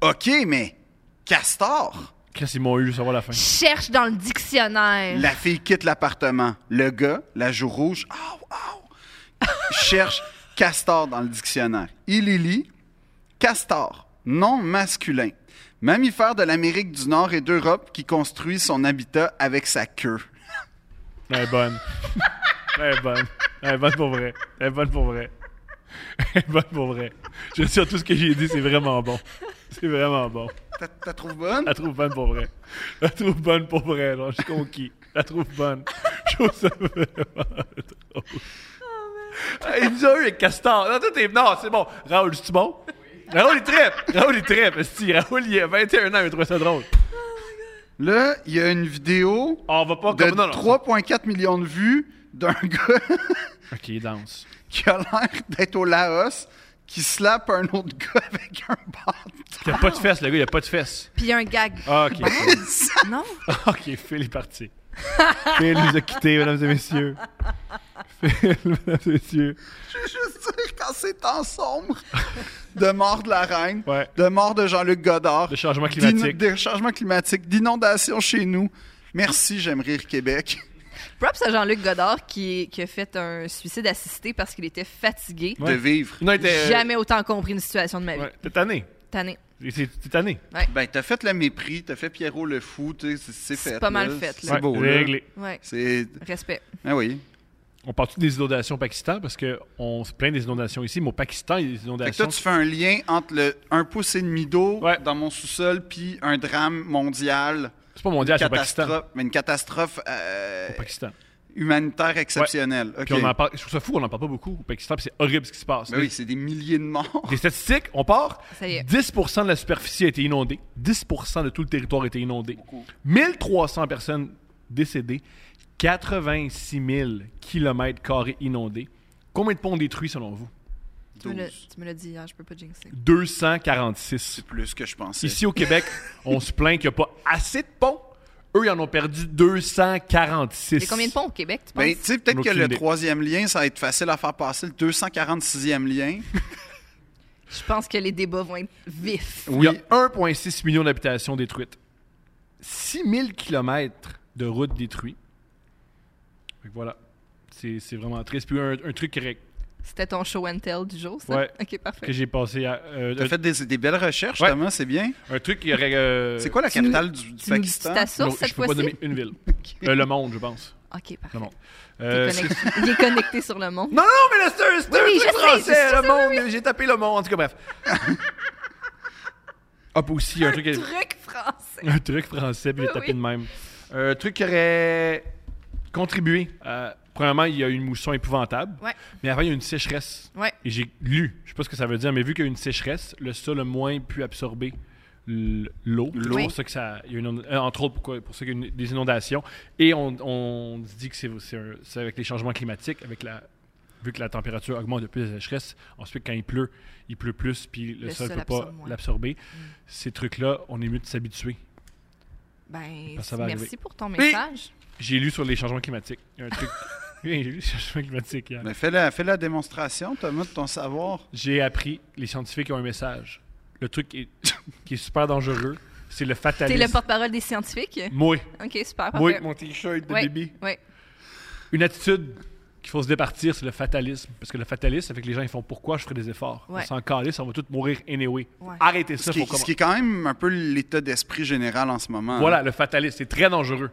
Speaker 2: OK, mais castor.
Speaker 1: Qu'est-ce qu'ils m'ont eu, ça va à la fin.
Speaker 3: Cherche dans le dictionnaire.
Speaker 2: La fille quitte l'appartement. Le gars, la joue rouge, au, au, cherche castor dans le dictionnaire. Il y lit castor, nom masculin, mammifère de l'Amérique du Nord et d'Europe qui construit son habitat avec sa queue.
Speaker 1: Elle est bonne. Elle est bonne. Elle est bonne pour vrai. Elle est bonne pour vrai. Elle est bonne pour vrai. Je retire tout ce que j'ai dit, c'est vraiment bon. C'est vraiment bon.
Speaker 2: T'as- T'as trouvé bonne?
Speaker 1: La trouve bonne pour vrai. La trouve bonne pour vrai, genre, je suis conquis. La trouve bonne. Je trouve ça vraiment drôle. Il nous a eu le castor. Non, tout est- non, c'est bon. Raoul, c'est-tu bon? Raoul, il trippe. Raoul, il trippe. Si, Raoul, il a 21 ans, il trouve ça drôle.
Speaker 2: Là, il y a une vidéo
Speaker 1: On va pas
Speaker 2: de
Speaker 1: comme... Non, non.
Speaker 2: 3,4 millions de vues d'un gars
Speaker 1: OK, il danse.
Speaker 2: qui a l'air d'être au Laos qui slappe un autre gars avec un bâton.
Speaker 1: Il a pas de fesses, le gars, il a pas de fesses.
Speaker 3: Puis un gag.
Speaker 1: Ah, OK.
Speaker 2: Ça-
Speaker 3: Non?
Speaker 1: OK, Phil est parti. Phil nous a quittés, mesdames et messieurs. Phil, mesdames et messieurs.
Speaker 2: Je veux juste dire, quand c'est temps sombre, de mort de la reine,
Speaker 1: Ouais.
Speaker 2: de mort de Jean-Luc Godard,
Speaker 1: Le changement
Speaker 2: d'ino-
Speaker 1: climatique.
Speaker 2: des changements climatiques, d'inondations chez nous. Merci, j'aime rire Québec.
Speaker 3: Props à Jean-Luc Godard qui, qui a fait un suicide assisté parce qu'il était fatigué.
Speaker 1: Ouais.
Speaker 2: De vivre.
Speaker 1: Non, il était-
Speaker 3: Jamais autant compris une situation de ma vie.
Speaker 1: Ouais, t'es tanné.
Speaker 3: Tanné.
Speaker 1: T'es t'es tanné.
Speaker 2: Ben, t'as fait le mépris, t'as fait Pierrot le fou, tu sais, c'est- c'est
Speaker 3: C'est
Speaker 2: fait.
Speaker 3: pas mal
Speaker 2: là.
Speaker 3: fait, là.
Speaker 2: C'est
Speaker 1: Ouais,
Speaker 2: beau, là.
Speaker 1: réglé.
Speaker 3: Ouais.
Speaker 2: C'est.
Speaker 3: Respect.
Speaker 2: Ah oui.
Speaker 1: On parle des inondations au Pakistan parce qu'on se plaint des inondations ici, mais au Pakistan, il y a des
Speaker 2: Fait que toi,
Speaker 1: inondations.
Speaker 2: tu fais un lien entre le un pouce et demi d'eau
Speaker 1: Ouais.
Speaker 2: dans mon sous-sol puis un drame mondial,
Speaker 1: C'est pas mondial, Ah, c'est au Pakistan.
Speaker 2: catastrophe, mais une catastrophe euh,
Speaker 1: Au Pakistan.
Speaker 2: humanitaire exceptionnelle. OK.
Speaker 1: Puis on en parle, je trouve ça fou, on en parle pas beaucoup au Pakistan, puis c'est horrible ce qui se passe.
Speaker 2: Ben oui, c'est des milliers de morts.
Speaker 1: Des statistiques, on part.
Speaker 3: Ça y est.
Speaker 1: 10 de la superficie a été inondée. 10 de tout le territoire a été inondé. 1300 personnes décédées. 86 000 kilomètres carrés inondés. Combien de ponts détruits selon vous?
Speaker 3: Tu me l'as-
Speaker 2: 12.
Speaker 3: tu me l'as dit hier, je peux pas jinxer.
Speaker 1: 246.
Speaker 2: Plus que je pensais.
Speaker 1: Ici au Québec, on se plaint qu'il n'y a pas assez de ponts. Eux, ils en ont perdu 246.
Speaker 3: Il y a combien de ponts au Québec, tu penses?
Speaker 2: Ben, tu sais, peut-être que
Speaker 1: Aucune
Speaker 2: le
Speaker 1: idée.
Speaker 2: troisième lien, ça va être facile à faire passer, le 246e lien.
Speaker 3: Je pense que les débats vont être vifs.
Speaker 1: Il y a 1,6 million d'habitations détruites. 6 000 kilomètres de routes détruites. Fait que voilà. C'est c'est vraiment triste. Puis un, un truc que,
Speaker 3: C'était ton show and tell du jour, ça?
Speaker 1: Ouais.
Speaker 3: OK,
Speaker 1: que
Speaker 3: parfait.
Speaker 1: j'ai passé à. euh,
Speaker 2: T'as
Speaker 1: un,
Speaker 2: fait des, des belles recherches,
Speaker 1: Ouais.
Speaker 2: Thomas, c'est bien.
Speaker 1: un truc qui aurait. euh,
Speaker 2: c'est quoi la
Speaker 3: tu nous-
Speaker 2: capitale du, du
Speaker 3: Tu nous dis
Speaker 2: Pakistan?
Speaker 3: ta source
Speaker 1: non,
Speaker 3: cette
Speaker 1: Je peux pas
Speaker 3: fois-ci?
Speaker 1: nommer une ville. Euh, le monde, je pense.
Speaker 3: OK, parfait.
Speaker 1: Le monde.
Speaker 3: Il est
Speaker 1: Euh, c'est-
Speaker 3: connecté- Il est connecté sur le monde.
Speaker 1: Non, non, mais là, c'est un- c'est un
Speaker 3: Oui, oui,
Speaker 1: truc
Speaker 3: je sais,
Speaker 1: français,
Speaker 3: c'est ça,
Speaker 1: le monde. J'ai tapé le monde. En tout cas, bref. Hop, aussi, il y a un
Speaker 3: Un
Speaker 1: truc.
Speaker 3: truc français.
Speaker 1: Un truc français, puis j'ai
Speaker 3: Oui,
Speaker 1: tapé
Speaker 3: Ah oui.
Speaker 1: de même. Un truc qui aurait contribué. à- Euh, Premièrement, il y a eu une mousson épouvantable.
Speaker 3: Ouais.
Speaker 1: Mais avant, il y a eu une sécheresse.
Speaker 3: Ouais.
Speaker 1: Et j'ai lu, je sais pas ce que ça veut dire, mais vu qu'il y a eu une sécheresse, le sol a moins pu absorber l- l'eau.
Speaker 2: L'eau.
Speaker 1: C'est pour ça que ça. il y a une inond- euh, entre autres, pourquoi, pour ça qu'il y a une- des inondations. Et on, on se dit que c'est c'est un- c'est avec les changements climatiques, avec la. Vu que la température augmente depuis la sécheresse, ensuite quand il pleut, il pleut plus, puis le,
Speaker 3: Le
Speaker 1: sol ne peut
Speaker 3: sol
Speaker 1: pas
Speaker 3: absorbe moins. Mm.
Speaker 1: l'absorber. Ces trucs-là, on est mieux de s'habituer.
Speaker 3: Ben,
Speaker 1: Ah, Ça va
Speaker 3: merci
Speaker 1: arriver.
Speaker 3: pour ton
Speaker 1: Oui.
Speaker 3: message.
Speaker 1: J'ai lu sur les changements climatiques. Il y a un truc. Oui, j'ai lu sur les changements climatiques hier.
Speaker 2: Mais Ben, fais la, fais la démonstration, Thomas, de ton savoir.
Speaker 1: J'ai appris, les scientifiques ont un message. Le truc qui est, qui est super dangereux, c'est le
Speaker 3: T'es
Speaker 1: fatalisme.
Speaker 3: le porte-parole des scientifiques.
Speaker 1: Moi,
Speaker 3: OK, super,
Speaker 1: moi,
Speaker 3: parfait.
Speaker 1: mon t-shirt de
Speaker 3: Ouais,
Speaker 1: bébé.
Speaker 3: ouais.
Speaker 1: Une attitude qu'il faut se départir, c'est le fatalisme. Parce que le fatalisme, avec les gens, ils font pourquoi je ferai des efforts.
Speaker 3: Ouais.
Speaker 1: On s'en calisse, on va tous mourir anyway.
Speaker 3: Ouais.
Speaker 1: Arrêtez
Speaker 2: Ce
Speaker 1: ça,
Speaker 2: qui,
Speaker 1: faut
Speaker 2: est- ce
Speaker 1: commencer.
Speaker 2: qui est quand même un peu l'état d'esprit général en ce moment.
Speaker 1: Voilà, le fatalisme, c'est très dangereux.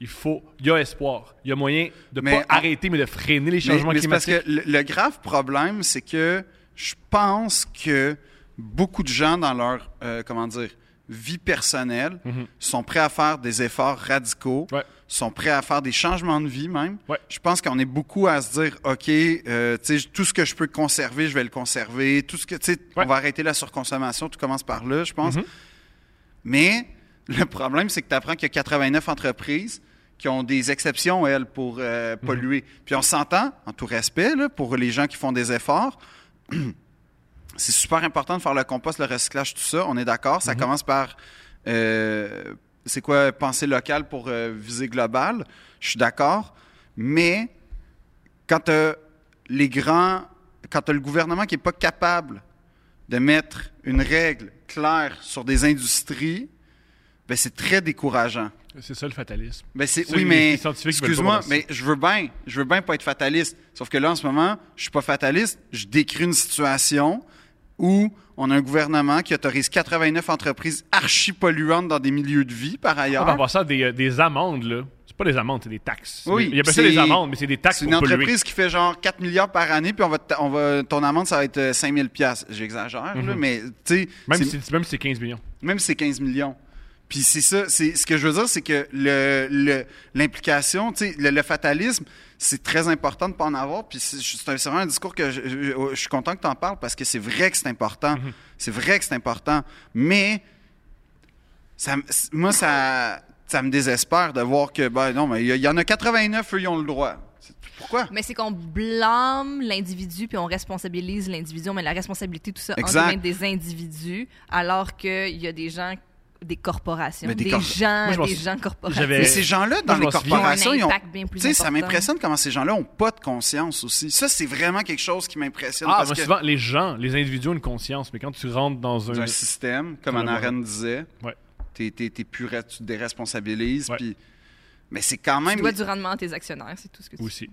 Speaker 1: Il faut, il y a espoir. Il y a moyen de
Speaker 2: Mais-
Speaker 1: pas arrêter, mais de freiner les
Speaker 2: Mais-
Speaker 1: changements
Speaker 2: mais c'est parce
Speaker 1: climatiques.
Speaker 2: que le, le grave problème, c'est que je pense que beaucoup de gens dans leur euh, comment dire vie personnelle sont prêts à faire des efforts radicaux,
Speaker 1: Mhm. Ouais.
Speaker 2: sont prêts à faire des changements de vie même.
Speaker 1: Ouais.
Speaker 2: Je pense qu'on est beaucoup à se dire, ok, euh, tu sais, tout ce que je peux conserver, je vais le conserver. Tout ce que tu sais,
Speaker 1: Ouais. Mhm.
Speaker 2: on va arrêter la surconsommation. Tout commence par là, je pense. Mais le problème, c'est que tu apprends qu'il y a 89 entreprises qui ont des exceptions, elles, pour euh, polluer. Puis on s'entend, en tout respect, là, pour les gens qui font des efforts, c'est super important de faire le compost, le recyclage, tout ça. On est d'accord. Ça commence par, euh, c'est quoi, penser local pour euh, viser global. Je suis d'accord. Mais quand t'as les grands, quand t'as le gouvernement qui n'est pas capable de mettre une règle claire sur des industries, ben c'est très décourageant.
Speaker 1: C'est ça le fatalisme.
Speaker 2: Ben c'est
Speaker 1: Ça,
Speaker 2: oui
Speaker 1: les-
Speaker 2: mais
Speaker 1: les scientifiques veulent pas
Speaker 2: excuse-moi
Speaker 1: commencer.
Speaker 2: mais je veux bien je veux bien pas être fataliste sauf que là en ce moment je suis pas fataliste je décris une situation où on a un gouvernement qui autorise 89 entreprises archi polluantes dans des milieux de vie par
Speaker 1: Ah,
Speaker 2: ailleurs
Speaker 1: ben, en passant, des, euh, des amendes, là. C'est pas des amendes, c'est des taxes.
Speaker 2: Oui,
Speaker 1: Il y a pas ça des
Speaker 2: c'est-
Speaker 1: amendes, mais c'est des taxes
Speaker 2: c'est
Speaker 1: pour
Speaker 2: une
Speaker 1: polluer.
Speaker 2: entreprise qui fait genre 4 milliards par année puis on va ta- on va ton amende ça va être 5000 pièces j'exagère là, mais tu sais
Speaker 1: Mhm. Même
Speaker 2: c'est-
Speaker 1: si, même si c'est 15 millions.
Speaker 2: même si c'est 15 millions. Puis c'est ça, c'est ce que je veux dire, c'est que le- le- l'implication, tu sais, le, le fatalisme, c'est très important de pas en avoir. Puis c'est c'est un- c'est vraiment un discours que je, je- je suis content que tu en parles parce que c'est vrai que c'est important. C'est vrai que c'est important. Mais ça, me- moi, ça, ça me désespère de voir que, ben non, mais il y, a- il y en a 89, eux, ils ont le droit. C'est- Pourquoi?
Speaker 3: Mais c'est qu'on blâme l'individu puis on responsabilise l'individu. On met la responsabilité, tout ça,
Speaker 2: Exact.
Speaker 3: entre les mains des individus, alors qu'il y a des gens, des corporations,
Speaker 2: Mais des
Speaker 3: des,
Speaker 2: cor-
Speaker 3: gens,
Speaker 1: Moi, je m'en
Speaker 3: des
Speaker 1: sou-
Speaker 3: gens
Speaker 1: j'avais-
Speaker 3: corporatifs.
Speaker 2: Mais ces gens-là, dans
Speaker 1: je
Speaker 2: les
Speaker 1: m'en souviens.
Speaker 2: corporations,
Speaker 3: Ils
Speaker 2: ils
Speaker 3: ont
Speaker 2: ont.
Speaker 3: un impact bien plus
Speaker 2: Tu sais, ça
Speaker 3: important.
Speaker 2: m'impressionne comment ces gens-là ont pas de conscience aussi. Ça, c'est vraiment quelque chose qui m'impressionne.
Speaker 1: Ah,
Speaker 2: parce
Speaker 1: moi,
Speaker 2: que
Speaker 1: souvent, les gens, les individus ont une conscience, mais quand tu rentres dans
Speaker 2: dans
Speaker 1: un.
Speaker 2: un système, comme
Speaker 1: Dans le
Speaker 2: Anna Arendt disait,
Speaker 1: Ouais.
Speaker 2: t'es, t'es, t'es plus ra- tu te déresponsabilises.
Speaker 1: Ouais.
Speaker 2: puis- Mais c'est quand
Speaker 3: Tu
Speaker 2: même.
Speaker 3: dois du rendement à tes actionnaires, c'est tout ce que tu
Speaker 1: Aussi.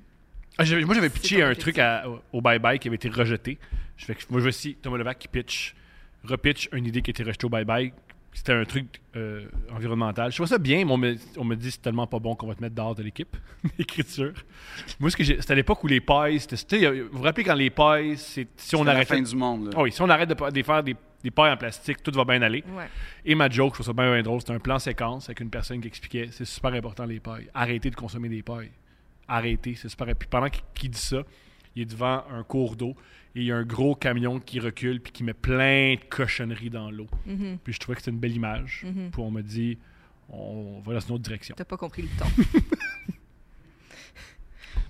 Speaker 1: Ah, j'avais- moi, j'avais pitché
Speaker 3: ton
Speaker 1: un
Speaker 3: objectif.
Speaker 1: truc à- au bye-bye qui avait été rejeté. Je fais que- moi, je vois ici Thomas Levac qui pitch, repitch une idée qui a été rejetée au bye-bye. C'était un truc euh, environnemental. Je trouve ça bien, mais on me, on me dit c'est tellement pas bon qu'on va te mettre dehors de l'équipe, l'écriture. Moi, ce que j'ai- c'était à l'époque où les pailles, c'était. c'était- euh, Vous vous rappelez quand les pailles, c'est si on
Speaker 2: c'est la
Speaker 1: arrêtait-
Speaker 2: fin du monde. là.
Speaker 1: Ah oui, si on arrête de, pa- de faire des, des pailles en plastique, tout va bien aller.
Speaker 3: Ouais.
Speaker 1: Et ma joke, je trouve ça bien, bien drôle, c'était un plan séquence avec une personne qui expliquait c'est super important les pailles. Arrêtez de consommer des pailles. Arrêtez, c'est super. Puis pendant qu'il qu'il dit ça, il est devant un cours d'eau et il y a un gros camion qui recule puis qui met plein de cochonneries dans l'eau. Puis je trouvais que c'était une belle image. Puis on m'a dit on va dans une autre direction.
Speaker 3: T'as pas compris le ton.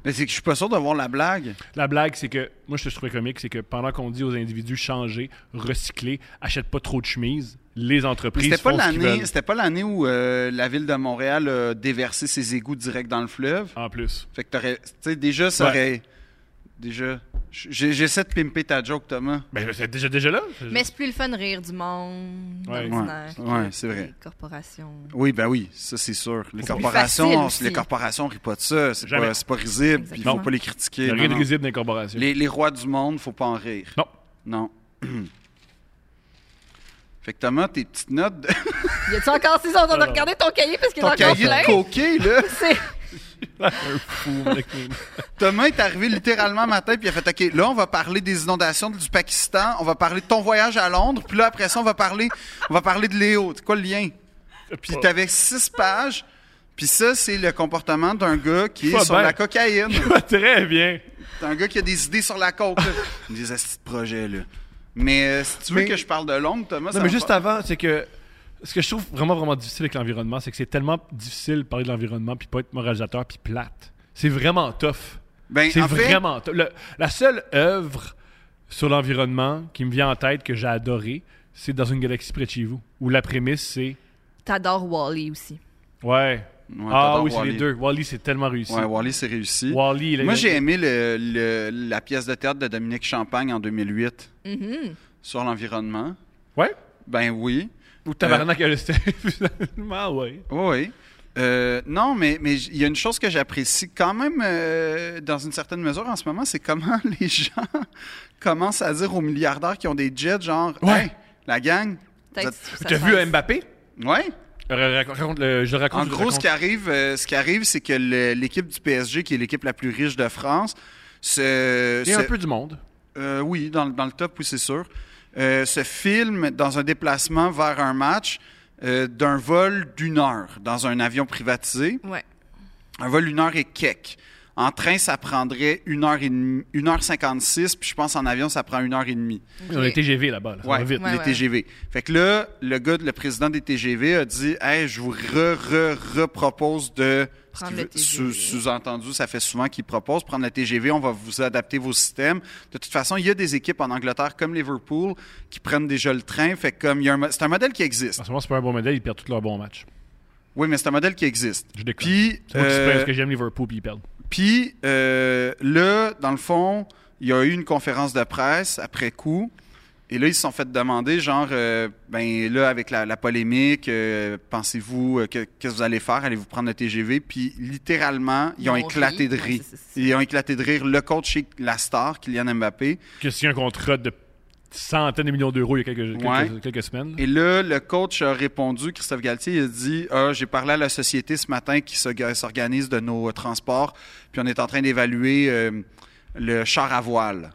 Speaker 2: Mais c'est que je suis pas sûr de voir la blague.
Speaker 1: La blague, c'est que, moi, je, je trouvais comique, c'est que pendant qu'on dit aux individus changer, recycler, achète pas trop de chemises, les
Speaker 2: Mais
Speaker 1: entreprises
Speaker 2: C'était pas,
Speaker 1: font ce qu'ils
Speaker 2: l'année,
Speaker 1: veulent.
Speaker 2: c'était pas l'année où euh, la ville de Montréal a déversé ses égouts direct dans le fleuve.
Speaker 1: En plus.
Speaker 2: Fait que t'aurais. Tu sais, déjà, ça
Speaker 1: Ouais.
Speaker 2: aurait. Déjà. J'ai- J'essaie de pimper ta joke, Thomas.
Speaker 1: Ben, c'est déjà, déjà là.
Speaker 3: Mais c'est plus le fun de rire du monde,
Speaker 1: Ouais.
Speaker 3: ordinaire,
Speaker 2: Ouais, ouais,
Speaker 3: que
Speaker 2: c'est vrai.
Speaker 3: des corporations.
Speaker 2: Oui, ben oui, ça c'est sûr. Les
Speaker 1: Faut-
Speaker 2: corporations,
Speaker 3: facile
Speaker 2: on-
Speaker 3: aussi.
Speaker 2: les corporations rient pas de ça. C'est
Speaker 1: Jamais.
Speaker 2: pas, c'est pas risible, puis il faut
Speaker 3: Exactement.
Speaker 2: pas les
Speaker 1: Il
Speaker 2: critiquer.
Speaker 1: y a
Speaker 2: non,
Speaker 1: rien de
Speaker 2: non.
Speaker 1: risible dans les corporations.
Speaker 2: Les, les rois du monde, faut pas en rire.
Speaker 1: Non.
Speaker 2: Non. fait que Thomas, tes petites notes de
Speaker 3: Y a-tu encore six ans, on a
Speaker 1: Alors.
Speaker 3: regardé ton cahier parce qu'il est
Speaker 2: ton
Speaker 3: encore
Speaker 2: cahier
Speaker 3: plein?
Speaker 2: de coquet, là.
Speaker 3: C'est-
Speaker 1: un fou, mec.
Speaker 2: Thomas est arrivé littéralement matin, puis il a fait OK, là, on va parler des inondations du Pakistan, on va parler de ton voyage à Londres, puis là, après ça, on va parler, on va parler de Léo. C'est quoi le lien?
Speaker 1: Oh.
Speaker 2: Puis t'avais six pages, puis ça, c'est le comportement d'un gars qui est
Speaker 1: Pas
Speaker 2: sur
Speaker 1: bien.
Speaker 2: la cocaïne.
Speaker 1: Très bien.
Speaker 2: T'es un gars qui a des idées sur la coke, là. des astuces de projet, là. Mais euh, si tu veux
Speaker 1: Mais-
Speaker 2: que je parle de Londres, Thomas, ça
Speaker 1: Non,
Speaker 2: me
Speaker 1: mais juste
Speaker 2: parle.
Speaker 1: avant, c'est que ce que je trouve vraiment, vraiment difficile avec l'environnement, c'est que c'est tellement difficile de parler de l'environnement puis pas être moralisateur puis plate. C'est vraiment tough.
Speaker 2: Ben,
Speaker 1: c'est
Speaker 2: en fait-
Speaker 1: vraiment tough. Le- la seule œuvre sur l'environnement qui me vient en tête que j'ai adorée, c'est dans une galaxie près de chez vous, où la prémisse c'est
Speaker 3: T'adores Wally aussi.
Speaker 1: ouais.
Speaker 2: Ouais,
Speaker 1: ah
Speaker 2: t'adores
Speaker 1: oui, c'est
Speaker 2: Wall-E.
Speaker 1: les deux. Wally, c'est tellement réussi.
Speaker 2: Ouais, Wally, c'est réussi.
Speaker 1: Wall-E, il a-
Speaker 2: Moi, j'ai aimé le- le- la pièce de théâtre de Dominique Champagne en 2008
Speaker 3: Mhm.
Speaker 2: sur l'environnement.
Speaker 1: Ouais.
Speaker 2: Ben oui.
Speaker 1: Ou Tabarnak, euh... finalement, ouais.
Speaker 2: Oui. Euh, non, mais mais j- il y a une chose que j'apprécie quand même euh, dans une certaine mesure en ce moment, c'est comment les gens commencent à dire aux milliardaires qui ont des jets, genre,
Speaker 1: Ouais.
Speaker 2: Hey, la gang. vous
Speaker 3: Peut-être
Speaker 2: êtes-
Speaker 3: que ça
Speaker 1: T'as
Speaker 3: se
Speaker 1: vu
Speaker 3: passe.
Speaker 1: Mbappé?
Speaker 2: Ouais.
Speaker 1: Euh, raconte- raconte le- je le raconte.
Speaker 2: En
Speaker 1: je le
Speaker 2: gros, ce
Speaker 1: raconte.
Speaker 2: qui arrive, euh, ce qui arrive, c'est que le- l'équipe du PSG, qui est l'équipe la plus riche de France, se,
Speaker 1: il y a
Speaker 2: se-
Speaker 1: un peu du monde.
Speaker 2: Euh, oui, dans, le- dans le top, oui, c'est sûr. Euh, se filme dans un déplacement vers un match euh, d'un vol d'une heure dans un avion privatisé.
Speaker 3: Ouais.
Speaker 2: Un vol une heure et quelques. En train, ça prendrait une heure et demie- une heure cinquante-six, puis je pense en avion, ça prend une heure et demie.
Speaker 1: On a TGV là-bas. Là. Ça
Speaker 2: Ouais,
Speaker 1: va vite.
Speaker 3: Ouais,
Speaker 2: les
Speaker 3: ouais.
Speaker 2: TGV. Fait que là, le gars, le président des TGV a dit Hey, je vous re, re, repropose de.
Speaker 3: Prendre
Speaker 2: ce
Speaker 3: le
Speaker 2: qu'il veut-
Speaker 3: TGV.
Speaker 2: sous- Sous-entendu, ça fait souvent qu'il propose prendre le TGV, on va vous adapter vos systèmes. De toute façon, il y a des équipes en Angleterre comme Liverpool qui prennent déjà le train. Fait que comme il y a un mo- c'est un modèle qui existe.
Speaker 1: En ce moment, c'est pas un bon modèle, ils perdent tous leurs bons matchs.
Speaker 2: Oui, mais c'est un modèle qui existe.
Speaker 1: Je déconne.
Speaker 2: Puis,
Speaker 1: C'est moi qui suis prêt
Speaker 2: euh,
Speaker 1: parce que j'aime Liverpool puis ils perdent.
Speaker 2: Puis euh, là, dans le fond, il y a eu une conférence de presse après coup. Et là, ils se sont fait demander, genre, euh, ben là, avec la, la polémique, euh, pensez-vous, euh, que- qu'est-ce que vous allez faire? Allez-vous prendre le TGV? Puis littéralement, ils
Speaker 3: Ils
Speaker 2: ont
Speaker 3: ont
Speaker 2: éclaté
Speaker 3: ri.
Speaker 2: de
Speaker 3: Ouais,
Speaker 2: rire.
Speaker 3: c'est- c'est-
Speaker 2: Ils ont éclaté de rire le coach chez la star, Kylian Mbappé.
Speaker 1: Que c'est un contrat de centaines de millions d'euros il y a quelques, quelques-
Speaker 2: Ouais.
Speaker 1: quelques semaines.
Speaker 2: Et là, le coach a répondu, Christophe Galtier, il a dit Ah, J'ai parlé à la société ce matin qui se- s'organise de nos euh, transports, puis on est en train d'évaluer euh, le char à voile.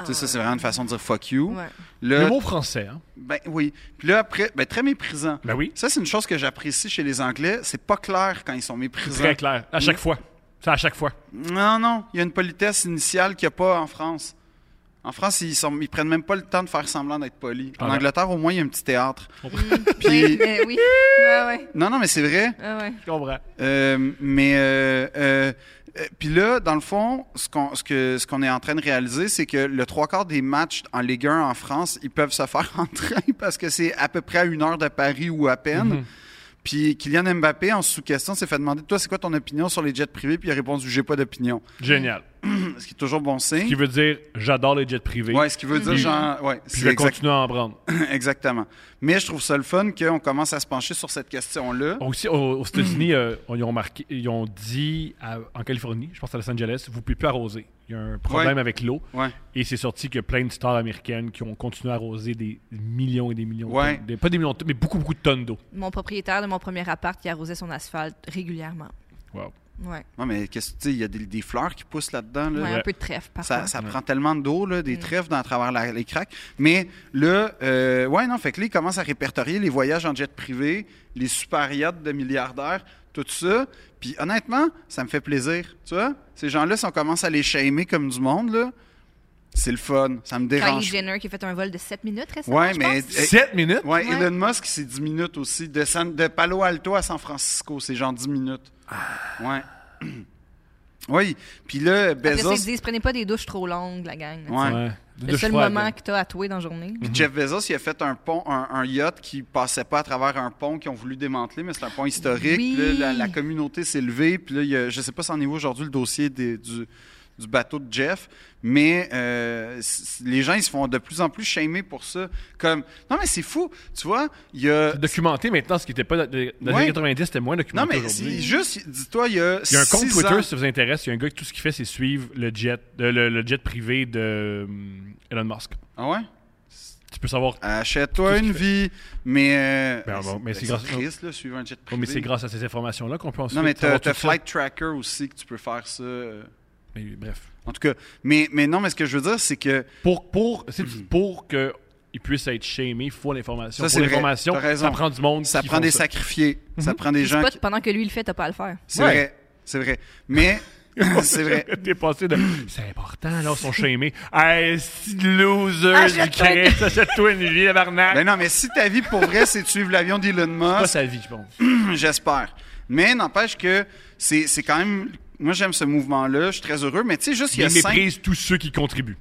Speaker 2: Tu sais, ça, c'est vraiment une façon de dire fuck you.
Speaker 3: Ouais.
Speaker 2: Là,
Speaker 1: Le mot français, hein?
Speaker 2: ben oui. Puis là, après, ben, très méprisant.
Speaker 1: Ben oui.
Speaker 2: Ça, c'est une chose que j'apprécie chez les Anglais. C'est pas clair quand ils sont méprisants.
Speaker 1: Très clair. À
Speaker 2: Mm.
Speaker 1: chaque fois. C'est à chaque fois.
Speaker 2: Non, non. Il y a une politesse initiale qu'il n'y a pas en France. En France, ils, sont, ils prennent même pas le temps de faire semblant d'être polis. En
Speaker 1: Ah ouais.
Speaker 2: Angleterre, au moins, il y a un petit théâtre.
Speaker 3: Ouais,
Speaker 2: Puis.
Speaker 3: mais oui. Ouais, ouais.
Speaker 2: Non, non, mais c'est vrai.
Speaker 3: Ouais, ouais.
Speaker 1: Je comprends.
Speaker 2: Euh, mais euh, euh, euh, puis là, dans le fond, ce qu'on ce que ce qu'on est en train de réaliser, c'est que le trois quarts des matchs en Ligue 1 en France, ils peuvent se faire en train parce que c'est à peu près à une heure de Paris ou à peine.
Speaker 1: Mm-hmm.
Speaker 2: Puis Kylian Mbappé, en sous-question, s'est fait demander Toi, c'est quoi ton opinion sur les jets privés Puis il a répondu J'ai pas d'opinion.
Speaker 1: Génial.
Speaker 2: Ce qui est toujours bon
Speaker 1: Qui
Speaker 2: signe.
Speaker 1: veut dire j'adore les jets privés.
Speaker 2: Ouais, ce qui veut dire genre. Ouais,
Speaker 1: puis je
Speaker 2: c'est
Speaker 1: vais
Speaker 2: exact-
Speaker 1: continuer à en prendre.
Speaker 2: exactement. Mais je trouve ça le fun qu'on commence à se pencher sur cette question-là.
Speaker 1: Aussi, au- aux États-Unis, euh, ils, ont marqué, ils ont dit à- en Californie, je pense à Los Angeles, vous ne pouvez plus arroser. Il y a un problème
Speaker 2: Ouais.
Speaker 1: avec l'eau.
Speaker 2: Ouais.
Speaker 1: Et c'est sorti qu'il y a plein de stars américaines qui ont continué à arroser des millions et des millions. de
Speaker 2: Ouais.
Speaker 1: tonnes- des- pas des millions de tonnes, mais beaucoup, beaucoup de tonnes d'eau.
Speaker 3: Mon propriétaire de mon premier appart, il arrosait son asphalte régulièrement.
Speaker 1: Wow.
Speaker 3: Ouais.
Speaker 2: Non, mais qu'est-ce que tu sais, Il y a des, des fleurs qui poussent là-dedans. Là.
Speaker 3: Ouais,
Speaker 1: Ouais.
Speaker 3: un peu de trèfle, parfois.
Speaker 2: Ça, ça prend tellement d'eau, là,
Speaker 3: Mm.
Speaker 2: des trèfles dans, à travers la- les cracks. Mais là, euh, ouais, non, fait que là, ils commencent à répertorier les voyages en jet privé, les super yachts de milliardaires, tout ça. Puis honnêtement, ça me fait plaisir. Tu vois, ces gens-là, si on commence à les shamer comme du monde, là, c'est le fun. Ça me
Speaker 3: Kylie
Speaker 2: dérange.
Speaker 3: Jenner qui a fait un vol de 7 minutes récemment.
Speaker 2: Ouais,
Speaker 3: je
Speaker 2: mais.
Speaker 3: pense.
Speaker 2: eh,
Speaker 1: 7 minutes?
Speaker 2: ouais,
Speaker 3: Ouais.
Speaker 2: Elon Musk, c'est 10 minutes aussi. De, San- de Palo Alto à San Francisco, c'est genre 10 minutes. Ouais. Oui. Puis là,
Speaker 3: Après ça,
Speaker 2: Bezos.
Speaker 3: ils disent prenez pas des douches trop longues, la gang. là,
Speaker 2: Ouais.
Speaker 3: tu sais. Le seul moment que t'as à touer dans la journée.
Speaker 2: Puis
Speaker 1: Mhm.
Speaker 2: Jeff Bezos, il a fait un pont, un, un yacht qui passait pas à travers un pont qu'ils ont voulu démanteler, mais c'est un pont historique.
Speaker 3: Oui.
Speaker 2: Puis là, la, la communauté s'est levée. Puis là, il y a- je sais pas si on est où aujourd'hui le dossier des- du, du bateau de Jeff, mais euh, c- c- les gens, ils se font de plus en plus shamer pour ça. Comme, non, mais c'est fou. Tu vois, il y a.
Speaker 1: Documenté maintenant, ce qui n'était pas dans dans les
Speaker 2: Ouais.
Speaker 1: années 90, c'était moins
Speaker 2: Non,
Speaker 1: documenté
Speaker 2: mais c'est
Speaker 1: aujourd'hui.
Speaker 2: juste, dis-toi, il y a.
Speaker 1: Il y a un compte
Speaker 2: six
Speaker 1: Twitter,
Speaker 2: ans-
Speaker 1: si ça vous intéresse, il y a un gars qui tout ce qu'il fait, c'est suivre le jet, euh, le, le jet privé de hum, Elon Musk.
Speaker 2: Ah ouais?
Speaker 1: C'est tu peux savoir. oh,
Speaker 2: Achète-toi
Speaker 1: Qu'est-ce
Speaker 2: une
Speaker 1: qu'il
Speaker 2: vie, mais. euh,
Speaker 1: Ben, bon, mais c'est grâce-
Speaker 2: triste, là, suivre un jet
Speaker 1: Oh,
Speaker 2: privé.
Speaker 1: mais c'est grâce à ces informations-là qu'on peut ensuite.
Speaker 2: Non, mais t'as
Speaker 1: savoir
Speaker 2: t'as
Speaker 1: tout ça.
Speaker 2: Flight Tracker aussi que tu peux faire ça. euh,
Speaker 1: Mais bref.
Speaker 2: En tout cas, mais, mais non, mais ce que je veux dire, c'est que.
Speaker 1: Pour, pour, c'est- pour que il puisse être shamé, il faut l'information.
Speaker 2: Hmm.
Speaker 1: pour
Speaker 2: Ça, c'est vrai.
Speaker 1: l'information,
Speaker 2: T'as raison.
Speaker 1: ça prend du monde.
Speaker 2: Ça
Speaker 1: qui
Speaker 2: prend
Speaker 1: font Mhm.
Speaker 2: des sacrifiés. Ça prend des gens.
Speaker 3: Pas-
Speaker 2: qui-
Speaker 3: Pendant que lui, il le fait, t'as pas à le faire.
Speaker 2: C'est
Speaker 1: Ouais.
Speaker 2: vrai. C'est vrai. Mais. c'est vrai. Ah,
Speaker 1: T'es passé de. C'est important, là, ils sont shamés. Hey, si loser du
Speaker 3: Achète-toi une-
Speaker 1: Christ, achète-toi une vie, la barnaque.
Speaker 2: Ben non, mais si ta vie pour vrai, c'est de suivre l'avion d'Elon
Speaker 1: pas
Speaker 2: Musk,
Speaker 1: sa vie, je pense.
Speaker 2: j'espère. Mais n'empêche que c'est c'est quand même. Moi, j'aime ce mouvement-là. Je suis très heureux. Mais tu sais, juste il y a
Speaker 1: Il
Speaker 2: cinq
Speaker 1: méprise tous ceux qui contribuent.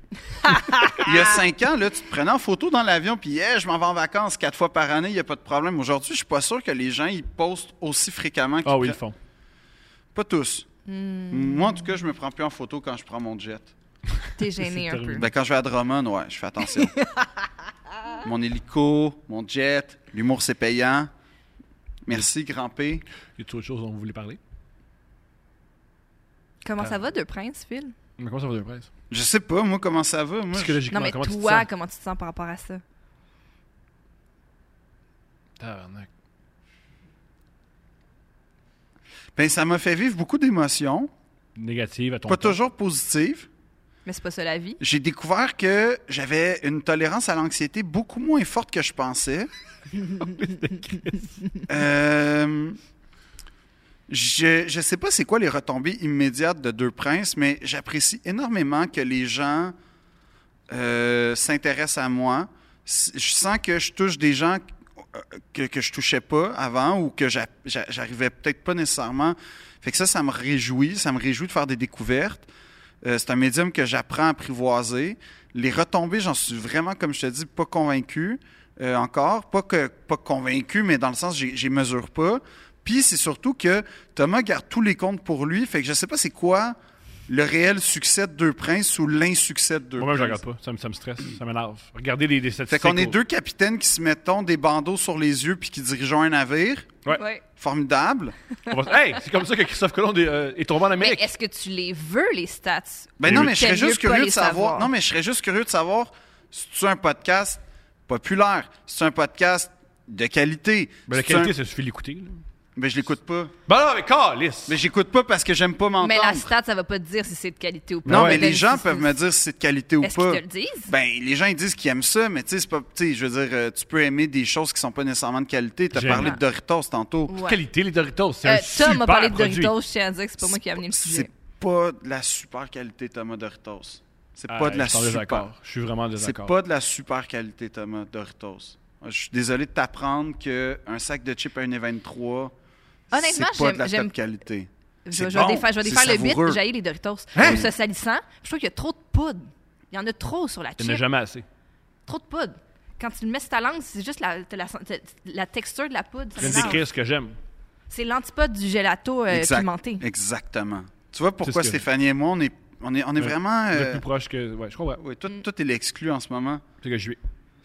Speaker 2: Il y a cinq ans, là, tu te prenais en photo dans l'avion, puis hey, je m'en vais en vacances quatre fois par année, il n'y a pas de problème. Aujourd'hui, je suis pas sûr que les gens ils postent aussi fréquemment qu'ils
Speaker 1: Ah oui, ils
Speaker 2: prennent-
Speaker 1: le font.
Speaker 2: Pas tous. Moi, en tout cas, je me prends plus en photo quand je prends mon jet.
Speaker 3: T'es gêné
Speaker 1: C'est
Speaker 3: un peu.
Speaker 1: terrible.
Speaker 2: Ben, quand je vais à Drummond, ouais, je fais attention. mon hélico, mon jet, l'humour, c'est payant. Merci, Grand P.
Speaker 1: Il y a autre chose dont vous voulez parler.
Speaker 3: Comment ça va, Deux Princes, Phil?
Speaker 1: Mais comment ça va de presse?
Speaker 2: Je sais pas, moi, comment ça va. Moi, je-
Speaker 1: Psychologiquement,
Speaker 3: Non, mais
Speaker 1: comment tu te
Speaker 3: toi,
Speaker 1: sens?
Speaker 3: comment tu te sens par rapport à ça?
Speaker 1: Tabarnak.
Speaker 2: ben, ça m'a fait vivre beaucoup d'émotions,
Speaker 1: Négative à ton
Speaker 2: pas
Speaker 1: temps.
Speaker 2: toujours positives.
Speaker 3: Mais c'est pas ça la vie.
Speaker 2: j'ai découvert que j'avais une tolérance à l'anxiété beaucoup moins forte que je pensais. Euh, je ne sais pas c'est quoi les retombées immédiates de Deux Princes, mais j'apprécie énormément que les gens euh, s'intéressent à moi. S- Je sens que je touche des gens euh, que, que je touchais pas avant ou que j'a- j'a- j'arrivais peut-être pas nécessairement. Fait que ça, ça me réjouit. Ça me réjouit de faire des découvertes. Euh, c'est un médium que j'apprends à apprivoiser. Les retombées, j'en suis vraiment, comme je te dis, pas convaincu euh, encore. Pas, que, pas convaincu, mais dans le sens, j'ai- j'y mesure pas. Puis c'est surtout que Thomas garde tous les comptes pour lui. Fait que je sais pas c'est quoi le réel succès de Deux Princes ou l'insuccès de Deux
Speaker 1: Moi-même, je
Speaker 2: Princes.
Speaker 1: regarde pas. Ça me, ça me stresse. Ça m'énerve. Regardez les, les
Speaker 2: Fait
Speaker 1: statistiques.
Speaker 2: qu'on est
Speaker 1: au-
Speaker 2: deux capitaines qui se mettons des bandeaux sur les yeux puis qui dirigeons un navire.
Speaker 1: Ouais.
Speaker 2: Formidable.
Speaker 1: on va- Hey, c'est comme ça que Christophe Colomb est, euh, est tombé en
Speaker 3: Mais
Speaker 1: Amérique.
Speaker 3: est-ce que tu les veux, les stats?
Speaker 2: Ben
Speaker 1: Mais
Speaker 2: non,
Speaker 1: oui.
Speaker 2: mais je serais
Speaker 3: T'aimes
Speaker 2: juste
Speaker 3: mieux pas
Speaker 2: curieux
Speaker 3: les
Speaker 2: de savoir.
Speaker 3: savoir.
Speaker 2: Non, mais je serais juste curieux de savoir si tu un podcast populaire, si tu un podcast de qualité.
Speaker 1: Ben, la
Speaker 2: c'est-tu
Speaker 1: qualité,
Speaker 2: un-
Speaker 1: ça suffit de l'écouter. là.
Speaker 2: Ben, je l'écoute pas.
Speaker 1: Ben non, mais calice!
Speaker 2: Mais j'écoute pas parce que j'aime pas m'entendre.
Speaker 3: Mais la stat, ça va pas te dire si c'est de qualité ou pas.
Speaker 2: non,
Speaker 1: Ouais.
Speaker 2: mais les
Speaker 3: Même
Speaker 2: gens
Speaker 3: si
Speaker 2: peuvent
Speaker 3: c'est-
Speaker 2: me dire si c'est de qualité ou
Speaker 3: Est-ce
Speaker 2: pas.
Speaker 3: qu'ils te le disent?
Speaker 2: Ben, les gens ils disent qu'ils aiment ça, mais tu sais, c'est pas, tu sais, je veux dire, euh, tu peux aimer des choses qui sont pas nécessairement de qualité. T'as
Speaker 1: J'aime.
Speaker 2: parlé de Doritos tantôt.
Speaker 3: Ouais.
Speaker 1: Qualité, les Doritos. C'est
Speaker 3: Euh,
Speaker 1: un super
Speaker 3: Tom m'a parlé de
Speaker 1: produit.
Speaker 3: Doritos, je tiens à dire que c'est pas moi qui ai amené le
Speaker 2: C'est
Speaker 3: sujet.
Speaker 2: pas de la super qualité, Thomas Doritos. C'est
Speaker 1: Ah,
Speaker 2: pas de la
Speaker 1: je suis en
Speaker 2: super.
Speaker 1: désaccord. Je suis vraiment en
Speaker 2: C'est
Speaker 1: désaccord.
Speaker 2: pas de la super qualité, Thomas, Doritos. Je suis désolé de t'apprendre qu'un sac de chips à 1,23, c'est
Speaker 3: Honnêtement,
Speaker 2: pas de la
Speaker 3: j'aime-
Speaker 2: top qualité.
Speaker 3: Je
Speaker 2: c'est
Speaker 3: vais- je vais
Speaker 2: bon,
Speaker 3: défaire, je vais
Speaker 2: c'est
Speaker 3: défaire le
Speaker 2: savoureux.
Speaker 3: bit, j'ai les Doritos. Comme ça salissant. Je trouve qu'il y a trop de poudre. Il y en a trop sur la
Speaker 1: Il n'y en a
Speaker 3: chip.
Speaker 1: jamais assez.
Speaker 3: Trop de poudre. Quand tu le mets sur ta langue, c'est juste la, t'as la, t'as la texture de la poudre.
Speaker 1: Je
Speaker 3: ça
Speaker 1: viens de
Speaker 3: m'énerve.
Speaker 1: décrire ce que j'aime.
Speaker 3: C'est l'antipode du gelato euh,
Speaker 2: Exact.
Speaker 3: pimenté.
Speaker 2: Exactement. Tu vois pourquoi
Speaker 1: que-
Speaker 2: Stéphanie et moi, on est, on est, on est
Speaker 1: Ouais.
Speaker 2: vraiment...
Speaker 1: Le
Speaker 2: euh,
Speaker 1: plus proche que. Ouais, je comprends.
Speaker 2: ouais, toi,
Speaker 3: Mm.
Speaker 2: toi, t'es l'exclu en ce moment.
Speaker 1: C'est que je suis.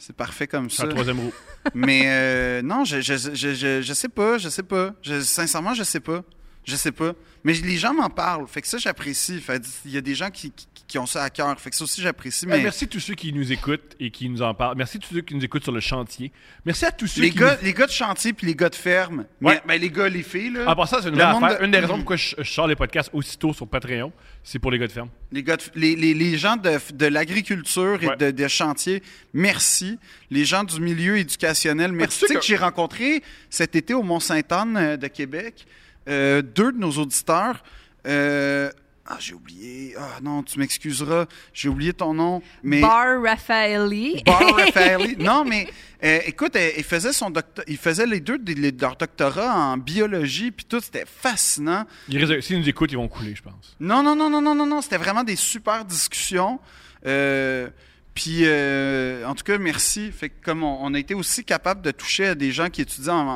Speaker 2: C'est parfait comme
Speaker 1: C'est
Speaker 2: ça.
Speaker 1: la troisième roue.
Speaker 2: Mais euh, non, je, je, je, je, je sais pas, je sais pas. Je- sincèrement, je sais pas. Je sais pas. Mais les gens m'en parlent. Fait que ça, j'apprécie. Fait il y a des gens qui, qui, qui ont ça à cœur. Fait que ça aussi, j'apprécie.
Speaker 1: Hey,
Speaker 2: Mais
Speaker 1: Ah, Merci à tous ceux qui nous écoutent et qui nous en parlent. Merci à tous ceux qui nous écoutent sur le chantier. Merci à tous ceux
Speaker 2: les
Speaker 1: qui.
Speaker 2: gars,
Speaker 1: nous-
Speaker 2: les gars de chantier puis les gars de ferme.
Speaker 1: Ouais. Ah,
Speaker 2: Mais, ben, les gars, les filles, là.
Speaker 1: En passant, c'est une
Speaker 2: Le
Speaker 1: vraie
Speaker 2: monde
Speaker 1: affaire.
Speaker 2: de-
Speaker 1: Une des raisons pourquoi je, je sors les podcasts aussitôt sur Patreon, c'est pour les gars de ferme.
Speaker 2: Les, gars de- les, les, les gens de, de l'agriculture et
Speaker 1: Ouais.
Speaker 2: de, de chantier, merci. Les gens du milieu éducationnel, merci.
Speaker 1: tu sais
Speaker 2: Tu sais que,
Speaker 1: que-
Speaker 2: j'ai rencontré cet été au Mont-Sainte-Anne euh, de Québec euh, deux de nos auditeurs. euh, ah, j'ai oublié. Ah non, tu m'excuseras. J'ai oublié ton nom. Mais...
Speaker 3: Bar Raffaelli.
Speaker 2: Bar Raffaelli. Non, mais euh, écoute, euh, il faisait son docteur, il faisait les deux des- les- leur doctorat en biologie, puis tout, c'était fascinant.
Speaker 1: Ils risquent- S'ils nous écoutent, ils vont couler, je pense.
Speaker 2: Non, non, non, non, non, non, non. C'était vraiment des super discussions. Euh, puis, euh, en tout cas, merci. Fait que comme on, on a été aussi capable de toucher à des gens qui étudient en-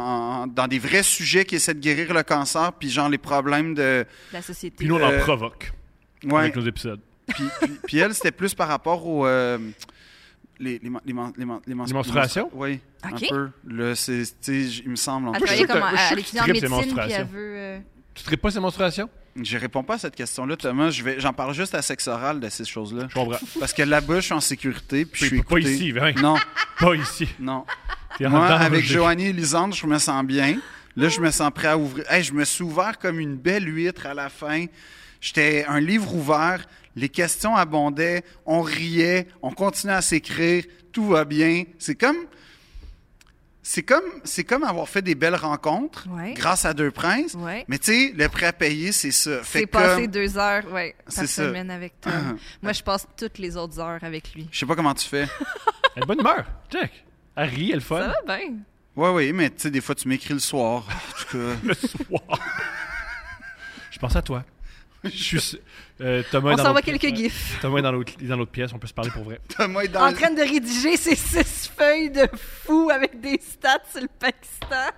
Speaker 2: en- dans des vrais sujets qui essaient de guérir le cancer, puis genre les problèmes de...
Speaker 3: La société.
Speaker 1: Puis nous, on
Speaker 2: Euh,
Speaker 1: en provoque
Speaker 2: Ouais.
Speaker 1: avec nos épisodes.
Speaker 2: Puis, puis- puis elle, c'était plus par rapport aux... euh, les, les, men- les, men- les, men- les, mens-
Speaker 1: Les menstruations?
Speaker 2: Oui,
Speaker 3: Ok.
Speaker 2: un peu. Là, c'est, tu sais, j- il me semble. en
Speaker 3: Elle
Speaker 2: tout
Speaker 1: je
Speaker 2: cas.
Speaker 1: suis
Speaker 3: travaillait
Speaker 1: sûr que t'as-
Speaker 3: comme
Speaker 1: je suis
Speaker 3: à
Speaker 1: sûr que tu
Speaker 3: l'étudiant en
Speaker 1: tripes ces
Speaker 3: médecine, puis elle
Speaker 1: menstruations.
Speaker 3: veut. euh,
Speaker 1: Tu ne pas ces menstruations?
Speaker 2: Je réponds pas à cette question-là, Thomas. Je vais, j'en parle juste à sexe oral de ces choses-là.
Speaker 1: Je comprends.
Speaker 2: Parce que là-bas, je suis en sécurité, puis je
Speaker 1: Puis
Speaker 2: suis
Speaker 1: pas
Speaker 2: écouté.
Speaker 1: ici, ben oui.
Speaker 2: Non,
Speaker 1: Pas ici.
Speaker 2: non.
Speaker 1: T'es en
Speaker 2: Moi,
Speaker 1: danger.
Speaker 2: avec Joanie et Lisandre, je me sens bien. Là, je me sens prêt à ouvrir. Hey, je me suis ouvert comme une belle huître à la fin. J'étais un livre ouvert. Les questions abondaient. On riait. On continuait à s'écrire. Tout va bien. C'est comme. C'est comme, c'est comme avoir fait des belles rencontres
Speaker 3: Ouais.
Speaker 2: grâce à Deux Princes.
Speaker 3: Ouais.
Speaker 2: Mais tu sais, le prêt à payer, c'est ça. Fait
Speaker 3: C'est
Speaker 2: que-
Speaker 3: passé deux heures, ouais,
Speaker 2: C'est
Speaker 3: par
Speaker 2: ça.
Speaker 3: semaine avec toi.
Speaker 2: Ah.
Speaker 3: Moi, je passe toutes les autres heures avec lui.
Speaker 2: Je sais pas comment tu
Speaker 1: Elle
Speaker 2: fais.
Speaker 1: est de Eh, bonne humeur. Check. Elle rit, elle est
Speaker 3: Ça
Speaker 1: fun.
Speaker 3: va bien.
Speaker 2: Oui, oui, mais tu sais, des fois, tu m'écris le soir. En tout cas,
Speaker 1: Le soir. Je pense à toi. Je suis. euh, Thomas est
Speaker 3: On
Speaker 1: dans
Speaker 3: s'envoie
Speaker 1: l'autre pièce.
Speaker 3: quelques
Speaker 1: Ouais.
Speaker 3: gifs.
Speaker 1: Thomas est dans l'autre dans l'autre pièce, on peut se parler pour vrai.
Speaker 2: Thomas est dans
Speaker 3: En
Speaker 2: le-
Speaker 3: train de rédiger ses six feuilles de fou avec des stats sur le Pakistan.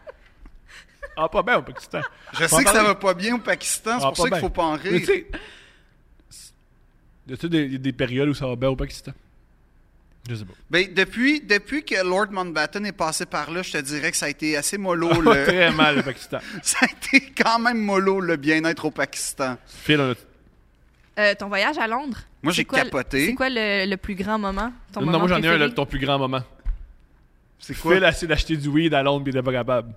Speaker 1: Ah, pas bien au Pakistan.
Speaker 2: Je sais que ça va pas bien au Pakistan, c'est
Speaker 1: Ah,
Speaker 2: pour
Speaker 1: pas
Speaker 2: ça qu'il
Speaker 1: bien.
Speaker 2: faut pas en
Speaker 1: Mais tu
Speaker 2: rire.
Speaker 1: sais, y a-tu des, des périodes où ça va bien au Pakistan? Je sais pas.
Speaker 2: Ben, depuis, depuis que Lord Mountbatten est passé par là, je te dirais que ça a été assez mollo.
Speaker 1: Pas
Speaker 2: le...
Speaker 1: très mal au Pakistan.
Speaker 2: Ça a été quand même mollo, le bien-être au Pakistan.
Speaker 1: Phil, on a-
Speaker 3: Euh, ton voyage à Londres.
Speaker 2: Moi,
Speaker 3: c'est
Speaker 2: j'ai
Speaker 3: quoi le-
Speaker 2: capoté.
Speaker 3: C'est quoi le, le plus grand moment? Ton
Speaker 1: non,
Speaker 3: moment
Speaker 1: moi j'en ai un, là,
Speaker 3: préféré?
Speaker 1: ton plus grand moment.
Speaker 2: C'est quoi?
Speaker 1: Phil a essayé d'acheter du weed à Londres mais il était pas capable.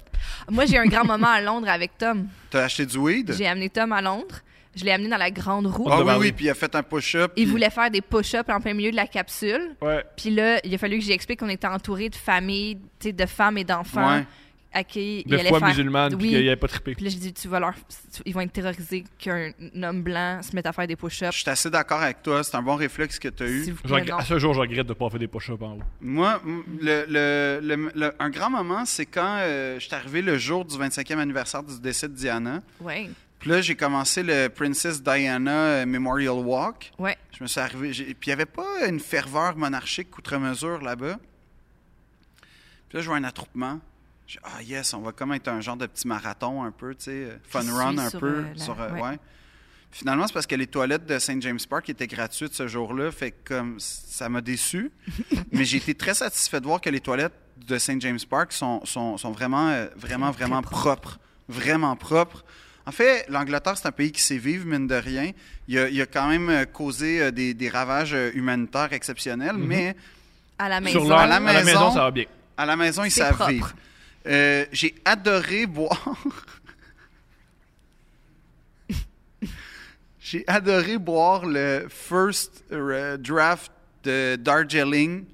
Speaker 3: Moi, j'ai un grand moment à Londres avec Tom.
Speaker 2: T'as acheté du weed?
Speaker 3: J'ai amené Tom à Londres. Je l'ai amené dans la grande roue.
Speaker 2: Ah
Speaker 1: On
Speaker 2: oui,
Speaker 1: devait
Speaker 2: oui,
Speaker 1: aller.
Speaker 2: puis il a fait un push-up.
Speaker 3: Il
Speaker 2: puis-
Speaker 3: voulait faire des push-ups en plein milieu de la capsule.
Speaker 1: Ouais.
Speaker 3: Puis là, il a fallu que j'explique qu'on était entouré de familles, tu sais, de femmes et d'enfants
Speaker 2: Ouais.
Speaker 3: à qui il
Speaker 1: De
Speaker 3: allait
Speaker 1: foi
Speaker 3: faire...
Speaker 1: musulmane, puis
Speaker 3: Oui.
Speaker 1: qu'il avait pas trippé.
Speaker 3: Puis là, j'ai dit, tu vas leur... tu- ils vont être terrorisés qu'un homme blanc se mette à faire des
Speaker 2: Je
Speaker 3: push-ups.
Speaker 2: suis assez d'accord avec toi, c'est un bon réflexe que t'as eu.
Speaker 3: S'il vous
Speaker 1: Je
Speaker 3: plaît,
Speaker 1: regr-
Speaker 3: non.
Speaker 1: à ce jour, je regrette de pas faire des push-ups en haut.
Speaker 2: Moi, m- le, le- le- le- un grand moment, c'est quand euh, je suis arrivé le jour du 25e anniversaire du décès de Diana.
Speaker 3: Ouais,
Speaker 2: Puis là, j'ai commencé le Princess Diana euh, Memorial Walk.
Speaker 3: ouais.
Speaker 2: Je me suis arrivé. j'ai- Puis il n'y avait pas une ferveur monarchique outre mesure là-bas. Puis là, je vois un attroupement. Je dis, ah yes, on va comme être un genre de petit marathon un peu, tu sais, euh, fun
Speaker 3: Qui
Speaker 2: run
Speaker 3: suit
Speaker 2: un
Speaker 3: sur,
Speaker 2: peu.
Speaker 3: euh, la-
Speaker 2: sur, euh,
Speaker 3: ouais.
Speaker 2: ouais. Puis Finalement, c'est parce que les toilettes de St. James Park étaient gratuites ce jour-là, fait que comme ça m'a déçu. Mais j'ai été très satisfait de voir que les toilettes de St. James Park sont, sont, sont vraiment, euh, vraiment,
Speaker 3: Très, très
Speaker 2: vraiment
Speaker 3: propres.
Speaker 2: propres. Vraiment propres. En fait, l'Angleterre, c'est un pays qui sait vivre, mine de rien. Il a, il a quand même euh, causé euh, des, des ravages euh, humanitaires exceptionnels,
Speaker 3: Mm-hmm.
Speaker 2: mais
Speaker 3: À la maison.
Speaker 1: Sur l'heure, à la
Speaker 2: maison.
Speaker 1: maison, ça va bien.
Speaker 2: à la maison, ils
Speaker 3: C'est
Speaker 2: savent
Speaker 3: propre.
Speaker 2: vivre. Euh, J'ai adoré boire. J'ai adoré boire le first euh, draft de Darjeeling.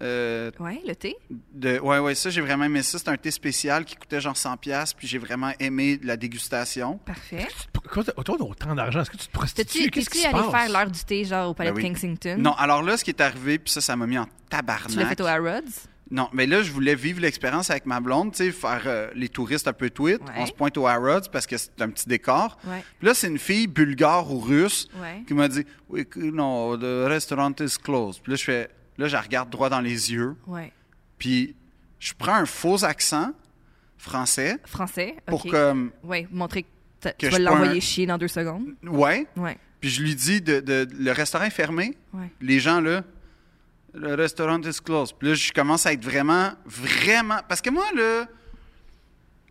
Speaker 2: Euh,
Speaker 3: Ouais, le thé.
Speaker 2: de, ouais, ouais, ça, j'ai vraiment aimé ça. C'est un thé spécial qui coûtait genre 100$, piastres, puis j'ai vraiment aimé la dégustation.
Speaker 3: Parfait.
Speaker 1: Pourquoi t'as toi, t'as autant d'argent? Est-ce que tu te prostitues?
Speaker 3: T'es-tu
Speaker 1: Qu'est-ce qui
Speaker 3: t'es-tu
Speaker 1: se
Speaker 3: allé
Speaker 1: passe?
Speaker 3: faire l'heure du thé, genre, au palais
Speaker 2: Ben oui.
Speaker 3: de Kensington?
Speaker 2: Non, alors là, ce qui est arrivé, puis ça, ça m'a mis en tabarnak.
Speaker 3: Hum. Tu l'as fait au Harrods?
Speaker 2: Non, mais là, je voulais vivre l'expérience avec ma blonde, tu sais, faire euh, les touristes un peu tweet.
Speaker 3: Ouais.
Speaker 2: On se pointe au Harrods parce que c'est un petit décor.
Speaker 3: Ouais.
Speaker 2: Puis là, c'est une fille bulgare ou russe
Speaker 3: Ouais.
Speaker 2: qui m'a dit Oui, que- non, le restaurant is closed. Puis là, je fais Là, je la regarde droit dans les yeux.
Speaker 3: Ouais.
Speaker 2: Puis je prends un faux accent français
Speaker 3: Français.
Speaker 2: pour
Speaker 3: ok.
Speaker 2: comme.
Speaker 3: Ouais, montrer que, t'as-
Speaker 2: Que
Speaker 3: tu
Speaker 2: je
Speaker 3: vas
Speaker 2: suis pas
Speaker 3: l'envoyer
Speaker 2: un-
Speaker 3: chier dans deux secondes.
Speaker 2: Ouais.
Speaker 3: Ouais,
Speaker 2: Puis je lui dis de, de- Le restaurant est fermé.
Speaker 3: ouais.
Speaker 2: les gens là, le restaurant is closed. Puis là, je commence à être vraiment, vraiment. Parce que moi, là,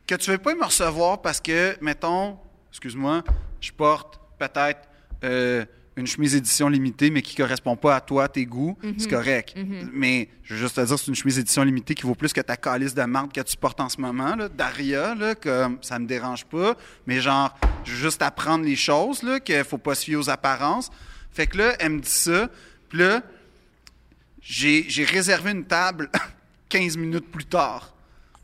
Speaker 2: que tu veux pas me recevoir parce que, mettons, excuse-moi, je porte peut-être euh, une chemise édition limitée, mais qui correspond pas à toi, tes goûts, c'est correct. Mais je veux juste te dire, c'est une chemise édition limitée qui vaut plus que ta calice de marde que tu portes en ce moment, là, Daria, là, comme ça me dérange pas. Mais genre, je veux juste apprendre les choses, là, qu'il faut pas se fier aux apparences. Fait que là, elle me dit ça. Puis là, j'ai j'ai réservé une table 15 minutes plus tard.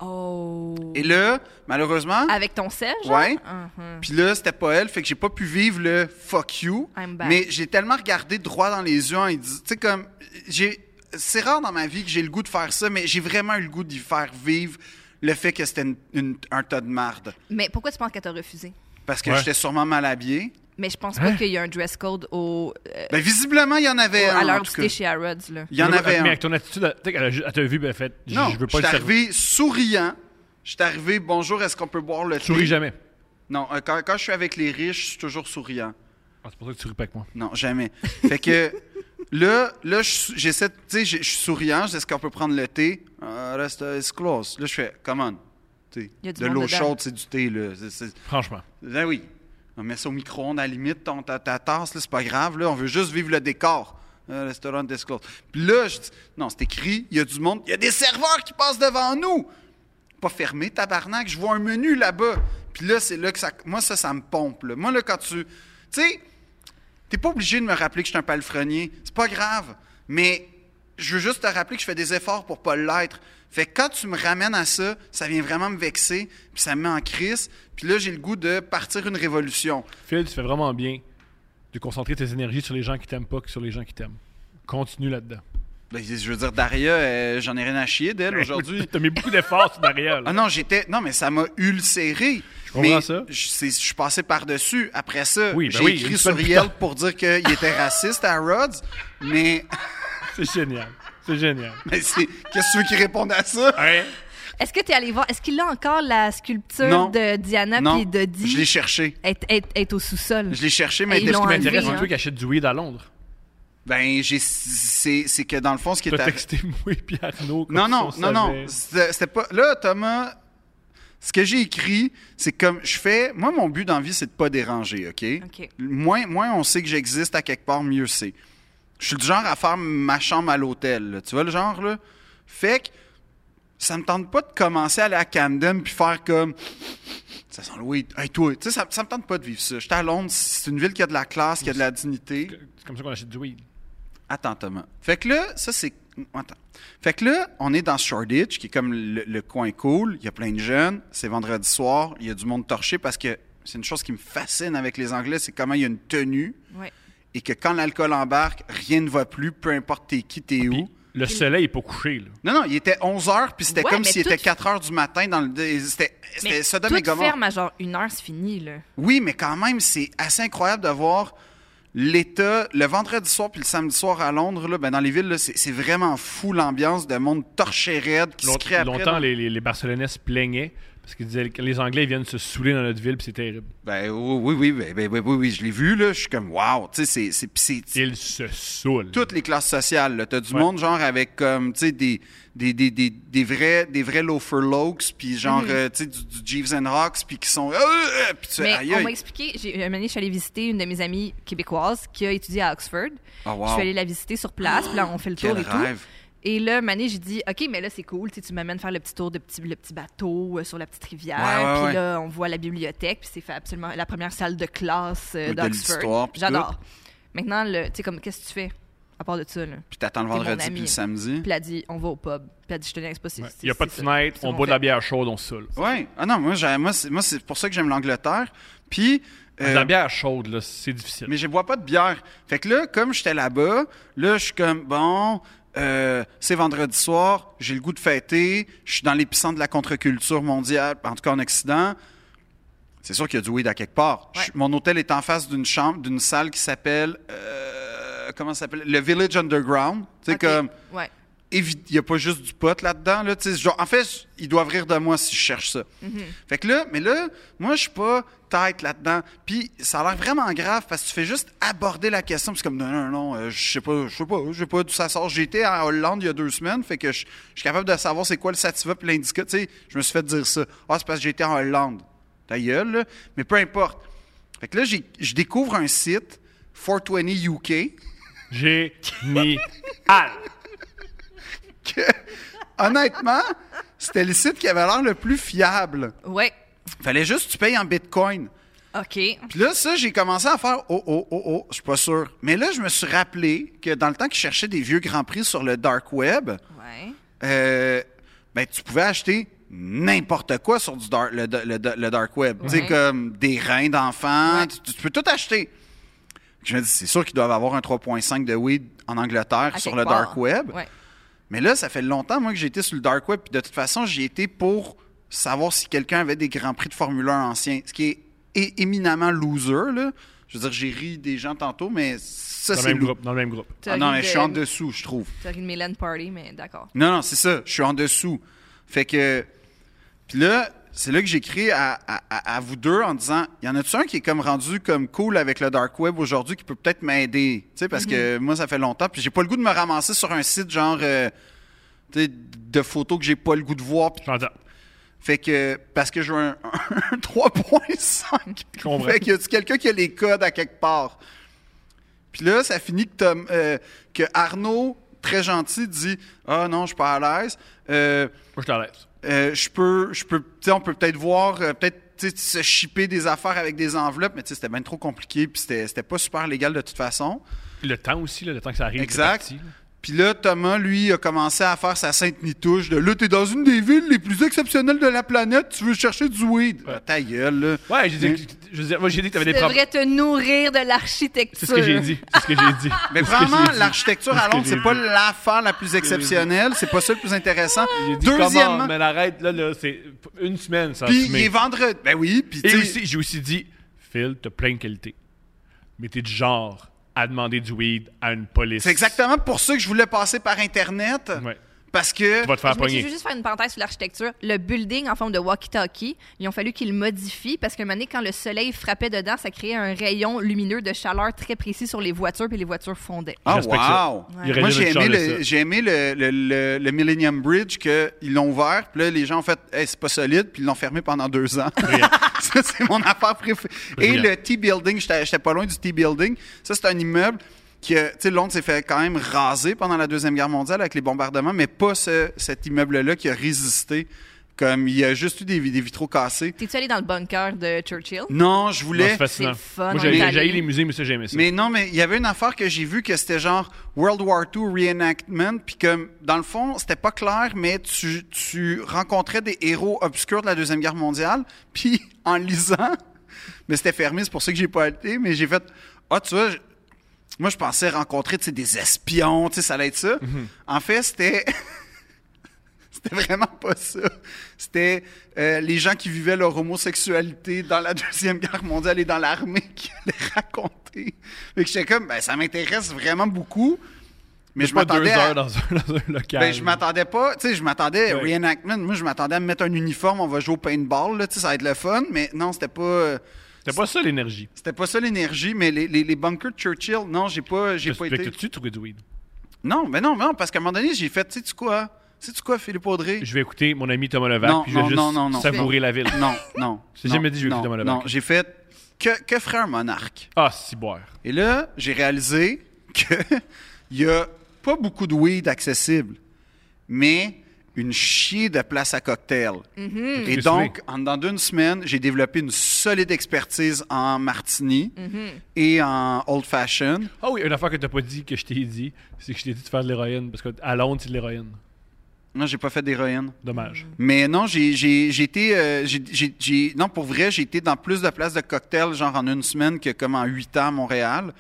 Speaker 3: Oh.
Speaker 2: Et là, malheureusement,
Speaker 3: Avec ton sel, genre?
Speaker 2: Ouais.
Speaker 3: Mhm.
Speaker 2: puis là, c'était pas elle, fait que j'ai pas pu vivre le fuck you.
Speaker 3: I'm back.
Speaker 2: Mais j'ai tellement regardé droit dans les yeux en lui dis- tu sais, comme, j'ai. C'est rare dans ma vie que j'ai le goût de faire ça, mais j'ai vraiment eu le goût d'y faire vivre le fait que c'était une- une- un tas de marde.
Speaker 3: Mais pourquoi tu penses qu'elle t'a refusé?
Speaker 2: Parce que
Speaker 1: Ouais.
Speaker 2: j'étais sûrement mal habillé.
Speaker 3: Mais je pense pas qu'il y a un dress code au, euh,
Speaker 2: Ben, visiblement, il y en avait
Speaker 3: au-
Speaker 2: un.
Speaker 3: à
Speaker 2: en
Speaker 3: l'heure
Speaker 2: tout
Speaker 3: du
Speaker 2: cas.
Speaker 3: thé chez Harrods, là.
Speaker 2: Il y en
Speaker 1: Mais-
Speaker 2: avait
Speaker 1: Mais
Speaker 2: un.
Speaker 1: avec ton attitude, elle- tu sais qu'elle a ju- elle t'a vu, ben fait, j-
Speaker 2: Non,
Speaker 1: je veux pas
Speaker 2: suis
Speaker 1: le servir.
Speaker 2: arrivé souriant. Je suis arrivé, bonjour, est-ce qu'on peut boire le
Speaker 1: Tu
Speaker 2: thé?
Speaker 1: souris jamais.
Speaker 2: Non, euh, quand, quand je suis avec les riches, je suis toujours souriant.
Speaker 1: Ah, c'est pour ça que tu ris pas avec moi.
Speaker 2: Non, jamais. Fait que là, là je suis- j'essaie, Ah, de- tu sais, je je suis souriant, je dis est-ce qu'on peut prendre le thé? Euh, reste is close. Là, je fais, come on, Tu sais,
Speaker 3: Il y a du
Speaker 2: de
Speaker 3: monde
Speaker 2: l'eau
Speaker 3: dedans.
Speaker 2: chaude, c'est du thé. Là. C'est- c'est-
Speaker 1: Franchement.
Speaker 2: Ben oui. On met ça au micro-ondes à la limite, ton, ta, ta tasse, là, c'est pas grave. Là. On veut juste vivre le décor. Euh, restaurant Disclose. Puis là, je dis, non, c'est écrit, il y a du monde, il y a des serveurs qui passent devant nous. Pas fermé, tabarnak, je vois un menu là-bas. Puis là, c'est là que ça. Moi, ça, ça me pompe. là. Moi, là, quand tu. Tu sais, t'es pas obligé de me rappeler que je suis un palefrenier. C'est pas grave. Mais je veux juste te rappeler que je fais des efforts pour pas l'être. Fait que quand tu me ramènes à ça, ça vient vraiment me vexer, puis ça me met en crise, puis là, j'ai le goût de partir une révolution.
Speaker 1: Phil, tu fais vraiment bien de concentrer tes énergies sur les gens qui t'aiment pas que sur les gens qui t'aiment. Continue là-dedans.
Speaker 2: Ben, je veux dire, Daria, euh, j'en ai rien à chier d'elle aujourd'hui.
Speaker 1: T'as mis beaucoup d'efforts sur Daria. là.
Speaker 2: Ah non, j'étais. Non, mais ça m'a ulcéré. Je
Speaker 1: comprends ça.
Speaker 2: Je, c'est- je suis passé par-dessus. Après ça,
Speaker 1: Oui, ben
Speaker 2: j'ai
Speaker 1: oui, une
Speaker 2: écrit
Speaker 1: semaine
Speaker 2: sur
Speaker 1: plus tard.
Speaker 2: Yelp pour dire qu'il était raciste à Rhodes, mais,
Speaker 1: C'est génial. C'est génial.
Speaker 2: mais c'est- qu'est-ce que tu veux qu'il réponde à ça?
Speaker 1: Ouais.
Speaker 3: Est-ce que tu es allé voir? Est-ce qu'il a encore la sculpture
Speaker 2: Non.
Speaker 3: de Diana
Speaker 2: non,
Speaker 3: Ah, puis de Di?
Speaker 2: je l'ai cherché.
Speaker 3: est, est- est au sous-sol.
Speaker 2: Je l'ai cherché, mais
Speaker 3: Et ils
Speaker 2: elle
Speaker 1: Ce
Speaker 3: l'ont
Speaker 1: qui
Speaker 2: était-
Speaker 1: m'intéresse,
Speaker 3: enlevé,
Speaker 1: c'est
Speaker 3: hein.
Speaker 1: toi qui achètes du weed à Londres.
Speaker 2: ben, j'ai- c'est c'est que dans le fond, ce qui est
Speaker 1: T'as
Speaker 2: à-
Speaker 1: texté moi et puis Arnaud. comme
Speaker 2: Non,
Speaker 1: si
Speaker 2: non,
Speaker 1: on
Speaker 2: non, non.
Speaker 1: savait.
Speaker 2: C'était c'était pas. Là, Thomas, ce que j'ai écrit, c'est comme je fais. Moi, mon but dans la vie, c'est de pas déranger, OK?
Speaker 3: OK.
Speaker 2: Moins, moins on sait que j'existe à quelque part, mieux c'est. Je suis du genre à faire ma chambre à l'hôtel. là. Tu vois le genre, là? Fait que ça me tente pas de commencer à aller à Camden puis faire comme. Ça sent le weed. Hey, toi, tu sais, ça, ça me tente pas de vivre ça. J'étais à Londres, c'est une ville qui a de la classe, qui a de la dignité.
Speaker 1: C'est comme ça qu'on achète du weed.
Speaker 2: Attends, Thomas. Fait que là, ça, c'est. Attends. Fait que là, on est dans Shoreditch, qui est comme le, le coin cool. Il y a plein de jeunes. C'est vendredi soir. Il y a du monde torché parce que c'est une chose qui me fascine avec les Anglais, c'est comment il y a une tenue
Speaker 3: Ouais.
Speaker 2: et que quand l'alcool embarque, rien ne va plus, peu importe t'es qui, t'es où.
Speaker 1: Puis le soleil est pas couché, là.
Speaker 2: Non, non, il était 11 h puis c'était
Speaker 3: Ouais,
Speaker 2: comme
Speaker 3: mais
Speaker 2: s'il était
Speaker 3: tout-
Speaker 2: 4 heures du matin dans le. C'était c'était
Speaker 3: Mais
Speaker 2: Sodome
Speaker 3: tout
Speaker 2: et Gomorrhe.
Speaker 3: ferme à genre une heure, c'est fini, là.
Speaker 2: Oui, mais quand même, c'est assez incroyable de voir l'État. Le vendredi soir puis le samedi soir à Londres, là, ben dans les villes, là, c'est c'est vraiment fou l'ambiance de monde torché raide qui
Speaker 1: Long-
Speaker 2: se crée après.
Speaker 1: longtemps,
Speaker 2: dans-
Speaker 1: les, les, les Barcelonais se plaignaient parce qu'ils disaient que les Anglais ils viennent se saouler dans notre ville, puis c'est terrible.
Speaker 2: Ben oui, oui, oui, ben, ben, oui, oui, oui, je l'ai vu, là. Je suis comme, waouh, tu sais, c'est- c'est. puis c'est- c'est-
Speaker 1: Ils se saoulent.
Speaker 2: toutes les classes sociales. là. T'as du
Speaker 1: Ouais.
Speaker 2: monde, genre, avec comme, tu sais, des, des, des, des, des vrais, des vrais loafer lokes, puis genre, euh, tu sais, du, du Jeeves and Rocks, puis qui sont. euh, euh, puis tu fais,
Speaker 3: Mais
Speaker 2: aïe,
Speaker 3: on m'a
Speaker 2: aïe.
Speaker 3: expliqué, j'ai un moment donné, je suis allée visiter une de mes amies québécoises qui a étudié à Oxford.
Speaker 2: Ah, wow.
Speaker 3: Je suis allée la visiter sur place, puis là, on fait le tour
Speaker 2: Quel
Speaker 3: et
Speaker 2: rêve.
Speaker 3: tout. Et là, Mané, j'ai dit, OK, mais là, c'est cool. Tu, sais, tu m'amènes faire le petit tour de petit, le petit bateau euh, sur la petite rivière.
Speaker 2: Ouais, ouais,
Speaker 3: puis
Speaker 2: ouais.
Speaker 3: là, on voit la bibliothèque. Puis c'est fait absolument la première salle de classe euh,
Speaker 2: Oui, de l'histoire,
Speaker 3: d'Oxford.
Speaker 2: puis
Speaker 3: J'adore. Maintenant, le- tu sais, comme, qu'est-ce que tu fais à part de ça? Là?
Speaker 2: Puis t'attends le
Speaker 3: T'es mon
Speaker 2: vendredi,
Speaker 3: ami.
Speaker 2: puis le samedi.
Speaker 3: Puis elle a dit, on va au pub. Puis elle a dit, je te niaise pas.
Speaker 1: Il n'y a pas de fenêtre, on boit de la bière chaude, on se saoule.
Speaker 2: Oui. Ah non, moi, j'ai- moi, c'est, moi, c'est pour ça que j'aime l'Angleterre. Puis. euh,
Speaker 1: Ah, De la bière chaude, là, c'est difficile.
Speaker 2: mais je bois pas de bière. Fait que là, comme j'étais là-bas, là, je suis comme, bon, euh, c'est vendredi soir, j'ai le goût de fêter, je suis dans l'épicentre de la contre-culture mondiale, en tout cas en Occident. C'est sûr qu'il y a du weed à quelque part. Je-
Speaker 3: Ouais.
Speaker 2: mon hôtel est en face d'une chambre, d'une salle qui s'appelle, euh, comment ça s'appelle? Le Village Underground. Tu sais, comme,
Speaker 3: Ouais.
Speaker 2: il n'y a pas juste du pot là-dedans. Là, tu sais, genre, en fait, ils doivent rire de moi si je cherche ça. Fait que là, mais là, moi, je suis pas tête là-dedans. Puis ça a l'air vraiment grave parce que tu fais juste aborder la question. Puis c'est comme, non, non, non, euh, je sais pas, je sais pas, je sais pas d'où ça sort. J'étais en Hollande il y a deux semaines, fait que je je suis capable de savoir c'est quoi le sativa puis l'indica. Tu sais, je me suis fait dire ça. Ah, c'est parce que j'étais en Hollande. Ta gueule, là. Mais peu importe. Fait que là, j'ai- je découvre un site, 420 UK.
Speaker 1: Génial.
Speaker 2: que, honnêtement, c'était le site qui avait l'air le plus fiable.
Speaker 3: Ouais.
Speaker 2: Fallait juste que tu payes en bitcoin.
Speaker 3: OK.
Speaker 2: Puis là, ça, j'ai commencé à faire oh, oh, oh, oh, je suis pas sûr. Mais là, je me suis rappelé que dans le temps que je cherchais des vieux Grands Prix sur le dark web,
Speaker 3: Ouais.
Speaker 2: euh, ben, tu pouvais acheter n'importe quoi sur du dark- le, le- le- le dark web. Tu sais,
Speaker 3: Ouais.
Speaker 2: comme des reins d'enfants,
Speaker 3: Ouais.
Speaker 2: tu, tu peux tout acheter. Je me dis, c'est sûr qu'ils doivent avoir un 3.5 de weed en Angleterre
Speaker 3: À
Speaker 2: sur
Speaker 3: quelque
Speaker 2: le
Speaker 3: part.
Speaker 2: dark web.
Speaker 3: Ouais.
Speaker 2: Mais là, ça fait longtemps, moi, que j'ai été sur le Dark Web. Puis de toute façon, j'y étais pour savoir si quelqu'un avait des grands prix de Formule 1 anciens, ce qui est é- éminemment loser, là. Je veux dire, j'ai ri des gens tantôt, mais ça,
Speaker 1: Dans le
Speaker 2: c'est
Speaker 1: même
Speaker 2: lourd.
Speaker 1: groupe. Dans le même groupe.
Speaker 3: T'as
Speaker 2: Ah non,
Speaker 3: ri
Speaker 2: mais
Speaker 3: de-
Speaker 2: je suis en dessous, je trouve.
Speaker 3: T'as ri de Mélène Party, mais d'accord.
Speaker 2: Non, non, c'est ça. Je suis en dessous. Fait que. Puis là, c'est là que j'écris à, à- à- à vous deux en disant il y en a-tu un qui est comme rendu comme cool avec le dark web aujourd'hui qui peut peut-être m'aider Tu sais, parce que moi, ça fait longtemps. Puis j'ai pas le goût de me ramasser sur un site genre. euh, tu sais, de photos que j'ai pas le goût de voir. Puis
Speaker 1: J'entends.
Speaker 2: Fait que, parce que j'ai un, un 3.5.
Speaker 1: Je comprends.
Speaker 2: Fait qu'il y a quelqu'un qui a les codes à quelque part. Puis là, ça finit que, Tom- euh, que Arnaud, très gentil, dit Ah non, je suis pas à l'aise. Euh,
Speaker 1: Moi, je te laisse.
Speaker 2: euh, je peux, je peux, tu sais, on peut peut-être voir, euh, peut-être tu sais, se shipper des affaires avec des enveloppes, mais tu sais, c'était bien trop compliqué, puis c'était c'était pas super légal de toute façon.
Speaker 1: Puis le temps aussi, là, le temps que ça arrive.
Speaker 2: Exact.
Speaker 1: c'est parti, là.
Speaker 2: Puis là, Thomas, lui, a commencé à faire sa sainte nitouche de là, t'es dans une des villes les plus exceptionnelles de la planète, tu veux chercher du weed. Ah, ta gueule, là.
Speaker 1: Ouais, j'ai dit, je veux dire, moi, j'ai dit que t'avais
Speaker 3: Tu
Speaker 1: des problèmes.
Speaker 3: devrais te nourrir de l'architecture.
Speaker 1: C'est ce que j'ai dit. C'est ce que j'ai dit.
Speaker 2: Mais
Speaker 1: C'est ce que j'ai
Speaker 2: vraiment,
Speaker 1: dit.
Speaker 2: l'architecture à
Speaker 1: C'est ce que
Speaker 2: Londres,
Speaker 1: j'ai
Speaker 2: c'est pas
Speaker 1: dit.
Speaker 2: l'affaire la plus exceptionnelle, c'est pas ça le plus intéressant.
Speaker 1: J'ai dit, comment,
Speaker 2: Deuxièmement,
Speaker 1: mais arrête, là, là, c'est une semaine, ça a
Speaker 2: puis il
Speaker 1: fumé.
Speaker 2: est vendredi. Ben oui, puis tu
Speaker 1: Et
Speaker 2: sais-
Speaker 1: aussi, j'ai aussi dit, Phil, t'as plein de qualités. Mais t'es du genre à demander du weed à une police.
Speaker 2: C'est exactement pour ça que je voulais passer par Internet.
Speaker 1: Ouais.
Speaker 2: Parce que.
Speaker 1: Tu vas te faire
Speaker 3: Je me dis, je
Speaker 1: pogner.
Speaker 3: veux juste faire une parenthèse sur l'architecture. Le building en forme de walkie-talkie, ils ont fallu qu'ils le modifient parce qu'à un moment donné, quand le soleil frappait dedans, ça créait un rayon lumineux de chaleur très précis sur les voitures, puis les voitures fondaient.
Speaker 2: Ah,
Speaker 1: respecte ça.
Speaker 2: wow!
Speaker 1: Il aurait
Speaker 2: Moi,
Speaker 1: dû
Speaker 2: j'ai
Speaker 1: nous
Speaker 2: aimé,
Speaker 1: charler
Speaker 2: le,
Speaker 1: ça.
Speaker 2: j'ai aimé le, le- le- le Millennium Bridge qu'ils l'ont ouvert. Puis là, les gens ont fait Hey, c'est pas solide », puis ils l'ont fermé pendant deux ans. ça, c'est mon affaire préférée. Et
Speaker 1: Brillant.
Speaker 2: le T-Building, j'étais j'étais pas loin du T-Building. Ça, c'est un immeuble que, tu sais, Londres s'est fait quand même raser pendant la Deuxième Guerre mondiale avec les bombardements, mais pas ce- cet immeuble-là qui a résisté. Comme, il y a juste eu des, des vitraux cassés.
Speaker 3: T'es-tu allé dans le bunker de Churchill?
Speaker 2: Non, je
Speaker 1: Non,
Speaker 2: voulais...
Speaker 1: c'est fascinant.
Speaker 3: C'est fun,
Speaker 1: Moi,
Speaker 3: on
Speaker 1: j'ai
Speaker 3: est allé.
Speaker 1: j'ai haï les musées, mais ça, j'aimais ça.
Speaker 2: Mais non, mais il y avait une affaire que j'ai vue que c'était genre World War II reenactment, puis comme dans le fond, c'était pas clair, mais tu, tu rencontrais des héros obscurs de la Deuxième Guerre mondiale, puis en lisant, mais c'était fermé, c'est pour ça que j'ai pas été, mais j'ai fait Ah, tu vois, je- moi je pensais rencontrer tu sais, des espions, tu sais, ça allait être ça.
Speaker 1: Mhm.
Speaker 2: En fait, c'était. C'était vraiment pas ça. C'était euh, les gens qui vivaient leur homosexualité dans la Deuxième Guerre mondiale et dans l'armée qui allaient raconter. Fait que j'étais comme, ben, ça m'intéresse vraiment beaucoup. Mais je
Speaker 1: Pas deux
Speaker 2: m'attendais à-
Speaker 1: heures dans un, dans un local.
Speaker 2: ben, je m'attendais pas, tu sais, je m'attendais à
Speaker 1: Ouais.
Speaker 2: reenactment. Moi, je m'attendais à me mettre un uniforme, on va jouer au paintball, là, tu sais, ça va être le fun. Mais non, c'était pas,
Speaker 1: C'était pas ça, l'énergie.
Speaker 2: c'était pas ça l'énergie. Mais les, les, les bunkers de Churchill, non, j'ai pas, j'ai pas
Speaker 1: Fait que
Speaker 2: été.
Speaker 1: tu trouvé du weed.
Speaker 2: Non, mais non, mais non, parce qu'à un moment donné, j'ai fait, tu sais, tu quoi, tu sais, tu quoi, Philippe Audrey.
Speaker 1: Je vais écouter mon ami Thomas Levac,
Speaker 2: Non,
Speaker 1: puis je vais
Speaker 2: non,
Speaker 1: juste
Speaker 2: non, non, non.
Speaker 1: savourer la ville.
Speaker 2: Non, non.
Speaker 1: J'ai
Speaker 2: non,
Speaker 1: jamais dit je vais
Speaker 2: non,
Speaker 1: écouter Thomas Levac.
Speaker 2: Non, j'ai fait que, que ferait un monarque?
Speaker 1: Ah, si boire.
Speaker 2: Et là, j'ai réalisé que il y a pas beaucoup de weed accessible, mais une chier de place à cocktail. Et
Speaker 1: J'ai
Speaker 2: donc, en dedans d'une semaine, j'ai développé une solide expertise en martini et en old fashion.
Speaker 1: Ah oui, une affaire que t'as pas dit, que je t'ai dit, c'est que je t'ai dit de faire de l'héroïne, parce qu'à Londres, c'est de l'héroïne.
Speaker 2: Non, j'ai pas fait d'héroïne.
Speaker 1: Dommage.
Speaker 2: Mais non, j'ai j'ai- j'ai été. euh, j'ai- j'ai- j'ai- non, pour vrai, j'ai été dans plus de places de cocktails, genre en une semaine, que comme en huit ans à Montréal.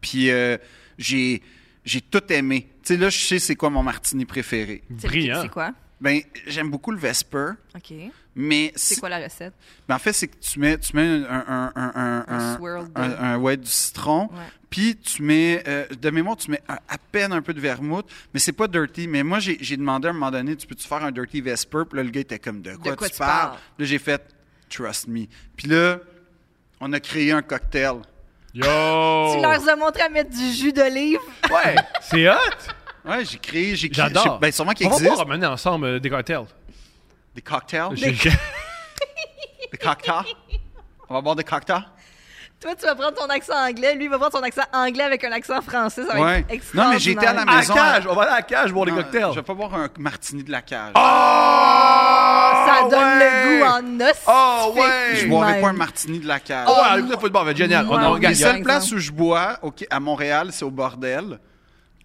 Speaker 2: Puis euh, j'ai j'ai tout aimé. Tu sais, là, je sais c'est quoi mon martini préféré.
Speaker 3: C'est-
Speaker 1: Brillant.
Speaker 3: C'est quoi?
Speaker 2: Ben, j'aime beaucoup le Vesper,
Speaker 3: OK.
Speaker 2: mais
Speaker 3: C'est
Speaker 2: si-
Speaker 3: quoi la recette?
Speaker 2: mais en fait, c'est que tu mets, tu mets un, un, un, un,
Speaker 3: Un swirl de-
Speaker 2: un- un- ouais, du citron,
Speaker 3: Ouais.
Speaker 2: puis tu mets, euh, de mémoire, tu mets un- à peine un peu de vermouth, mais c'est pas dirty. Mais moi, j'ai j'ai demandé à un moment donné, tu peux-tu faire un dirty Vesper? Puis là, le gars était comme, de quoi,
Speaker 3: quoi
Speaker 2: tu
Speaker 3: tu
Speaker 2: parles?
Speaker 3: parles?
Speaker 2: Là, j'ai fait, trust me. Puis là, on a créé un cocktail.
Speaker 1: Yo!
Speaker 2: Oh.
Speaker 3: Tu leur as montré à mettre du jus d'olive?
Speaker 2: Ouais!
Speaker 1: C'est hot!
Speaker 2: ouais, j'ai créé, j'ai créé. je sais-
Speaker 1: J'adore.
Speaker 2: Ben, sûrement qu'il
Speaker 1: On va
Speaker 2: existe.
Speaker 1: pouvoir ramener ensemble euh, des cocktails.
Speaker 2: Des cocktails.
Speaker 1: J'ai-
Speaker 2: Des cocktails. On va boire des cocktails.
Speaker 3: Toi, tu vas prendre ton accent anglais, lui il va prendre son accent anglais avec un accent français, ça va
Speaker 2: Ouais.
Speaker 3: être extraordinaire.
Speaker 2: Non, mais j'étais à la
Speaker 1: À la
Speaker 2: Maison,
Speaker 1: cage! On va aller à la cage boire des
Speaker 2: Non,
Speaker 1: cocktails. Ah,
Speaker 2: Je vais pas boire un martini de la cage.
Speaker 1: Oh!
Speaker 3: Ça
Speaker 2: Ah
Speaker 3: donne
Speaker 1: ouais!
Speaker 3: le goût en os.
Speaker 1: Oh, ouais!
Speaker 2: Je
Speaker 1: Hey,
Speaker 2: boirais pas un martini de la cage.
Speaker 1: Ah ouais, le goût de football, va être génial. On
Speaker 3: Ouais.
Speaker 1: en
Speaker 2: Les
Speaker 1: regarde.
Speaker 2: seules
Speaker 3: exemple.
Speaker 2: places où je bois ok, à Montréal, c'est au bordel.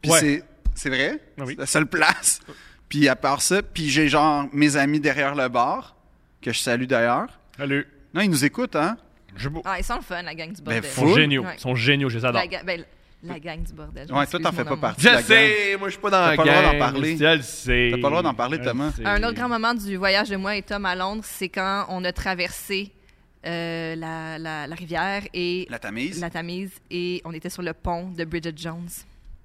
Speaker 2: Puis
Speaker 1: Ouais.
Speaker 2: c'est, c'est vrai.
Speaker 1: Ah oui.
Speaker 2: C'est la seule place. Puis à part ça, puis j'ai genre mes amis derrière le bar, que je salue d'ailleurs.
Speaker 1: Salut.
Speaker 2: Non, ils nous écoutent, hein?
Speaker 1: Je Ils
Speaker 3: Ah, ils sont le fun, la gang du
Speaker 2: Ben,
Speaker 3: bordel.
Speaker 2: fou.
Speaker 1: sont
Speaker 2: Full.
Speaker 1: géniaux.
Speaker 3: Ouais.
Speaker 1: Ils sont géniaux, je les adore.
Speaker 3: la, ga- ben, la gang du bordel. je
Speaker 2: Ouais, toi,
Speaker 3: m'excuse,
Speaker 2: t'en fais
Speaker 3: mon
Speaker 2: pas
Speaker 3: amour.
Speaker 2: partie.
Speaker 1: Je
Speaker 2: la
Speaker 1: sais, moi je suis pas dans
Speaker 2: T'as
Speaker 1: la
Speaker 2: pas le droit d'en
Speaker 1: gang,
Speaker 2: parler.
Speaker 1: Je le sais.
Speaker 2: T'as pas le droit d'en parler,
Speaker 1: Je
Speaker 2: Thomas.
Speaker 1: sais.
Speaker 3: Un autre grand moment du voyage de moi et Tom à Londres, c'est quand on a traversé euh, la, la- la rivière et
Speaker 2: La Tamise.
Speaker 3: la Tamise et on était sur le pont de Bridget Jones.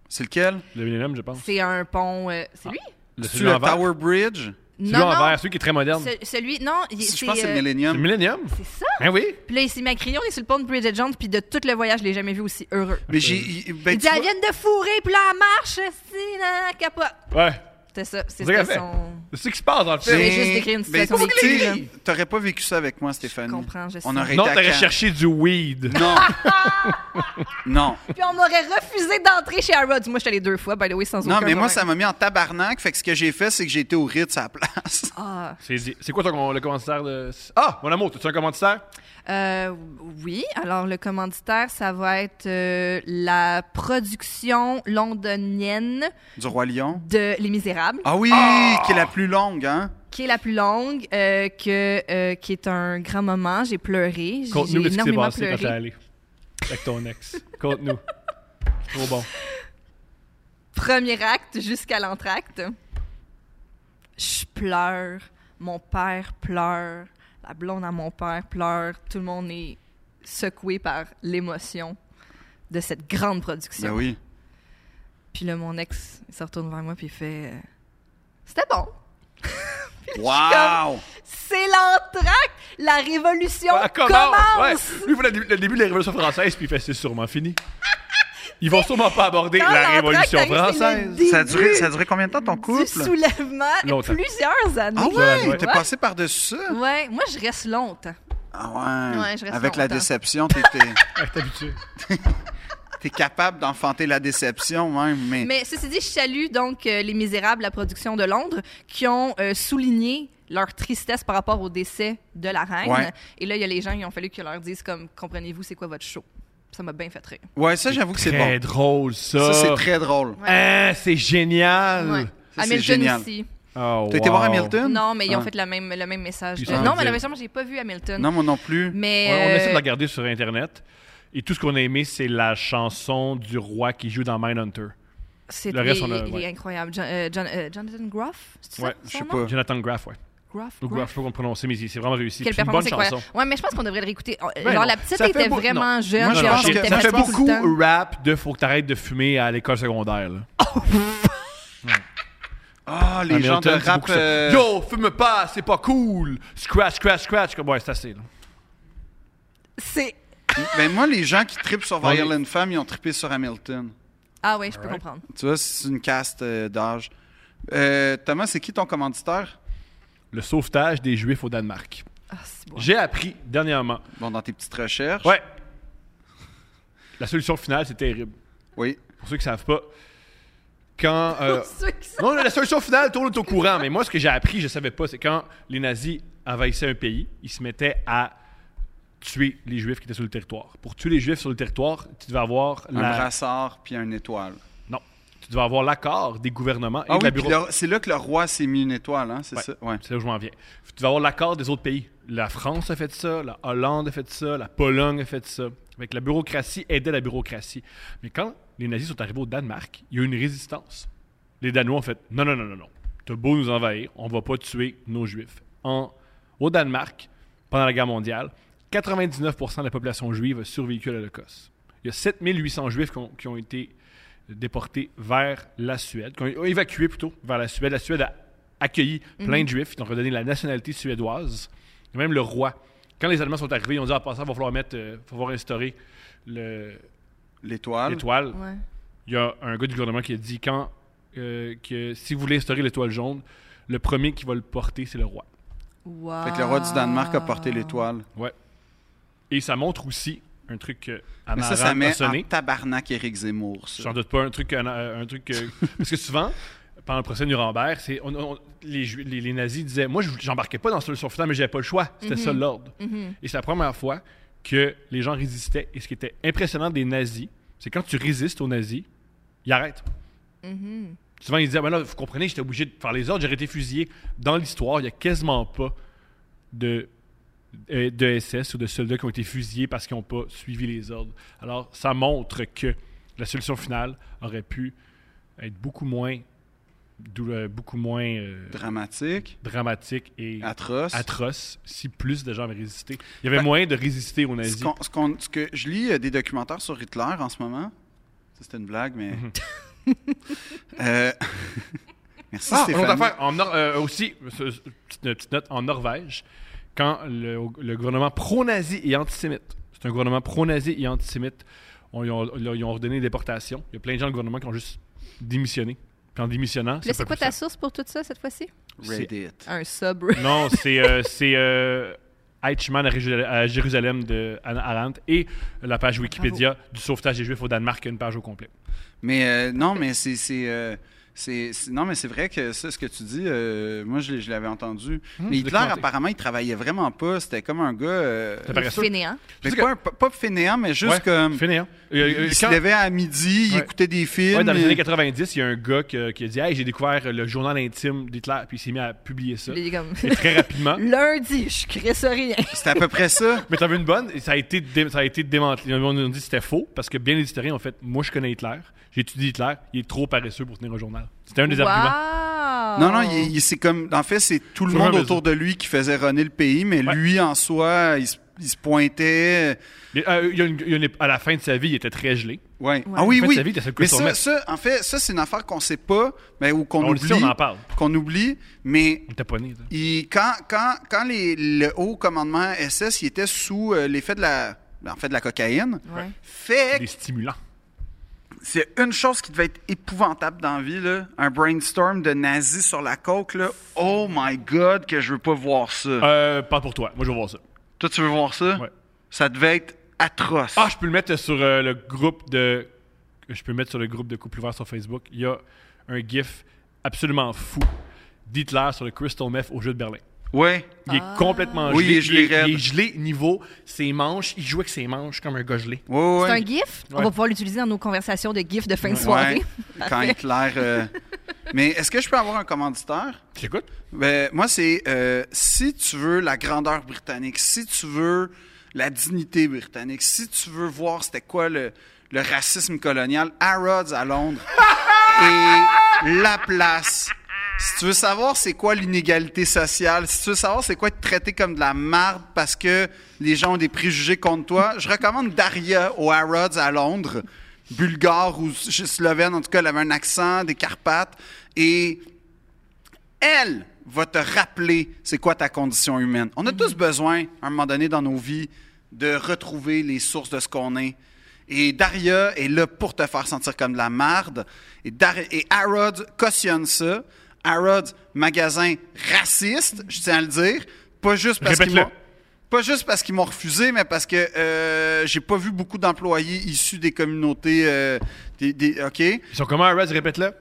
Speaker 2: C'est lequel?
Speaker 1: Le Millennium, je pense.
Speaker 3: C'est un pont. euh,
Speaker 2: Ah.
Speaker 3: c'est lui?
Speaker 2: C'est
Speaker 1: celui
Speaker 2: le
Speaker 1: en vert.
Speaker 2: Tower Bridge?
Speaker 1: Celui en vert, celui qui est très moderne.
Speaker 3: ce- celui. Non, il-
Speaker 2: Je
Speaker 3: c'est.
Speaker 2: pense que c'est le
Speaker 3: euh,
Speaker 1: Le
Speaker 2: Millennium.
Speaker 1: Millennium?
Speaker 3: c'est ça?
Speaker 1: Ben oui.
Speaker 3: Puis là, il s'est mis à crier, on est sur le pont de Bridget Jones, puis de tout le voyage, je l'ai jamais vu aussi heureux.
Speaker 2: Mais j'ai. ben, tu
Speaker 3: il dit,
Speaker 2: vois-
Speaker 3: elle vient de fourrer, puis là, elle marche, si, là, capote.
Speaker 1: Ouais.
Speaker 3: C'était ça,
Speaker 1: C'est ça
Speaker 3: c'était
Speaker 1: qu'elle
Speaker 3: son...
Speaker 1: C'est ce qui se passe dans le film.
Speaker 3: Mais- juste décrire une situation
Speaker 2: mais ben, tu
Speaker 3: vécue,
Speaker 2: sais,
Speaker 3: là.
Speaker 2: T'aurais pas vécu ça avec moi, Stéphanie.
Speaker 3: comprends, je sais.
Speaker 2: On aurait
Speaker 1: Non,
Speaker 2: été à
Speaker 1: t'aurais
Speaker 2: Cannes.
Speaker 1: cherché du weed.
Speaker 2: Non. non.
Speaker 3: Puis on m'aurait refusé d'entrer chez Harrods. Moi, j'étais allée deux fois, by the way, sans
Speaker 2: Non,
Speaker 3: aucun
Speaker 2: mais moi, ça
Speaker 3: problème.
Speaker 2: m'a mis en tabarnak. Fait que ce que j'ai fait, c'est que j'ai été au Ritz à la place.
Speaker 3: Ah,
Speaker 1: C'est dit. C'est quoi ton com- le commentaire de. Ah, mon amour, t'as-tu un commentaire?
Speaker 3: euh, oui. Alors, le commanditaire, ça va être euh, la production londonienne
Speaker 2: Du Roi Lion.
Speaker 3: de Les Misérables,
Speaker 2: Ah oui, qui est la plus longue, hein?
Speaker 3: qui est la plus longue, euh, que, euh, qui est un grand moment. J'ai pleuré. J'ai
Speaker 1: Conte-nous ce qui s'est
Speaker 3: énormément
Speaker 1: passé quand t'es
Speaker 3: pleuré.
Speaker 1: allé avec ton ex. Conte-nous. Trop bon.
Speaker 3: Premier acte jusqu'à l'entracte. Je pleure. Mon père pleure. La blonde à mon père pleure. Tout le monde est secoué par l'émotion de cette grande production.
Speaker 2: Ben oui.
Speaker 3: Puis là, mon ex il se retourne vers moi puis il fait euh, C'était bon.
Speaker 2: Wow!
Speaker 3: C'est l'entracte. La révolution
Speaker 1: Ah,
Speaker 3: commence.
Speaker 1: Ouais. Lui, il fait le, dé- le début de la Révolution française, puis il fait c'est sûrement fini. Ils vont sûrement pas aborder
Speaker 3: Dans
Speaker 1: la
Speaker 3: l'entracte,
Speaker 1: Révolution
Speaker 3: arrive, c'est le
Speaker 1: française.
Speaker 3: début
Speaker 2: Ça a, duré, ça a duré combien de temps ton
Speaker 3: Du
Speaker 2: couple?
Speaker 3: soulèvement.
Speaker 1: Longtemps.
Speaker 3: Plusieurs années.
Speaker 2: Ah ouais?
Speaker 1: Ouais.
Speaker 2: T'es passé par-dessus ça?
Speaker 3: Ouais, moi, je reste longtemps.
Speaker 2: Ah ouais?
Speaker 3: Ouais, je reste
Speaker 2: Avec la
Speaker 3: longtemps.
Speaker 2: déception, t'es- t'es
Speaker 1: Ah, t'es habitué.
Speaker 2: t'es capable d'enfanter la déception, même, mais...
Speaker 3: Mais ceci dit, je salue donc euh, les Misérables, la production de Londres, qui ont euh, souligné leur tristesse par rapport au décès de la reine.
Speaker 2: Ouais.
Speaker 3: Et là, il y a les gens qui ont fallu qu'ils leur disent comme comprenez-vous c'est quoi votre show. Ça m'a bien fait rire.
Speaker 2: Ouais, ça, j'avoue que c'est
Speaker 1: Très
Speaker 2: bon.
Speaker 1: drôle, ça.
Speaker 2: Ça, c'est très drôle.
Speaker 1: Hein, c'est génial.
Speaker 3: Ouais.
Speaker 2: Euh, Ça, c'est
Speaker 3: Hamilton
Speaker 2: génial.
Speaker 3: aussi.
Speaker 1: Oh,
Speaker 2: T'as été voir
Speaker 1: wow.
Speaker 2: Hamilton?
Speaker 3: Non, mais ils ont
Speaker 2: Ah.
Speaker 3: fait la même, le même message.
Speaker 1: Ils
Speaker 3: de-
Speaker 1: sont
Speaker 3: Non,
Speaker 1: dit-
Speaker 3: malheureusement, j'ai pas vu Hamilton.
Speaker 2: Non, moi non plus.
Speaker 3: Mais
Speaker 1: Ouais, on essaie de
Speaker 3: euh,
Speaker 1: la regarder sur Internet. Et tout ce qu'on a aimé, c'est la chanson du roi qui joue dans Mindhunter.
Speaker 3: c'est
Speaker 1: le reste,
Speaker 3: il-
Speaker 1: on a-
Speaker 3: il
Speaker 1: ouais.
Speaker 3: est incroyable. John- euh, John- euh, Jonathan Groff, c'est
Speaker 1: Ouais,
Speaker 2: je sais pas.
Speaker 1: Jonathan Graff, ouais.
Speaker 3: Groff,
Speaker 1: Ou Graff, je sais pas comment le prononcer, mais c'est vraiment réussi.
Speaker 3: Quelle
Speaker 1: C'est une
Speaker 3: performance
Speaker 1: bonne
Speaker 3: incroyable.
Speaker 1: chanson.
Speaker 3: Ouais, mais je pense qu'on devrait le réécouter. On-
Speaker 1: Ben
Speaker 3: genre
Speaker 1: non,
Speaker 3: la petite
Speaker 1: ça fait
Speaker 3: était
Speaker 1: beau- non.
Speaker 3: vraiment jeune.
Speaker 2: Moi,
Speaker 1: Non,
Speaker 2: je
Speaker 1: non,
Speaker 2: pense
Speaker 1: c'est-
Speaker 2: que-
Speaker 1: ça fait
Speaker 2: pas tout le
Speaker 1: beaucoup rap de faut que t'arrêtes de fumer à l'école secondaire. là.
Speaker 2: Ah, les gens de
Speaker 1: Hamilton, c'est
Speaker 2: rap...
Speaker 1: beaucoup ça.
Speaker 2: euh,
Speaker 1: Yo, fume pas, c'est pas cool. Scratch, scratch, scratch. Comme, Ouais, c'est assez. là.
Speaker 3: C'est
Speaker 2: Ben moi, les gens qui tripent sur
Speaker 1: Ouais.
Speaker 2: Violent Femme, ils ont trippé sur Hamilton.
Speaker 3: Ah ouais, je peux
Speaker 1: Alright.
Speaker 3: comprendre.
Speaker 2: Tu vois, c'est une caste euh, d'âge. Euh, Thomas, c'est qui ton commanditaire?
Speaker 1: Le sauvetage des Juifs au Danemark.
Speaker 3: Ah, c'est beau.
Speaker 1: J'ai appris dernièrement.
Speaker 2: Bon, dans tes petites recherches.
Speaker 1: Ouais. La solution finale, c'est terrible.
Speaker 2: Oui.
Speaker 1: Pour ceux qui savent pas, quand. euh,
Speaker 3: Ceux qui sont-
Speaker 1: Non, la solution finale, tout le monde est au courant. Mais moi, ce que j'ai appris, je savais pas, c'est quand les nazis envahissaient un pays, ils se mettaient à tuer les juifs qui étaient sur le territoire. Pour tuer les juifs sur le territoire, tu devais avoir
Speaker 2: Un
Speaker 1: la...
Speaker 2: brassard puis une étoile.
Speaker 1: non, tu devais avoir l'accord des gouvernements et
Speaker 2: Ah
Speaker 1: de
Speaker 2: oui,
Speaker 1: la
Speaker 2: puis
Speaker 1: bureau.
Speaker 2: le- c'est là que le roi s'est mis une étoile, hein, c'est
Speaker 1: Ouais.
Speaker 2: ça? Ouais.
Speaker 1: C'est là où je m'en viens. Tu devais avoir l'accord des autres pays. La France a fait ça, la Hollande a fait ça, la Pologne a fait ça. Avec la bureaucratie aidait la bureaucratie. Mais quand les nazis sont arrivés au Danemark, il y a eu une résistance. Les Danois ont fait non, non, non, non, non. T'as beau nous envahir, on va pas tuer nos juifs. En, au Danemark, pendant la guerre mondiale, 99% de la population juive a survécu à l'Holocauste. Il y a 7800 juifs qui ont, qui ont été déportés vers la Suède, qui ont évacué plutôt vers la Suède. La Suède a accueilli
Speaker 2: Mhm.
Speaker 1: plein de juifs, ils ont redonné la nationalité suédoise, et même le roi. Quand les Allemands sont arrivés, ils ont dit en passant, il va falloir mettre, euh, va falloir instaurer le-
Speaker 2: L'étoile.
Speaker 1: l'étoile
Speaker 3: Ouais.
Speaker 1: il y a un gars du gouvernement qui a dit quand euh, que si vous voulez instaurer l'étoile jaune, le premier qui va le porter, c'est le roi.
Speaker 3: Wow.
Speaker 2: Fait que le roi du Danemark a porté l'étoile.
Speaker 1: Ouais. Et ça montre aussi un truc euh,
Speaker 2: Mais
Speaker 1: amarrant
Speaker 2: ça, ça met
Speaker 1: à sonner.
Speaker 2: en tabarnak Éric Zemmour, ça.
Speaker 1: J'en doute pas, un truc... Un, un truc euh, parce que souvent, pendant le procès de Nuremberg, c'est, on- on- les, Ju- les- les nazis disaient... Moi, je- j'embarquais pas dans ce solution finale, mais j'avais pas le choix. C'était ça l'ordre.
Speaker 3: Mhm. Mm-hmm,
Speaker 1: Et c'est la première fois que les gens résistaient. Et ce qui était impressionnant des nazis, c'est quand tu résistes aux nazis, ils arrêtent.
Speaker 3: mm-hmm.
Speaker 1: Souvent, ils disaient, ben là, vous comprenez, j'étais obligé de faire les ordres, j'aurais été fusillé. Dans l'histoire, il n'y a quasiment pas de, euh, de SS ou de soldats qui ont été fusillés parce qu'ils n'ont pas suivi les ordres. Alors, ça montre que la solution finale aurait pu être beaucoup moins, dou- euh, beaucoup moins euh,
Speaker 2: Dramatique,
Speaker 1: dramatique et
Speaker 2: atroce.
Speaker 1: atroce si plus de gens avaient résisté. Il y avait
Speaker 2: Ben,
Speaker 1: moyen de résister aux
Speaker 2: Ce,
Speaker 1: nazis.
Speaker 2: qu'on- ce qu'on- ce que je lis euh, des documentaires sur Hitler en ce moment. Ça, C'était une blague, mais. Euh,
Speaker 1: Mhm.
Speaker 2: Merci
Speaker 1: Ah, une autre
Speaker 2: Stéphanie.
Speaker 1: affaire. En Nor- euh, aussi, ce- ce- petite, euh, petite note, en Norvège, quand le, le gouvernement pro-nazi et antisémite, c'est un gouvernement pro-nazi et antisémite, on, ils, ont, ils ont ordonné des déportations. Il y a plein de gens du gouvernement qui ont juste démissionné. Puis en démissionnant,
Speaker 3: Là,
Speaker 1: ça
Speaker 3: c'est
Speaker 1: peut
Speaker 3: quoi
Speaker 1: plus
Speaker 3: ta
Speaker 1: faire.
Speaker 3: source pour tout ça cette fois-ci?
Speaker 2: Reddit.
Speaker 3: Un sub.
Speaker 1: Non, c'est euh, c'est euh, Eichmann à Régul- à Jérusalem de Anna Arendt et la
Speaker 2: Ah,
Speaker 1: page Wikipédia du sauvetage des Juifs au Danemark, une page au complet.
Speaker 2: Mais euh, non, mais c'est. c'est, euh, c'est- c'est- non, mais c'est vrai que ça, ce que tu dis, euh, moi, je, l'ai- je l'avais entendu.
Speaker 1: Hum,
Speaker 2: mais Hitler,
Speaker 1: documenté.
Speaker 2: apparemment, il travaillait vraiment pas. C'était comme un gars. euh,
Speaker 1: T'as paresseux?
Speaker 3: Fainéant.
Speaker 2: mais
Speaker 1: Parce que-
Speaker 2: pas, un- pas- pas fainéant, mais juste
Speaker 1: Ouais,
Speaker 2: comme.
Speaker 1: fini, hein? Euh,
Speaker 2: Hum. il
Speaker 1: euh,
Speaker 2: se
Speaker 1: quand-
Speaker 2: levait à midi, il
Speaker 1: Ouais.
Speaker 2: écoutait des films. euh,
Speaker 1: Ouais, dans les
Speaker 2: et-
Speaker 1: années 90, il y a un gars que- qui a dit Hey, j'ai découvert le journal intime d'Hitler, puis il s'est mis à publier ça.
Speaker 3: Il est comme-
Speaker 1: Et très rapidement.
Speaker 3: Lundi, je crée ça rien.
Speaker 2: C'était à peu près ça.
Speaker 1: Mais t'as vu une bonne, et ça a été, dé- ça a été démantelé. On nous a dit que c'était faux, parce que bien les historiens ont fait Moi, je connais Hitler, j'étudie Hitler, il est trop paresseux pour tenir un journal. C'était un des arguments.
Speaker 3: Wow.
Speaker 2: Non, non, il, il- c'est comme. En fait, c'est tout le
Speaker 1: Faut
Speaker 2: monde
Speaker 1: jamais
Speaker 2: autour de lui qui faisait runner le pays, mais
Speaker 1: Ouais.
Speaker 2: lui, en soi, il se, il se pointait.
Speaker 1: Mais, euh, il y a une- il y a une- à la fin de sa vie, il était très gelé.
Speaker 2: Ouais.
Speaker 3: Ouais.
Speaker 2: Ah oui,
Speaker 1: En fait,
Speaker 2: oui.
Speaker 1: sa vie, t'as cette
Speaker 2: mais
Speaker 1: couture
Speaker 2: ça,
Speaker 1: mètre.
Speaker 2: ça, en fait, ça, c'est une affaire qu'on sait pas, mais, ou qu'on
Speaker 1: On le
Speaker 2: oublie.
Speaker 1: sait, on en parle.
Speaker 2: Qu'on oublie, mais
Speaker 1: Il était pas né. là.
Speaker 2: il- quand, quand, quand les- le haut commandement SS il était sous euh, l'effet de la. En fait, de la cocaïne.
Speaker 3: Ouais.
Speaker 2: Fait
Speaker 1: Des
Speaker 2: que
Speaker 1: stimulants.
Speaker 2: c'est une chose qui devait être épouvantable dans la vie, là. Un brainstorm de nazis sur la coke, là. Oh my God, que je veux pas voir ça.
Speaker 1: Euh, pas pour toi. Moi, je vais voir ça.
Speaker 2: Toi, tu veux voir ça?
Speaker 1: Ouais.
Speaker 2: Ça devait être atroce.
Speaker 1: Ah, je peux le mettre sur euh, le groupe de. Je peux le mettre sur le groupe de Couple Ouvert sur Facebook. Il y a un GIF absolument fou d'Hitler sur le Crystal Meth au jeu de Berlin.
Speaker 2: Ouais.
Speaker 1: Il
Speaker 3: Ah.
Speaker 1: est complètement
Speaker 2: Oui,
Speaker 1: gelé.
Speaker 2: il est gelé raide.
Speaker 1: il est gelé niveau ses manches. Il jouait avec ses manches comme un gars gelé.
Speaker 2: Ouais, ouais,
Speaker 3: C'est
Speaker 2: ouais.
Speaker 3: un GIF. On
Speaker 1: Ouais.
Speaker 3: va pouvoir l'utiliser dans nos conversations de GIF de fin de
Speaker 2: Ouais,
Speaker 3: soirée.
Speaker 2: quand Hitler. euh, Mais est-ce que je peux avoir un commanditaire?
Speaker 1: J'écoute.
Speaker 2: Ben, moi, c'est euh, si tu veux la grandeur britannique, si tu veux la dignité britannique, si tu veux voir c'était quoi le, le racisme colonial, Harrods à Londres et la place. Si tu veux savoir c'est quoi l'inégalité sociale, si tu veux savoir c'est quoi être traité comme de la marde parce que les gens ont des préjugés contre toi, je recommande Daria au Harrods à Londres, bulgare ou s- slovène, en tout cas, elle avait un accent des Carpates et elle va te rappeler c'est quoi ta condition humaine. On a tous besoin, à un moment donné dans nos vies, de retrouver les sources de ce qu'on est. Et Daria est là pour te faire sentir comme de la marde. Et, Dar- et Harrods cautionne ça. Harrods, magasin raciste, je tiens à le dire. Pas juste parce qu'ils
Speaker 1: Répète-le.
Speaker 2: m'ont... Pas juste parce qu'ils m'ont refusé, mais parce que euh, j'ai pas vu beaucoup d'employés issus des communautés... euh, des, des- OK?
Speaker 1: Ils sont comment, Rez? Répète-le.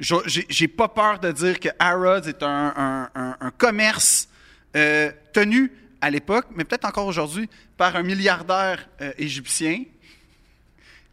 Speaker 2: Je- J'ai j'ai pas peur de dire que Harrods est un, un- un- un commerce euh, tenu à l'époque, mais peut-être encore aujourd'hui, par un milliardaire euh, égyptien,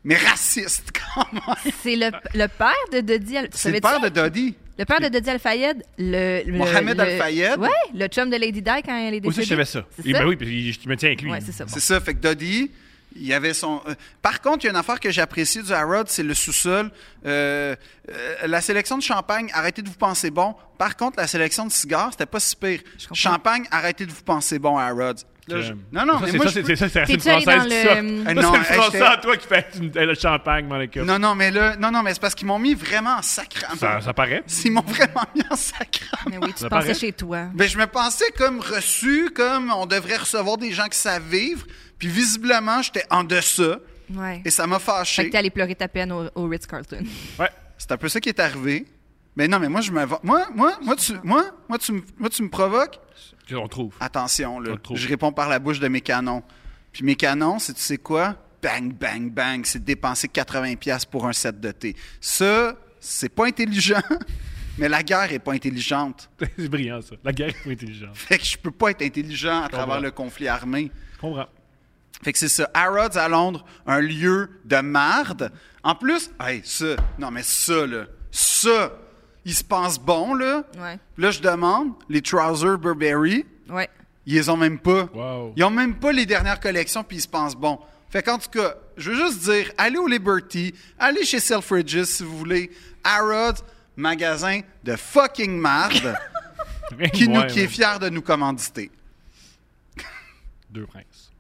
Speaker 2: mais raciste quand même.
Speaker 3: C'est le, le père de Dodi Al... tu
Speaker 2: C'est le
Speaker 3: savais-tu?
Speaker 2: père de Dodi.
Speaker 3: Le père de Dodi Al-Fayed, le, le-
Speaker 2: Mohamed
Speaker 3: le-
Speaker 2: Al-Fayed.
Speaker 3: Ouais, le chum de Lady Di quand elle est décédée.
Speaker 1: Aussi, je savais ça.
Speaker 3: C'est
Speaker 1: Et ben oui, puis je me tiens avec lui.
Speaker 3: Ouais, c'est ça. bon.
Speaker 2: C'est ça, fait que Dodi, il y avait son. euh, Par contre, il y a une affaire que j'apprécie du Harrods, c'est le sous-sol. Euh, euh, la sélection de champagne, arrêtez de vous penser bon. Par contre, la sélection de cigares, c'était pas si pire.
Speaker 3: comprends.
Speaker 2: Champagne, arrêtez de vous penser bon, Harrods. Là, je- Non, non,
Speaker 1: Euh, Ça,
Speaker 2: mais
Speaker 1: c'est
Speaker 2: moi,
Speaker 1: ça,
Speaker 2: je-
Speaker 1: c'est- c'est ça, c'est la
Speaker 3: T'es
Speaker 1: racine
Speaker 3: déjà allé
Speaker 1: française
Speaker 3: dans
Speaker 1: qui
Speaker 3: le-
Speaker 1: sort.
Speaker 3: Euh,
Speaker 1: Ça,
Speaker 2: non,
Speaker 1: c'est le français
Speaker 2: j'étais-
Speaker 1: à toi qui fait une- le champagne dans le cup.
Speaker 2: Non, non, mais là, non, non, mais c'est parce qu'ils m'ont mis vraiment en sacrament.
Speaker 1: Ça, ça paraît.
Speaker 2: Ils m'ont vraiment mis en sacrament.
Speaker 3: Mais oui, tu
Speaker 1: Ça
Speaker 3: pensais
Speaker 1: paraît.
Speaker 3: chez toi.
Speaker 2: Ben, je me pensais comme reçu, comme on devrait recevoir des gens qui savent vivre. Puis visiblement, j'étais en deçà.
Speaker 3: Ouais.
Speaker 2: Et ça m'a
Speaker 3: Fait
Speaker 2: fâché.
Speaker 3: que t'es allé pleurer ta peine au, au Ritz-Carlton.
Speaker 1: Ouais.
Speaker 2: C'est un peu ça qui est arrivé. Mais non, mais moi, je me. va- Moi, moi, moi, tu, moi, moi, tu, me- moi, tu me provoques.
Speaker 1: On trouve.
Speaker 2: Attention, là.
Speaker 1: Pas trop.
Speaker 2: Je réponds par la bouche de mes canons. Puis mes canons, c'est tu sais quoi? Bang, bang, bang. C'est dépenser 80$ piastres pour un set de thé. Ça, c'est pas intelligent, mais la guerre est pas intelligente.
Speaker 1: c'est brillant, ça. La guerre est intelligente.
Speaker 2: Fait que je peux pas être intelligent à travers
Speaker 1: comprends.
Speaker 2: le conflit armé.
Speaker 1: Je comprends.
Speaker 2: Fait que c'est ça. Harrods à Londres, un lieu de marde. En plus, hey, ça, non mais ça, là, ça, ils se pensent bon, là.
Speaker 3: Ouais.
Speaker 2: Là, je demande, les trousers Burberry,
Speaker 3: Ouais.
Speaker 2: ils les ont même pas.
Speaker 1: Wow.
Speaker 2: Ils ont même pas les dernières collections, puis ils se pensent bon. Fait qu'en tout cas, je veux juste dire, allez au Liberty, allez chez Selfridges si vous voulez. Harrods, magasin de fucking marde, qui, nous,
Speaker 1: Ouais,
Speaker 2: qui est
Speaker 1: ouais.
Speaker 2: fier de nous commanditer.
Speaker 1: Deux princes.